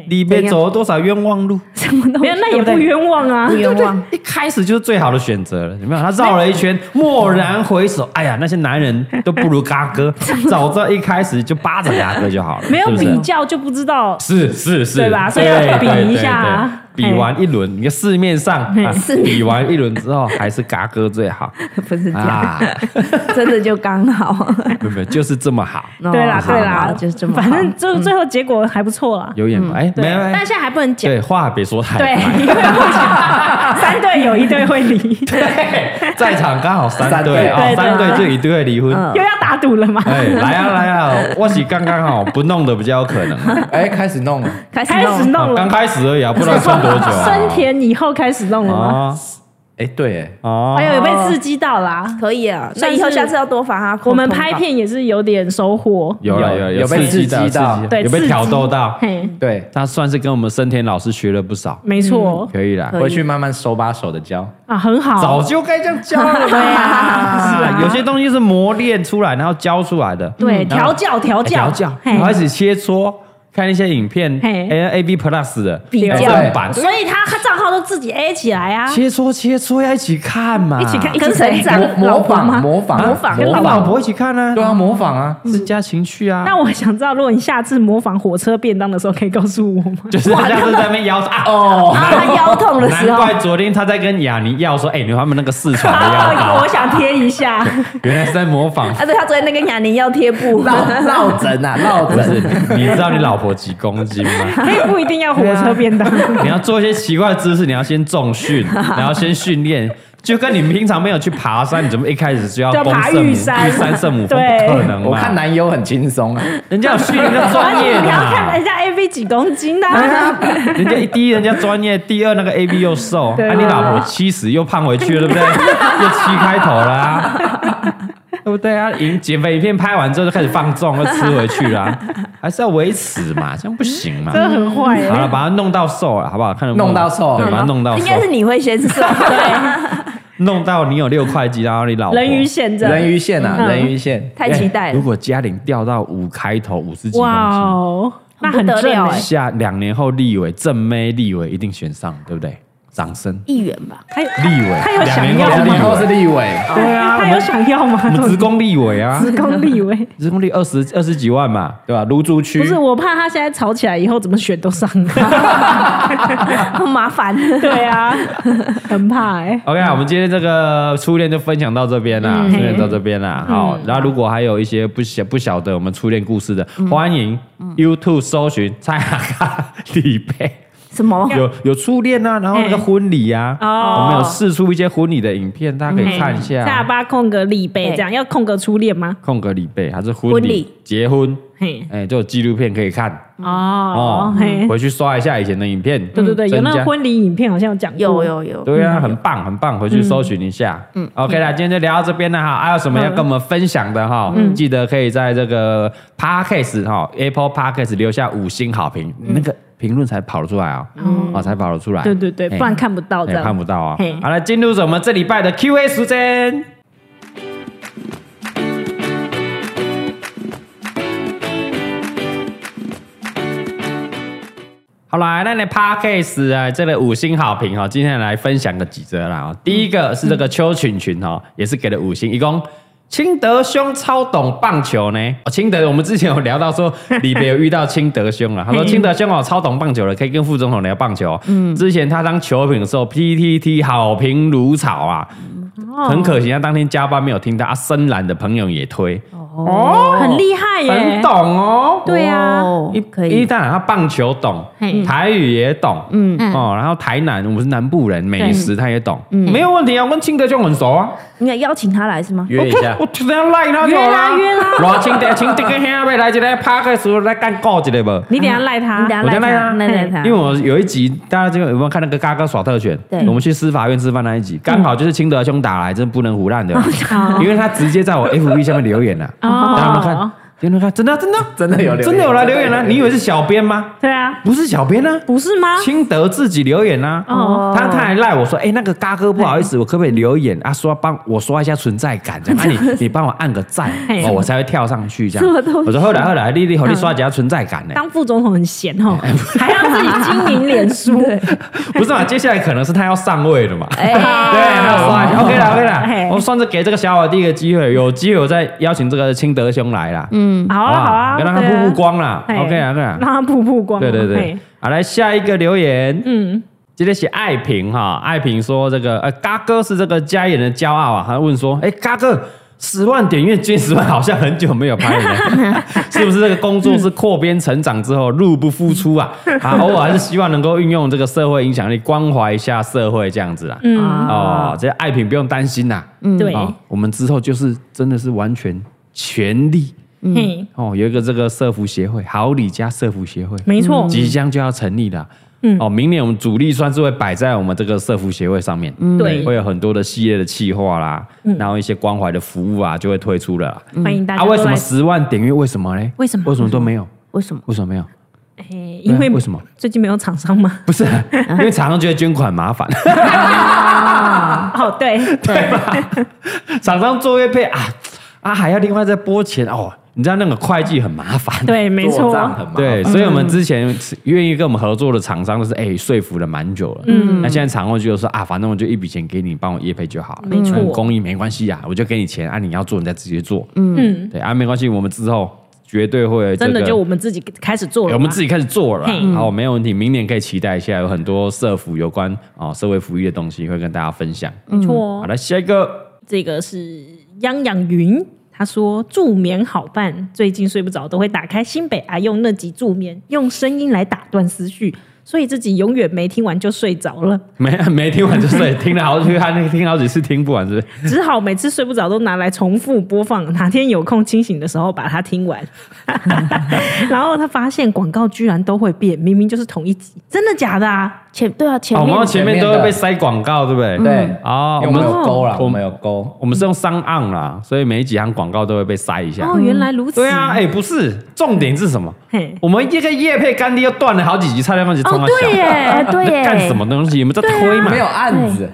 A: 里面走了多少冤枉路，
C: 什么都
B: 没有，那也不冤枉啊
C: 不。冤
A: 对
C: 枉。，
A: 一开始就是最好的选择了，有没有？他绕了一圈，蓦然回
B: 嗯
A: 首，哎呀，那些男人都不如嘎 哥，早知道一开始就巴着嘎哥就好了，
B: 没有
A: 是不
B: 比
A: 是？
B: 较就不知道，
A: 是是是，
B: 对吧所以要
A: 对对
B: 比一下啊
A: 对对
B: 嘿
A: 比完一轮，你看市面上啊
C: 市面
A: 比完一轮之后，还是嘎哥最 好
C: 不是这样，
A: 啊！
C: 真的就刚好。
A: 没有没有，就是这么好，
B: 对啦
C: 哦
B: 对
C: 好
B: 啦，
C: 就是这么好。
B: 反正最最后结果还不错啦。
A: 嗯有眼吧？哎，
B: 嗯对
A: 没有，没有
B: 但现在还不能讲。
A: 对，话别说太
B: 对，
A: 满。
B: 因为不 讲三对有一对会离，
A: 在场刚好三对
D: 对
A: 啊，
B: 对嗯
A: 三
B: 对
A: 对就一对会离婚。
B: 又要打赌了嘛？
A: 哎，来啊来啊，我是刚刚好，不弄的比较有可能啊。
D: 哎，开 始弄了，
C: 开
B: 开始
C: 始
B: 弄
A: 哦刚
B: 了，
A: 开始而已啊，不知道算多久啊。
B: 生田以后开始弄了吗？
A: 啊
D: 哎，对，哎，
A: 啊
B: 哎呦，有被刺激到啦！
C: 可以啊，那
B: 算
C: 以后
B: 是
C: 下次要多罚他。
B: 我们拍，片也是有点收获，
A: 有了
D: 有
A: 了
D: 有
A: 有
D: 被刺激到
A: 刺
B: 对
A: 有
B: 刺
A: 被
B: 激
A: 挑逗到。
B: 嘿，
D: 对，
A: 他算是跟我们生田老师学了不少，
B: 没错
A: 可以啦
C: 可以，
D: 回去慢慢手把手的教。
B: 啊，很
A: 嗯
B: 好
A: 早，就该这样教了
B: 是
A: 啦
B: 啊。
A: 有些东西是磨练出来，然后教出来的。
B: 对，
A: 然后
B: 调教调教
A: 嗯哎调教，哎
B: 嘿
A: 然后开始切磋，看一些影片哎
B: 嘿
A: ，A A B Plus 的
B: 比较啊
A: 哎正版，
B: 所以他他账号都自己 A 起来啊，
A: 切磋切磋要一起看嘛，
B: 一起看，
C: 跟
B: 跟
C: 谁
B: 谁
C: 长
D: 模模 仿，模仿，
A: 啊跟
D: 模
A: 老
D: 仿，
A: 婆一起看啊，
D: 对啊，模仿 啊，
A: 增加情趣啊。
B: 那我想知道，如果你下次模仿火车便当的时候，可以告诉我吗？
A: 就是他下次在那边邀啊，
D: 哦，
C: 啊， 他腰痛的时
A: 难
C: 候，
A: 怪昨天他在跟雅尼要说，哎，你有他们那个四川的 药
B: 啊，我
A: 膏，
B: 想贴一下，
A: 原来是在模仿。
C: 啊，对他昨天那个雅尼要贴 布，
D: 落枕啊，落
A: 不是
D: 枕，，
A: 你知道你老婆几公斤 吗？
B: 可以不一定要火车便 当。
A: 你要做一些奇怪的姿势，你要先重 训，然后先训练，就跟你平常没有去爬山，你怎么一开始就要
B: 就要
A: 攻
B: 爬
A: 圣母
B: 玉山
A: 玉山圣母峰？
B: 对
A: 不可能嘛！
D: 我看男优很轻松啊，
A: 人家有训练的
B: 而
A: 专业的
B: 且啊你要看
A: 嘛
B: 人。家 AV 几公斤 的啊，
A: 人家第一人家专业，第二那 个 A B 又瘦，
B: 对
A: 啊你老婆七十又胖回去了，对不 对？又七开头啦、对不对啊？ 影减肥影片拍完之后就开始放纵，又吃回去啦、 还是要维持嘛，这样不行嘛
B: 真。的很坏
A: 好
B: 欸。
A: 嗯啊了，把它弄到瘦了，好不好？看能不能
D: 弄到瘦
A: 对，把它弄到瘦
C: 应。该是你会先瘦，对，
A: 弄到你有六块肌，然后你老婆
B: 人鱼线这样，
D: 人鱼线啊，
B: 嗯
D: 人鱼线，
C: 太期待
A: 哎如
C: 了，
A: 果嘉玲掉到五开头五十几
B: 哇
A: 公
B: 哦，那
C: 很
B: 很
C: 不得
B: 正
C: 了
B: 欸
C: 哎
A: 斤，下两年后立委正妹立委一定选上，对不对？掌声，
C: 议员吧，
B: 他有
A: 立委
B: 他有
A: 两
B: 想
A: 年
B: 要
A: 后
D: 两
A: 立
D: 年后
A: 委
D: 是立委，
A: 对啊，我
B: 他有
A: 们
B: 想要吗？
A: 我们职工立 委啊，
B: 职工立委。
A: 职工立二十二十几万嘛，对吧？卢竹区
B: 不是，我怕他现在吵起来以后怎么选都上。
C: 很麻烦。
B: 对啊，很怕哎、
A: OK 啊，我们今天这个初恋就分享到这边啦，
B: 嗯
A: 初恋到这边啦。好，然后如果还有一些不晓不晓得我们初恋故事的，
B: 嗯
A: 欢迎 YouTube 搜寻蔡阿嘎李贝，
C: 什么？
A: 有有初恋啊，然后那个
B: 嗯
A: 婚礼啊，
B: 哦嗯
A: 我们有试出一些婚礼的影片，大家可以看一
B: 下
A: 下。
B: 巴空格李贝这样，要空格初恋吗？
A: 空格李贝还是婚
C: 婚
A: 礼
C: 礼
A: 结婚，
B: 嘿，
A: 哎，就有纪录片可以看
B: 哦
A: 哦，
B: 嘿，
A: 回去刷一下以前的影片，
B: 对对对，有那
A: 增加
B: 个婚礼影片好像有讲过，
C: 有有有，
A: 对
B: 嗯
A: 啊，很棒很棒，回去搜寻一下。嗯，OK 啦，今天就聊到这边了哈。还有什么要跟我们分享的哈？
B: 嗯
A: 记得可以在这个 Podcast 哈 Apple Podcast 留下五星好评，那个评论才跑得出来哦，哦才跑得出来。
B: 嗯对对对，
A: 嘿
B: 不然看不到
A: 嘿
B: 这样。
A: 哎看不到啊
B: 嘿。
A: 好了，进入我们这礼拜的 Q&A 时间。好啦，那你 podcast 啊，这个五星好评哦，今天来分享个几则啦哦。第一个是这个邱群群哦，也是给了五星，一共。清德兄超懂棒球呢，哦，清德我们之前有聊到说李北有遇到清德兄 了，他说清德兄哦超懂棒球了，可以跟副总统聊棒球。嗯，之前他当球评的时候，PTT 好评如潮啊，
B: 哦
A: 很可惜他当天加班没有听到，啊，深蓝的朋友也推，
B: 哦，很厉害耶，
A: 很懂哦，
B: 对啊
C: 哦
A: 一
C: 可
A: 一
C: 以，
A: 旦他棒球懂
D: 嗯
B: 嘿，
A: 台语也懂，嗯哦，然后台南我们是南部人，美食他也懂，没有问题啊，我跟清德兄很熟啊，
C: 你要邀请他来是吗？
D: 约一下
A: 我。我就这样赖他就好啦，
B: 约啦
A: 啦，罗清德清德跟兄妹来一个拍个时候来干告一个无。
B: 你等一下赖
C: 你
B: 他
C: 等，下
A: 我
C: 赖
A: 就赖
C: 他，
A: 他
C: 赖赖他
A: 因为。我有一集，大家这个有没有看那个嘎嘎耍特权？
C: 对
A: 我们去司法院吃饭那一集，刚好就是清德兄打来，真不能胡乱的，
B: 好
A: 因为他直接在我 FB 下面留言了。
B: 哦
A: 大家有没有看？有没有看？真的啊真的啊
D: 真的有留言
A: 真的有来留言啊了。你以为是小编吗？
B: 对啊，
A: 不是小编啊，
B: 不是吗？
A: 清德自己留言啊。
B: 哦
A: 他他还赖我说，哎、那个嘎哥不好意思，我可不可以留言啊？说帮我刷一下存在感，这样，啊、你你帮我按个赞，
B: 嘿
A: 哦，我才会跳上去这
C: 什么东
A: 样。
C: 西
A: 我说后来后来，丽丽和你刷几下存在感呢、
B: 当副总统很闲哦，
A: 哎
B: 还要自己经营 脸书，
A: 不是嘛？接下来可能是他要上位了嘛？
C: 哎，
A: 对，那我刷一下，OK 啦 OK 啦
B: 嘿，
A: 我算是给这个小伙第一个机会，有机会我再邀请这个清德兄来啦，嗯，
B: 好啊好啊，
A: 让他
B: 对啊哎
A: 曝曝光啦
B: 嘿
A: ，OK 啦 OK 啦
B: 让，他曝曝光，
A: 对对对
B: 嘿，，
A: 好来下一个留言，
B: 嗯，
A: 今天写爱萍哈，爱萍说这个呃，嘎哥是这个家人的骄傲啊，他问说，哎、嘎哥十万点阅捐十万，好像很久没有拍 了，是不是这个工作是扩编成长之后入不敷出 啊？啊，偶尔还是希望能够运用这个社会影响力，关怀一下社会这样子啊。
B: 嗯
A: 哦，这爱萍不用担心呐、
B: 对，
A: 哦，我们之后就是真的是完全全力
B: 嘿，
A: 哦，有一个这个社服协会，好礼家社服协会，
B: 没错，
A: 即将就要成立了。嗯，哦，明年我们主力算是会摆在我们这个社服协会上面，
B: 嗯对
A: 会有很多的系列的企划啦，然后一些关怀的服务啊，就会推出了啦。
B: 欢迎大家
A: 啊，
B: 都来。
A: 为什么十万点阅？为什么嘞？
B: 为什么
A: 为什么都没有？
C: 为什么？
A: 为什么没有？啊
B: 嘿因为
A: 哎为什么？
B: 最近没有厂商吗？
A: 不是，因为厂商觉得捐款麻烦，
B: 哦，对，
A: 对吧？厂商做月配啊啊，还要另外再拨钱哦。你知道那个会计很麻烦，
B: 对，没
D: 做账
B: 错，
D: 很麻烦
A: 啊对，所以我们之前愿意跟我们合作的厂商都是哎、说服了蛮久了，嗯，那现在厂商就说啊，反正我就一笔钱给你，帮我业配就好了，
B: 没错
A: 嗯公益没关系啊，我就给你钱啊，你要做你再自己做，嗯，
B: 嗯，
A: 对啊，没关系，我们之后绝对会、这个、
B: 真的就我们自嗯己开始做
A: 对
B: 了吧，
A: 我们自己开始做了啦
B: 嘿，
A: 好，没有问题，明年可以期待一下，有很多社服有关哦社会福利的东西会跟大家分享。
B: 没错
A: 好
B: 哦。
A: 了，下一个
B: 这个是央养云，他说助眠好办，最近睡不着都会打开新北阿用那集助眠，用声音来打断思绪，所以自己永远没听完就睡 着了。
A: 没没听完就睡，听了好几他那个听好几次听不完，是不是？
B: 只好每次睡不着都拿来重复播放，哪天有空清醒的时候把它 听完。然后他发现广告居然都会变，明明就是同一集，真的假的嗯啊？
C: 前对啊，前
A: 哦我
C: 面
A: 们前面都会被塞广告，对不对？
D: 对
A: 哦，
D: 因为
A: 我们
D: 我们有勾啦，
A: 我
D: 我们有勾。
A: 我们是用商岸啦，所以每几行广告都会被塞一下。
B: 哦，原来如此。
A: 对啊，哎、不是，重点是什么？
B: 嘿，
A: 我们这个叶配干爹又断了好几集，差点忘记冲他
C: 哦，
A: 小。
C: 对耶，对
A: 在
C: 耶，
D: 啊
A: 干什么东西？你们在推嘛？
D: 没有案子，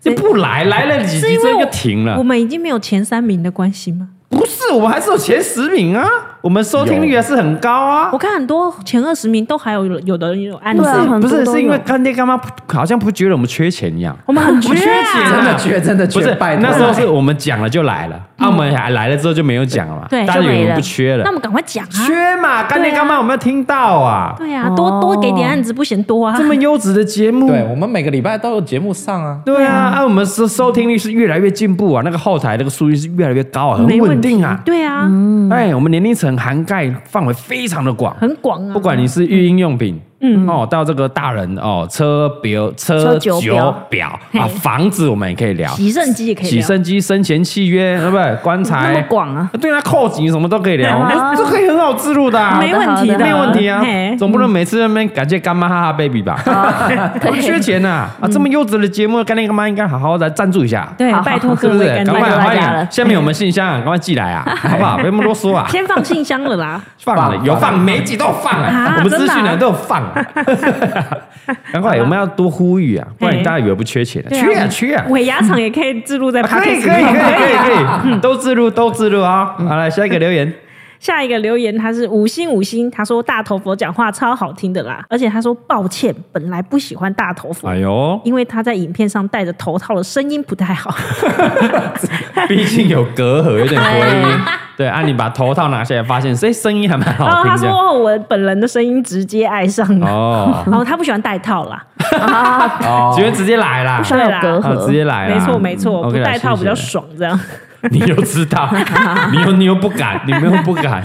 A: 就不来，来了几
B: 是
A: 集
B: 因为
A: 这
B: 我
A: 就停了
B: 我。们已经没有前三名的关系吗？
A: 不是，我们还是有前十名啊，我们收听率还是很高啊
B: 我。看很多前二十名都还有有的人有案子
C: 对，啊很
A: 不
C: 多
A: 是，
C: 都
A: 是因
C: 有
A: 为干爹干妈好像不觉得我们缺钱一样。
B: 我们很
A: 不缺钱、啊，
D: 真的缺真的缺
A: 不是
D: 拜，托
A: 那时候是我们讲了就来了，啊，我们还来了之后就没有讲了嘛，
B: 对
A: 大家以为我们不缺
B: 那
A: 了
B: 我，们赶快讲啊！
A: 缺嘛，干爹干妈有没有听到啊？
B: 对啊，多多给点案子不嫌多啊
A: 这。么优质的节目，
D: 对我们每个礼拜都有节目上啊，
A: 对啊，啊，我们收收听率是越来越进步啊，那个后台那个数据是越来越高啊，很
B: 没问
A: 稳定啊
B: 题。对啊，
A: 哎，我们年龄层涵盖范围非常的广，
B: 很广啊。
A: 不管你是育婴用品，嗯，哦，到这个大人哦，车表、车
C: 车酒
A: 酒
C: 表
A: 表
C: 嘿
A: 啊，房子我们也可以聊，
B: 洗肾机也可以
A: 洗
B: 聊，
A: 肾机、生前契约，对不对？棺
C: 那么
A: 材。
C: 广啊，
A: 对啊，扣紧什么都可以聊，我们这可以很好自入的啊，
B: 没问题的，
A: 没有问题 啊
B: 嘿，嗯哦
A: 总不能每次在那边感谢干妈哈哈 baby 吧？ 我们缺钱呐，啊，这么优质的节目，干爹干妈应该好好来赞助一下，哦
B: 对
C: 好，好
B: 拜托
A: 是
B: 嗯各
A: 不是
B: 位？干
A: 赶
B: 爹，
A: 快
C: 拜托大
A: 欢
C: 家了
A: 迎，下面我们信箱啊，赶快寄来 啊，好不好？别那么啰嗦啊，
B: 先放信箱 了啦。
A: 放了
D: 放
A: 有放，每一集都有放啊
B: 啊，
A: 我们
B: 真
A: 资
B: 的啊
A: 讯栏都有放啊， 赶快我们要多呼吁 啊，不然
B: 嘿
A: 大家以为不缺钱啊，
B: 对
A: 缺啊缺啊，
B: 尾牙厂也可以置入在 p
A: 啊
B: o
A: 可
B: c
A: 以
B: a
A: 可以可以可以 可以，都自录都自录啊，好来下一个留言。
B: 下一个留言，他是五星五星，他说大头佛讲话超好听的啦，而且他说抱歉，本来不喜欢大头佛，
A: 哎呦，
B: 因为他在影片上戴着头套的声音不太好。
A: 毕竟有隔阂，有点回音。对啊，你把头套拿下来，发现哎，声音还蛮
B: 然
A: 好
B: 后
A: 听
B: 他
A: 这样。
B: 说我本人的声音直接爱上了，
A: 哦，
B: 然后他不喜欢戴套啦，
D: 哦
A: 觉得直接来啦
C: 不，需要有啊隔
A: 啊，直
C: 阂，
A: 接来啦。
B: 没错没错，
A: 嗯
B: 不
A: OK 啦
B: 戴套比较
A: 谢谢
B: 爽这样。
A: 你又知道，你又你又不敢，你们又不敢。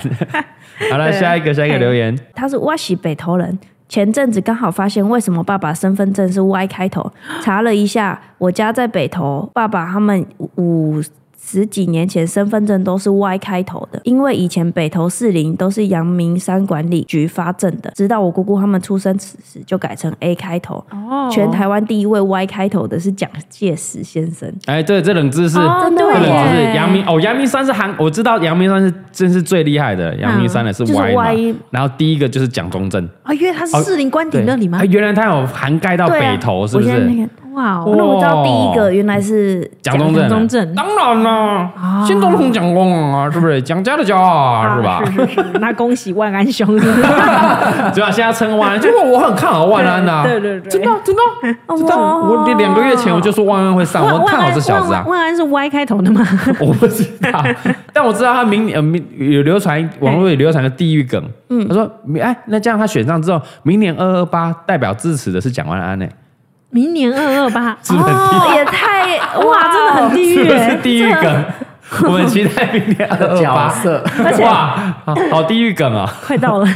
A: 好了，
C: 对啊
A: 下一个下一个留言，
C: 他是哇西北投人。前阵子刚好发现为什么爸爸身份证是 Y 开头，查了一下，我家在北投，爸爸他们五十几年前身份证都是 Y 开头的，因为以前北投士林都是阳明山管理局发证的，直到我姑姑他们出生此时就改成 A 开头。
B: 哦
C: 全台湾第一位 Y 开头的是蒋介石先生，
A: 哎，对，这冷知识。
B: 哦
C: 真的
A: 这
B: 对
A: 冷
B: 耶
A: 知
C: 耶
A: 识，阳明哦，阳明山是韩，我知道阳明山是真是最厉害的，阳明山的是
C: 就是
A: Y 嘛
C: Y
A: 然后第一个就是蒋中正，
B: 啊，因为他是士林官
A: 对
B: 邸那里吗
A: 啊？原来他有涵盖到
C: 对啊
A: 北投，是不
C: 我现在
A: 是？
C: 那个
B: 哇哦，
A: 哦
C: 那我知道第一个原来是
A: 蒋中正，
B: 蒋中正啊
A: 当然啦，新总统蒋公啊，是不是蒋家的家啊，是吧？
B: 是是是，那恭喜万安兄。
A: 对啊，现在称万安，就我很看好万安呐，
B: 对对对
A: 真的真的
C: 哇
A: 真的，我两个月前我就说万安会上，我
B: 万
A: 很看好这小子
B: 万
A: 啊
B: 安，万安是 Y 开头的吗？
A: 我不知道， 但我知道他明年呃明有流传网络有流传个地狱梗，
B: 嗯
A: 他说哎，那这样他选上之后，明年二二八代表支持的是蒋万安呢，
B: 明年二二八，啊
A: 是不是很地
C: 哦，也太
B: 哇，真的很地
A: 是
B: 狱
A: 不
B: 欸
A: 是 地狱梗？我们期待明年二二
D: 角
A: 八。
D: 色，
A: 哇，好好地狱梗啊！
B: 快到 了，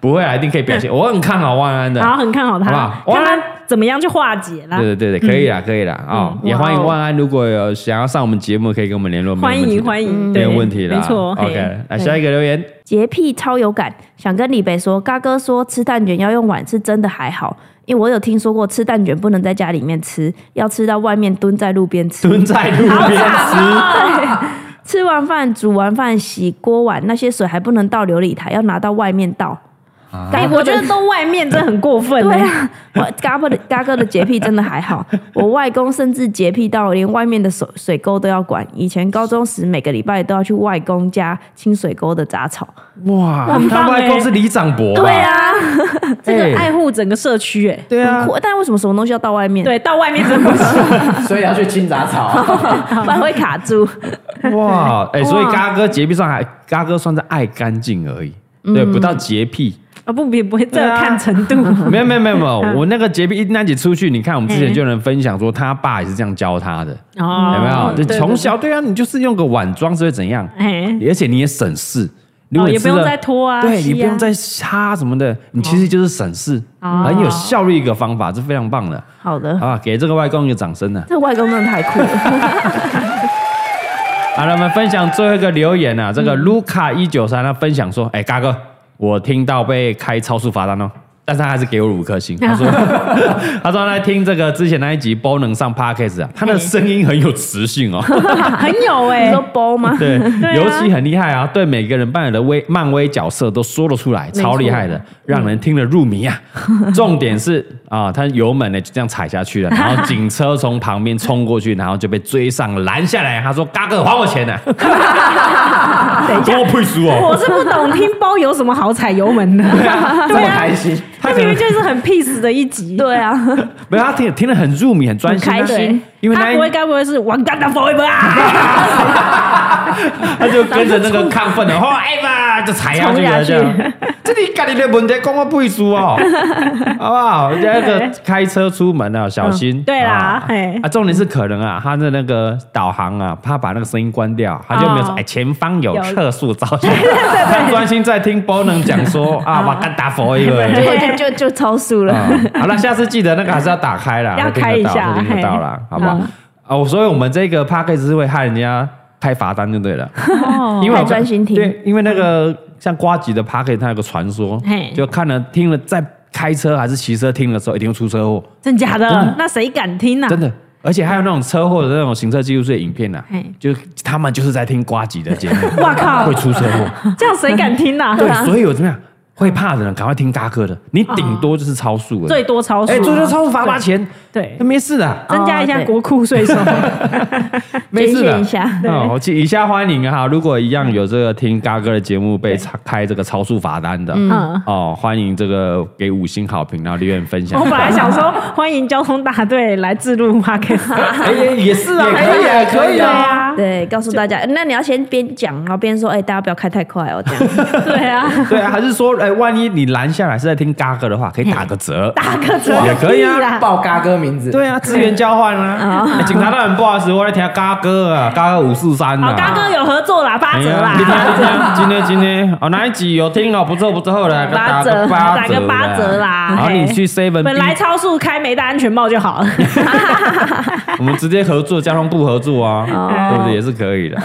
A: 不会啊，一定可以表现。我很看好万安的。
B: 然后很看好
A: 好
B: 他
A: 吧，
B: 看
A: 万
B: 他怎么样去化解啦。
A: 对对对对，可以
B: 嗯
A: 啦，可以啦啊！也
B: 哦
A: 欢迎万安，如果有想要上我们节目，可以跟我们联络，
B: 欢迎
A: 迎，
B: 欢迎，
A: 没
B: 对
A: 有问题啦。
B: 没错。嘿
A: OK，来下一个留言，
C: 洁癖超有感，想跟李北说，嘎哥说吃蛋卷要用碗是真的还好，因为我有听说过吃蛋卷不能在家里面吃，要吃到外面蹲在路边吃。
A: 蹲在路边 吃，
C: 吃完饭、煮完饭、洗锅碗那些水还不能倒琉璃台，要拿到外面倒。
A: 啊
B: 哎，我觉得都外面真的很过分欸。
C: 对啊，我嘎哥的嘎哥的洁癖真的 还好，我外公甚至洁癖到连外面的水水沟都要管。以前高中时每个礼拜都要去外公家清水沟的杂草。
A: 哇，
B: 很
A: 他
B: 棒
A: 外
B: 欸
A: 公是李长博，
C: 对，啊，
B: 这个
A: 哎
B: 爱护整个社区，哎，
A: 对啊
C: 很，酷但为什么什么东西要到外面？，
B: 对，到外面真不行，
D: 所以要去清杂草，
C: 不然会卡住。
A: 哇，哎，所以
B: 哇
A: 嘎哥洁癖上还，嘎哥算是爱干净而已，
B: 嗯
A: 对，不到洁癖。
B: 啊不比不会，这
A: 对
B: 个
A: 啊
B: 看程度。
A: 没有没有没有没有，
B: 嗯
A: 我那个洁癖一丹姐出去，你看我们之前就能分享说，他爸也是这样教他的，
B: 哦
A: 有没有？就
B: 对
A: 从小对啊，你就是用个碗装是会怎样？
B: 哎，
A: 而且你也省事，如果
B: 哦
A: 你
B: 也
A: 吃
B: 不用
A: 了
B: 再拖啊
A: 对你
B: 吸
A: 不用
B: 啊
A: 再擦什么的，你其实就是省事，啊
B: 哦
A: 很有效率一个方法，是非常棒的
C: 好的，
A: 啊！给这个外公一个掌声啊呢。
C: 这外公真的太酷了。
A: 好了，我们分享最后一个留言
B: 嗯
A: 啊，这个卢卡一九三他分享说，哎，嘎哥，我听到被开超速罚单哦。但是他还是给我五颗星。他 说，他说他在听这个之前那一集 b o 能上 Podcast 啊，他的声音很有磁性哦。
B: 很有
C: 你
B: 哎、
C: 说包吗？
A: 对，
B: 啊
A: 尤其很厉害啊，对每个人扮演的威漫威角色都说得出来，
C: 错
A: 超厉害
B: 嗯
A: 的，让人听得入迷啊。重点是 啊，他油门呢就这样踩下去了，然后警车从旁边冲过去，然后就被追上拦下来。他说：“嘎哥，还我钱 呢、啊！”跟我配输哦。
B: 我是不懂听包有什么好踩油门 的，啊
D: 这么 开心，
B: 他明明就是很 peace 的一集，
C: 对啊，
A: 没有，他听听得很入迷，很专心、啊，
C: 很开心
A: 因为那
B: 他不会
A: 一
B: 该不会是王刚的 forever 啊？
A: 他就跟着那个亢 奋的，哦，哎吧，就踩下去了，这
B: 冲
A: 样。 这里家里的问题，讲我配输 哦，好不好？这个开车出门啊，小心。
B: 嗯对啦
A: 啊
B: 嘿
A: 啊，重点是可能啊，他的那个导航啊，他把那个声音关掉，他就没有说，
B: 哦
A: 哎，前方有
B: 有
A: 测速 照相，他专心在听 b o n 讲说啊，我干打佛 一个。
C: 结果 就就就超速了。
A: 啊，好了，下次记得那个还是要打开啦，
B: 要开一下
A: 听得到啦，
B: 嘿
A: 好不好
B: 嗯？
A: 啊，我所以我们这个 p a c k a g e 是会害人家开罚单就对了，
B: 哦，
A: 因为我
C: 太专心听
A: 对，因为那个像瓜吉的 p a c k a g e 它有个传说
B: 嘿，啊
A: 就看了听了在开车还是骑车听的时候，一定会出车祸，
B: 真假
A: 真
B: 的
A: 的？
B: 嗯那谁敢听啊呢、
A: 真的。而且还有那种车祸的那种行车记录器的影片呐、
B: 嘿
A: 就他们就是在听瓜吉的节目，
B: 哇靠
A: 会出车祸。
B: 这样谁敢听呢、啊
A: 对，所以我怎么样会怕的人，赶快听嘎哥的，你顶多就是超速而已。
B: 哦最多超速、啊
A: 哎，这就超嗯罚罚钱，
B: 对
A: 那没事的，
B: 增加一下
C: 对
B: 国库税收。
A: 没事
C: 捐
A: 的
C: 献一下。
A: 嗯，我记以下欢迎哈，如果一样有这个听嘎哥的节目被查开这个超速罚单的，
B: 嗯
A: 哦，欢迎这个给五星好评，然后留言分享
B: 我。本来想说，欢迎交通大队来自录 p o d c
A: 哎，也也是啊，
D: 也可以啊可以
B: 对
D: 啊
B: 啊，
C: 对，告诉大家，那你要先边讲，然后边说，哎、大家不要开太快哦，这样。
B: 对啊，
A: 对啊，还是说，哎，万一你拦下来是在听嘎哥的话，可以打个折，
B: 大个车
A: 也可以啊
B: 屁啦
D: 报嘎哥名字，
A: 对啊，资源交换啊。哎警察大人，不好意思，我在听嘎哥啊，嘎哥五四三
B: 好，
A: 啊。
B: 哦嘎哥有合作啦，八
A: 哎
B: 折
A: 呀，今
B: 啦，
A: 天今天今天今天哦，哪一集有听哦？不错不错的，打个八折，
B: 打个八折啦。
A: 然后
B: 嘿
A: 你去 seven，
B: 本来超速开没戴安全帽就 好了。
A: 我们直接合作，交通部合作 啊，
B: 哦
A: 对不对？也是可以的。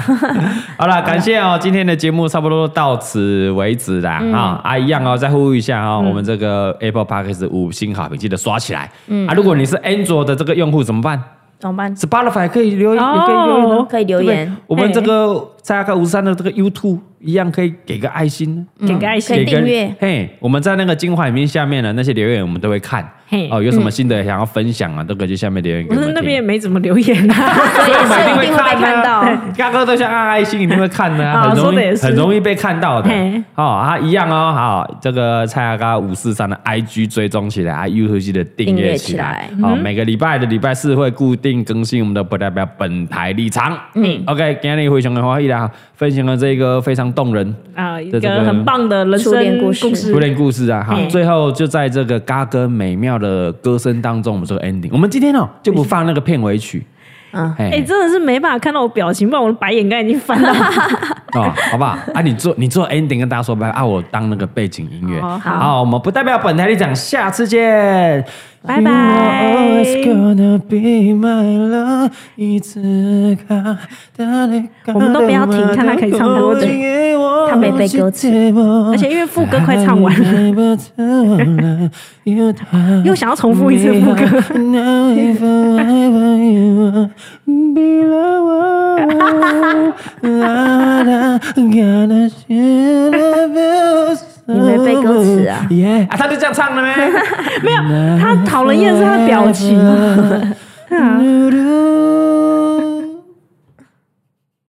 A: 好了，感谢哦，今天的节目差不多到此为止啦
B: 嗯
A: 啊啊，一样哦，再呼吁一下啊，我们这个 Apple Podcast 五星好评记得刷起来
B: 嗯
A: 啊。如果你是 Android 的这个用户怎么办
C: 怎么办？
A: ？Spotify 可以留言，也可以留言哦
B: 哦，
C: 可以留言，
A: 我们这个在个五三的这个 YouTube 一样可以给个爱心呢。
B: 嗯给个爱
C: 可以
B: 心
A: 给个
C: 订阅
A: 嘿，我们在那个精华影片下面的那些留言，我们都会看。
B: 嘿嗯
A: 哦，有什么新的想要分享啊，都可以去下面留言给
B: 我
A: 我
B: 是
A: 们
B: 那
A: 听
B: 边也。没怎么留言 啊。
C: 所以
A: 我们
C: 是一定会被
A: 啊
C: 看 到。
A: 嘎哥都像按爱心，一定会看的啊，
B: 啊
A: 很
B: 说
A: 容
B: 得也
A: 易
B: 是
A: 很容易被看到的
B: 嘿。
A: 哦啊，一样哦，好，这个蔡阿嘎五四三的 IG 追踪起来啊，YouTube 记得订
C: 订
A: 阅
C: 阅
A: 起
C: 起
A: 来
C: 来。嗯
A: 好，每个礼拜的礼拜四会固定更新我们的不代表本台立场。
B: 嗯
A: OK，今天回熊的话，依然分享了这个非常动人
B: 啊，一
A: 对这
B: 个
A: 个
B: 很棒的人
C: 初恋
B: 生
C: 故事
A: 初恋故事啊，好，
B: 嗯
A: 最后就在这个嘎哥美妙的歌声当中，我们做个 ending。我们今天哦就不放那个片尾曲，
C: 嗯
A: 哎
B: 哎、真的是没办法看到我表情，不然我的白眼盖已经 翻到。
A: 哦，好不好？啊，你做你做 ending 跟大家说拜拜啊，我当那个背景音乐。
B: 哦
C: 好
A: 我们不代表本台立场，下次见，
B: 拜
A: You
B: 拜
A: are always gonna be my love，一直看
B: 我们都不要停看他可以唱多久
C: 他没
A: 哦
C: 背歌词，
B: 而且因为副歌快唱完了，
A: 了，
B: 又想要重复一次副歌。
A: Now if I were you, be the one. La, la, gotta share the bills.
C: 你没背歌词啊
A: Yeah 啊，他就这样唱了没？没有，
C: 啊
B: 他讨人厌是他的表情。
A: 情。